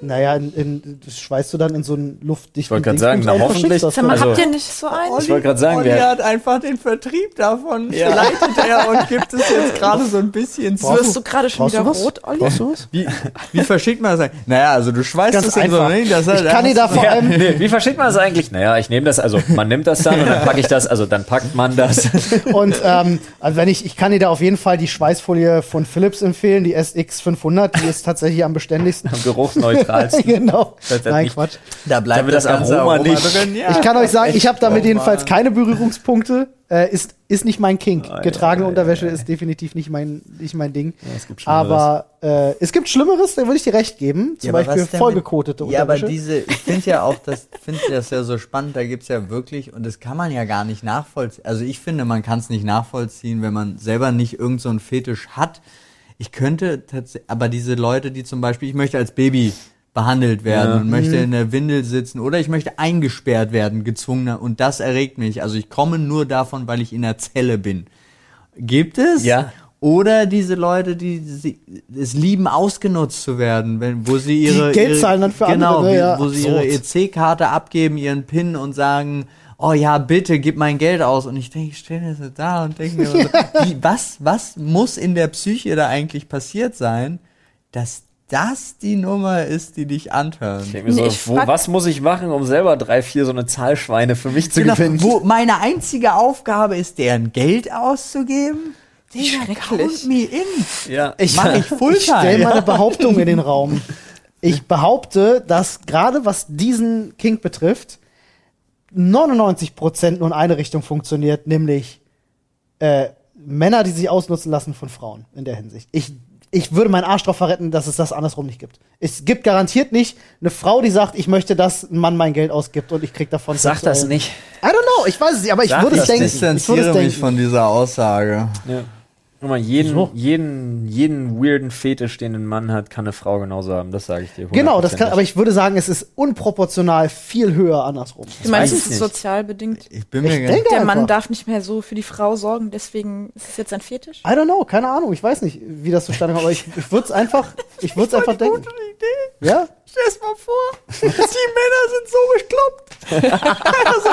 Speaker 3: naja, in, in, das schweißt du dann in so einen luftdichten
Speaker 1: Ich wollte gerade
Speaker 3: Ding
Speaker 1: sagen,
Speaker 3: und
Speaker 1: na,
Speaker 3: einfach
Speaker 1: hoffentlich-
Speaker 3: schickst das
Speaker 4: Sag mal,
Speaker 1: also-
Speaker 4: habt ihr nicht so einen?
Speaker 1: Ich wollte gerade sagen,
Speaker 2: Olli
Speaker 1: wer-
Speaker 2: hat einfach den Vertrieb davon leitet er und gibt es jetzt gerade so ein bisschen zu.
Speaker 4: Wirst du gerade schon
Speaker 3: Brauchst
Speaker 4: wieder
Speaker 3: du was?
Speaker 4: rot, Olli?
Speaker 3: Brauchst du was?
Speaker 2: Wie, wie verschickt man das? eigentlich? Naja, also du schweißt
Speaker 3: Ganz
Speaker 2: es in so
Speaker 3: einfach.
Speaker 2: ein Ding, dass er-
Speaker 3: Ich kann dir da vor
Speaker 1: Ja,
Speaker 3: allem
Speaker 1: nee, wie versteht man das eigentlich? Naja, ich nehme das, also man nimmt das dann und dann packe ich das, also dann packt man das.
Speaker 3: Und ähm, also wenn ich, ich kann dir da auf jeden Fall die Schweißfolie von Philips empfehlen, die SX500, die ist tatsächlich am beständigsten.
Speaker 1: Geruchsneutralsten.
Speaker 3: genau.
Speaker 1: Das hat
Speaker 3: Nein,
Speaker 1: nicht-
Speaker 3: Quatsch.
Speaker 2: Da bleibt
Speaker 1: Damit das
Speaker 2: ganze
Speaker 1: Aroma nicht-
Speaker 2: drin. Ja.
Speaker 3: Ich kann euch sagen, ich habe damit
Speaker 2: Oh,
Speaker 3: jedenfalls
Speaker 2: Mann.
Speaker 3: keine Berührungspunkte. Äh, ist, ist nicht mein
Speaker 1: Ah,
Speaker 3: Kink. Getragene Unterwäsche ist definitiv nicht mein, nicht mein Ding.
Speaker 1: es gibt Schlimmeres.
Speaker 3: aber äh, es gibt Schlimmeres, da würde ich dir recht geben. Zum
Speaker 2: Ja, aber
Speaker 3: Beispiel
Speaker 2: was denn
Speaker 3: vollgekotete
Speaker 2: mit, Ja, aber
Speaker 3: Unterwäsche.
Speaker 2: diese, ich finde ja auch, das finde das ja so spannend, da gibt es ja wirklich, und das kann man ja gar nicht nachvollziehen. Also ich finde, man kann es nicht nachvollziehen, wenn man selber nicht irgendeinen so einen Fetisch hat. Ich könnte tatsächlich, aber diese Leute, die zum Beispiel, ich möchte als Baby behandelt werden und möchte in der Windel sitzen oder ich möchte eingesperrt werden, gezwungener, und das erregt mich. Also ich komme nur davon, weil ich in der Zelle bin. Gibt es?
Speaker 1: Ja.
Speaker 2: Oder diese Leute, die sie, es lieben, ausgenutzt zu werden, wenn, wo sie ihre.
Speaker 3: Geld
Speaker 2: ihre,
Speaker 3: zahlen dann für
Speaker 2: genau,
Speaker 3: andere,
Speaker 2: wie-
Speaker 3: ja.
Speaker 2: wo sie ihre
Speaker 3: Absurd.
Speaker 2: EC-Karte abgeben, ihren PIN und sagen, oh ja, bitte, gib mein Geld aus. Und ich denke, ich stehe jetzt so da und denke mir, so, wie, was, was muss in der Psyche da eigentlich passiert sein, dass das die Nummer ist, die dich anhört?
Speaker 1: Ich denk mir so,
Speaker 4: Nee, ich
Speaker 1: wo,
Speaker 4: frag-
Speaker 1: was muss ich machen, um selber drei, vier so eine Zahlschweine für mich zu
Speaker 3: Genau.
Speaker 1: gewinnen?
Speaker 2: Genau, Wo meine einzige Aufgabe ist, deren Geld auszugeben? Digga,
Speaker 4: schrecklich.
Speaker 2: count me in.
Speaker 1: Ja,
Speaker 2: Ich mache ich
Speaker 3: Ich stelle
Speaker 2: Fulltime.
Speaker 3: meine Behauptung in den Raum. Ich behaupte, dass gerade was diesen Kink betrifft, 99% nur in eine Richtung funktioniert, nämlich äh, Männer, die sich ausnutzen lassen von Frauen in der Hinsicht. Ich, ich würde meinen Arsch drauf verretten, dass es das andersrum nicht gibt. Es gibt garantiert nicht eine Frau, die sagt, ich möchte, dass ein Mann mein Geld ausgibt und ich krieg davon.
Speaker 1: sag das
Speaker 3: sexuellen-
Speaker 1: nicht.
Speaker 3: I don't know, ich weiß es nicht, aber ich
Speaker 1: Sag
Speaker 3: würde es
Speaker 1: das
Speaker 3: denken.
Speaker 1: nicht.
Speaker 3: Ich
Speaker 2: Ich
Speaker 3: würde es
Speaker 2: distanziere
Speaker 3: denken.
Speaker 2: mich von dieser Aussage.
Speaker 1: Ja. Nur mal, jeden,
Speaker 3: So.
Speaker 1: jeden, jeden weirden Fetisch, den ein Mann hat, kann eine Frau genauso haben. Das sage ich dir.
Speaker 3: Genau, das kann, aber
Speaker 1: ich.
Speaker 3: ich würde sagen, es ist unproportional viel höher andersrum.
Speaker 4: Ich meine,
Speaker 1: weiß
Speaker 4: es
Speaker 1: ich
Speaker 4: ist
Speaker 1: nicht.
Speaker 4: sozial bedingt.
Speaker 2: Ich bin
Speaker 3: Ich
Speaker 2: mir
Speaker 3: denke
Speaker 4: Der
Speaker 3: einfach.
Speaker 4: Mann darf nicht mehr so für die Frau sorgen, deswegen ist es jetzt ein Fetisch.
Speaker 3: I don't know, keine Ahnung, ich weiß nicht, wie das zustande kommt, aber ich, ich würde es einfach, ich würde es einfach denken.
Speaker 2: Idee.
Speaker 3: Ja?
Speaker 2: Stell's mal vor, die Männer sind so bekloppt. also,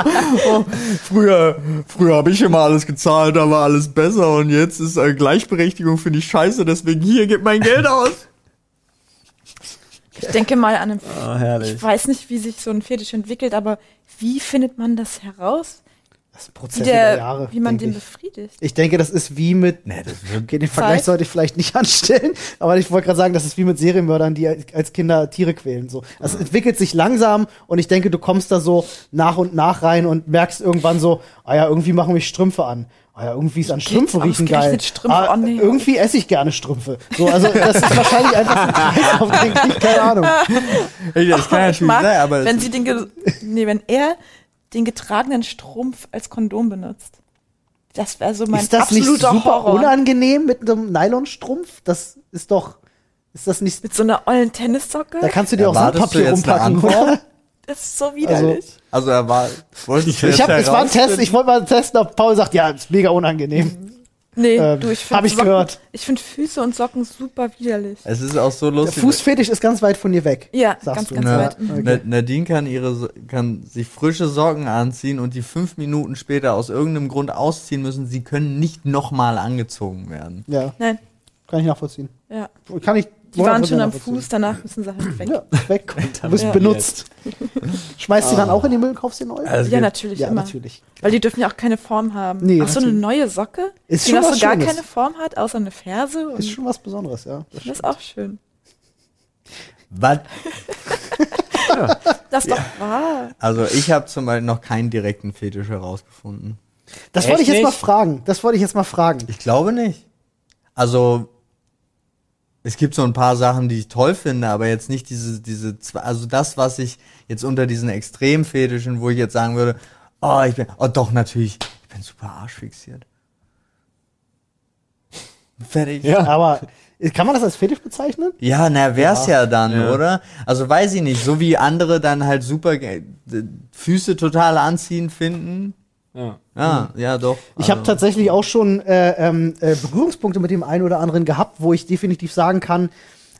Speaker 2: oh, früher früher habe ich immer alles gezahlt, da war alles besser und jetzt ist äh, Gleichberechtigung finde ich scheiße, deswegen hier, gib mein Geld aus.
Speaker 4: Ich denke mal an einen,
Speaker 1: Ah, herrlich.
Speaker 4: ich weiß nicht, wie sich so ein Fetisch entwickelt, aber wie findet man das heraus,
Speaker 3: Das ist ein
Speaker 4: wie,
Speaker 3: Prozess der,
Speaker 4: der,
Speaker 3: Jahre.
Speaker 4: wie man
Speaker 3: denke
Speaker 4: den
Speaker 3: ich.
Speaker 4: befriedigt?
Speaker 3: ich denke, das ist wie mit. okay, den Vergleich
Speaker 4: Zeit.
Speaker 3: sollte ich vielleicht nicht anstellen, aber ich wollte gerade sagen, das ist wie mit Serienmördern, die als Kinder Tiere quälen. So. Es entwickelt sich langsam und ich denke, du kommst da so nach und nach rein und merkst irgendwann so, ah ja, irgendwie machen mich Strümpfe an. Ah ja, irgendwie ist an Strümpfen riechen geil.
Speaker 4: ausgerechnet Strümpfe,
Speaker 3: ah,
Speaker 4: oh nee.
Speaker 3: Irgendwie esse ich gerne Strümpfe. So, also das ist wahrscheinlich einfach ein Kreislauf, denke ich, keine Ahnung.
Speaker 2: Ey, das kann
Speaker 4: ich
Speaker 2: natürlich
Speaker 4: mag,
Speaker 2: sein, aber
Speaker 4: wenn
Speaker 2: es-
Speaker 4: sie den, ge- nee, wenn er den getragenen Strumpf als Kondom benutzt. Das wäre so mein
Speaker 3: ist das nicht
Speaker 4: absoluter
Speaker 3: super
Speaker 4: Horror.
Speaker 3: unangenehm mit einem Nylonstrumpf? Das ist doch, ist das nicht,
Speaker 4: Mit so einer ollen
Speaker 3: da
Speaker 4: Tennissocke?
Speaker 3: kannst du dir auch
Speaker 2: Erwartest du
Speaker 3: Sandpapier
Speaker 2: jetzt eine
Speaker 3: rumpacken,
Speaker 2: Antwort?
Speaker 3: oder?
Speaker 4: Das ist so widerlich.
Speaker 2: also er war wolltest du
Speaker 3: Ich,
Speaker 2: jetzt
Speaker 3: hab, ich war ein Test,
Speaker 2: herausfinden?
Speaker 3: ich wollte mal testen, ob Paul sagt, ja, ist mega unangenehm.
Speaker 4: nee,
Speaker 3: Ähm,
Speaker 4: du, ich find
Speaker 3: hab ich
Speaker 4: Socken,
Speaker 3: gehört.
Speaker 4: Ich finde Füße und Socken super widerlich.
Speaker 2: Es ist auch so
Speaker 3: Der
Speaker 2: lustig.
Speaker 3: Fußfetisch ist ganz weit von dir weg.
Speaker 4: Ja,
Speaker 3: Sagst
Speaker 4: ganz,
Speaker 3: du,
Speaker 4: ganz
Speaker 3: ne?
Speaker 4: weit.
Speaker 3: Ja.
Speaker 2: Na- Nadine kann ihre So- kann sich frische Socken anziehen und die fünf Minuten später aus irgendeinem Grund ausziehen müssen. Sie können nicht nochmal angezogen werden.
Speaker 3: Ja,
Speaker 4: Nein,
Speaker 3: kann ich nachvollziehen.
Speaker 4: ja.
Speaker 3: Kann ich
Speaker 4: Die waren
Speaker 3: 100%
Speaker 4: schon am
Speaker 3: nachvollziehen.
Speaker 4: Fuß, danach müssen sie halt weg.
Speaker 3: Ja, weg. Du bist
Speaker 4: Ja.
Speaker 3: benutzt. Schmeißt die dann auch in den Müll, kaufst dir neu?
Speaker 2: Also
Speaker 4: Ja, natürlich
Speaker 3: ja,
Speaker 4: immer.
Speaker 3: natürlich.
Speaker 4: Weil die dürfen ja auch keine Form haben.
Speaker 3: Nee,
Speaker 4: Ach so, eine
Speaker 3: natürlich.
Speaker 4: neue Socke,
Speaker 3: Ist
Speaker 4: die
Speaker 3: schon
Speaker 4: noch
Speaker 3: was
Speaker 4: so gar
Speaker 3: Schönes.
Speaker 4: keine Form hat, außer eine Ferse. Und
Speaker 3: Ist schon was Besonderes, ja.
Speaker 4: das ist auch schön.
Speaker 2: Was?
Speaker 4: Das ist doch wahr.
Speaker 2: Also ich habe zum Beispiel noch keinen direkten Fetisch herausgefunden.
Speaker 3: Das
Speaker 1: Echt
Speaker 3: wollte ich jetzt mal
Speaker 1: nicht?
Speaker 3: fragen. Das wollte ich jetzt mal fragen.
Speaker 2: Ich glaube nicht. Also es gibt so ein paar Sachen, die ich toll finde, aber jetzt nicht diese diese zwei- also das, was ich jetzt unter diesen Extremfetischen, wo ich jetzt sagen würde, oh ich bin oh doch natürlich, ich bin super arschfixiert. Fertig.
Speaker 1: Ja.
Speaker 3: Aber äh, kann man das als Fetisch bezeichnen?
Speaker 2: Ja, na, wär's ja, dann,
Speaker 1: Ja.
Speaker 2: oder? Also weiß ich nicht, so wie andere dann halt super ge- d- Füße total anziehend finden.
Speaker 1: Ja.
Speaker 2: Ja, ja, doch.
Speaker 3: Ich habe
Speaker 2: also,
Speaker 3: tatsächlich auch schon äh, ähm, äh, Berührungspunkte mit dem einen oder anderen gehabt, wo ich definitiv sagen kann,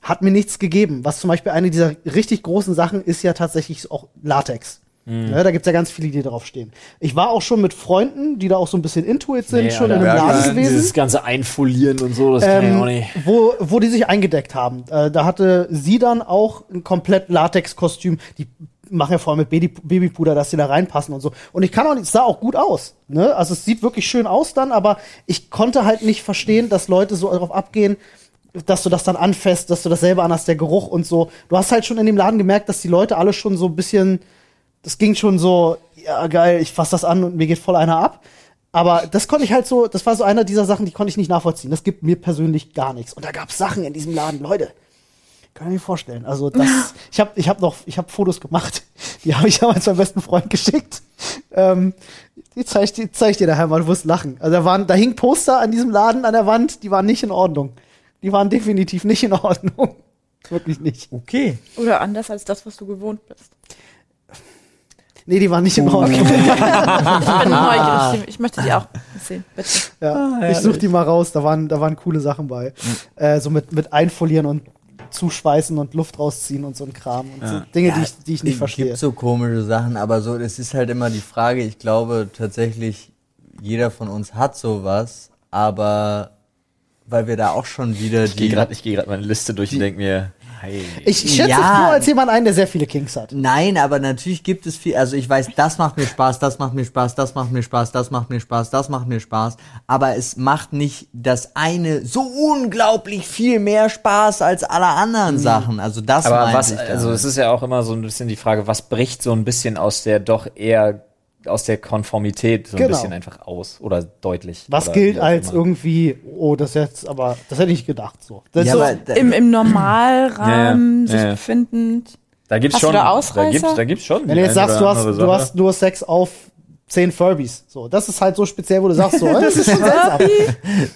Speaker 3: hat mir nichts gegeben. Was zum Beispiel eine dieser richtig großen Sachen ist ja tatsächlich auch Latex.
Speaker 1: Mhm.
Speaker 3: Ja, da gibt's ja ganz viele, die drauf stehen. Ich war auch schon mit Freunden, die da auch so ein bisschen intuit sind,
Speaker 1: Nee,
Speaker 3: schon in
Speaker 1: Alter,
Speaker 3: einem
Speaker 2: ja,
Speaker 3: Laden
Speaker 2: klar.
Speaker 3: gewesen
Speaker 1: Dieses ganze Einfolieren und so, das kann ich auch
Speaker 3: ähm,
Speaker 1: nicht.
Speaker 3: wo, wo die sich eingedeckt haben. Äh, da hatte sie dann auch ein komplett Latex-Kostüm. Die machen ja vor allem mit Baby Babypuder, dass sie da reinpassen und so. Und ich kann auch nicht, es sah auch gut aus. Ne? Also es sieht wirklich schön aus dann, aber ich konnte halt nicht verstehen, dass Leute so darauf abgehen, dass du das dann anfasst, dass du das selber anhast, der Geruch und so. Du hast halt schon in dem Laden gemerkt, dass die Leute alle schon so ein bisschen, das ging schon so, ja geil, ich fass das an und mir geht voll einer ab. Aber das konnte ich halt so, das war so einer dieser Sachen, die konnte ich nicht nachvollziehen. Das gibt mir persönlich gar nichts. Und da gab es Sachen in diesem Laden, Leute. Kann ich mir vorstellen. Also das, ich habe ich hab noch, ich habe Fotos gemacht. Die habe ich damals meinem besten Freund geschickt. Ähm, die zeige ich, die zeig ich dir daheim mal, du wirst lachen. Also da waren, da hing Poster an diesem Laden an der Wand, die waren nicht in Ordnung. Die waren definitiv nicht in Ordnung. Wirklich nicht.
Speaker 2: okay.
Speaker 4: Oder anders als das, was du gewohnt bist.
Speaker 3: Nee, die waren nicht in Ordnung.
Speaker 4: Ich bin neugierig. Ich möchte die auch sehen. Bitte.
Speaker 3: Ja, ich suche die mal raus. Da waren, da waren coole Sachen bei. Äh, so mit, mit Einfolieren und Zuschweißen und Luft rausziehen und so ein Kram. Und so Dinge, die, ich, die ich nicht
Speaker 2: es
Speaker 3: verstehe.
Speaker 2: gibt äh, so komische Sachen, aber so, das ist halt immer die Frage. Ich glaube tatsächlich, jeder von uns hat sowas, aber weil wir da auch schon wieder
Speaker 1: Ich gehe
Speaker 2: die.
Speaker 1: gerade geh grad meine Liste durch und denke mir, hey.
Speaker 3: Ich schätze
Speaker 2: Ja.
Speaker 3: es nur als jemand ein, der sehr viele Kings hat.
Speaker 2: Nein, aber natürlich gibt es viel. Also ich weiß, das macht mir Spaß, das macht mir Spaß, das macht mir Spaß, das macht mir Spaß, das macht mir Spaß. Aber es macht nicht das eine so unglaublich viel mehr Spaß als alle
Speaker 3: Mhm.
Speaker 2: anderen Sachen. Also das
Speaker 1: aber
Speaker 2: meinte
Speaker 1: was,
Speaker 2: ich
Speaker 1: also
Speaker 3: halt.
Speaker 2: damit.
Speaker 1: es ist ja auch immer so ein bisschen die Frage, was bricht so ein bisschen aus der doch eher aus der Konformität so ein
Speaker 3: Genau.
Speaker 1: bisschen einfach aus oder deutlich.
Speaker 3: Was
Speaker 1: oder
Speaker 3: gilt
Speaker 1: wie auch
Speaker 3: als
Speaker 1: immer.
Speaker 3: irgendwie, oh, das jetzt, aber das hätte ich gedacht so. Das
Speaker 2: Ja,
Speaker 3: ist so
Speaker 2: aber da-
Speaker 4: Im, im Normalrahmen
Speaker 1: Ja, ja,
Speaker 4: sich
Speaker 1: ja.
Speaker 4: befindend.
Speaker 1: Da gibt's
Speaker 4: Hast du
Speaker 1: schon
Speaker 4: da
Speaker 1: da gibt's,
Speaker 4: Ausreißer?
Speaker 1: da gibt's schon.
Speaker 3: wenn du jetzt sagst, du hast, du hast nur Sex auf zehn Furbies. So, das ist halt so speziell, wo du sagst, so, das ist schon seltsam.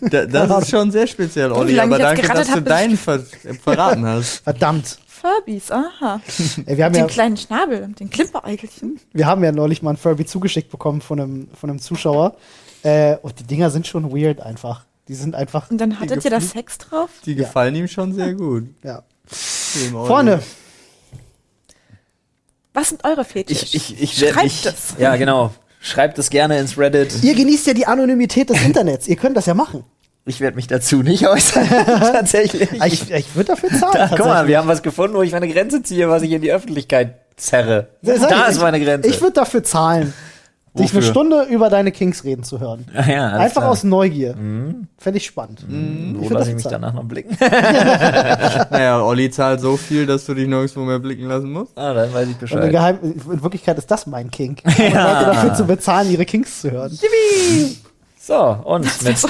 Speaker 2: Da, das ist schon sehr speziell, Olli,
Speaker 4: lange
Speaker 2: aber
Speaker 4: ich jetzt
Speaker 2: danke,
Speaker 4: gerattet
Speaker 2: dass du
Speaker 4: hab, bis-
Speaker 2: deinen ver verraten hast.
Speaker 3: Verdammt.
Speaker 4: Furbies, aha.
Speaker 3: Ey, wir, haben
Speaker 4: Mit dem
Speaker 3: ja,
Speaker 4: kleinen Schnabel und den Klimpereigelchen.
Speaker 3: wir haben ja neulich mal einen Furby zugeschickt bekommen von einem, von einem Zuschauer. Äh, und die Dinger sind schon weird einfach. Die sind einfach,
Speaker 4: Und dann hattet ihr da Sex drauf?
Speaker 2: Die
Speaker 3: Ja.
Speaker 2: gefallen ihm schon sehr gut.
Speaker 3: ja.
Speaker 2: Dem Olli.
Speaker 3: Freunde,
Speaker 4: Was sind eure Fetisch?
Speaker 1: Ich, ich, ich,
Speaker 4: Schreibt
Speaker 1: ich,
Speaker 4: es.
Speaker 1: Ja, genau. Schreibt es gerne ins Reddit.
Speaker 3: ihr genießt ja die Anonymität des Internets. Ihr könnt das ja machen.
Speaker 1: Ich werde mich dazu nicht äußern. Tatsächlich.
Speaker 3: Ich, ich würde dafür zahlen.
Speaker 1: da, guck mal,
Speaker 3: tatsächlich.
Speaker 1: wir haben was gefunden, wo ich meine Grenze ziehe, was ich in die Öffentlichkeit zerre.
Speaker 3: Das sag
Speaker 1: da
Speaker 3: ich,
Speaker 1: ist meine Grenze.
Speaker 3: Ich würde dafür zahlen, dich eine
Speaker 1: Wofür?
Speaker 3: Stunde über deine Kings reden zu hören.
Speaker 1: Ah ja, alles
Speaker 3: Einfach
Speaker 1: klar. Mhm.
Speaker 3: aus Neugier. Fände ich spannend.
Speaker 1: Wo
Speaker 3: ich würd
Speaker 1: lasse ich
Speaker 3: dafür
Speaker 1: mich
Speaker 3: zahlen.
Speaker 1: danach noch blicken?
Speaker 2: Naja, Olli zahlt so viel, dass du dich nirgendwo mehr blicken lassen musst.
Speaker 1: ah, dann weiß ich
Speaker 3: Und in,
Speaker 1: Bescheid.
Speaker 3: Geheim in Wirklichkeit ist das mein Kink. Um Leute dafür zu bezahlen, ihre Kings zu hören.
Speaker 1: So, und mit, mit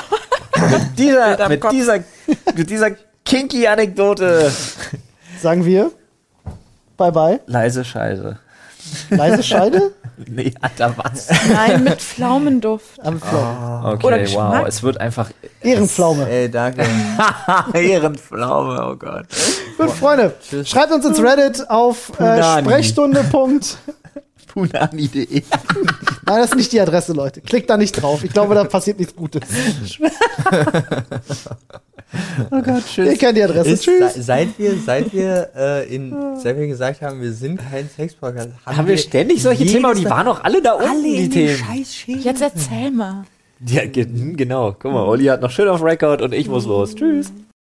Speaker 4: Bild
Speaker 1: dieser,
Speaker 4: am
Speaker 1: mit
Speaker 4: Kopf.
Speaker 1: dieser, mit dieser kinky Anekdote.
Speaker 3: Sagen wir, bye bye,
Speaker 1: Leise Scheiße.
Speaker 3: leise Scheide
Speaker 1: Nee, Alter, was?
Speaker 4: Nein, mit Pflaumenduft.
Speaker 3: am
Speaker 1: Ah.
Speaker 3: Pflaumen.
Speaker 1: Okay,
Speaker 4: Oder
Speaker 1: wow,
Speaker 4: Geschmack.
Speaker 1: es wird einfach
Speaker 3: Ehrenpflaume.
Speaker 2: Ey, danke.
Speaker 1: Ehrenpflaume, oh Gott.
Speaker 3: Gut, Freunde,
Speaker 2: Tschüss.
Speaker 3: schreibt uns ins Reddit auf äh,
Speaker 1: Punani.
Speaker 3: Sprechstunde. Punkt.
Speaker 1: Punani.de.
Speaker 3: Nein, das ist nicht die Adresse, Leute. Klickt da nicht drauf. Ich glaube, da passiert nichts Gutes.
Speaker 1: Oh Gott,
Speaker 3: Ihr
Speaker 1: tschüss.
Speaker 3: kennt die Adresse.
Speaker 2: Ist,
Speaker 3: Also Tschüss.
Speaker 2: se- seit wir, seit wir, äh, in, seit wir gesagt haben, wir sind kein Sexpodcast,
Speaker 1: Haben wir ständig solche Themen, aber die waren doch alle da unten,
Speaker 2: alle
Speaker 1: die
Speaker 2: in den
Speaker 1: Themen.
Speaker 2: Scheiß Schäden.
Speaker 4: Jetzt erzähl mal.
Speaker 1: Ja, ge- genau. Guck mal, Olli hat noch schön auf Record und ich muss los. Tschüss.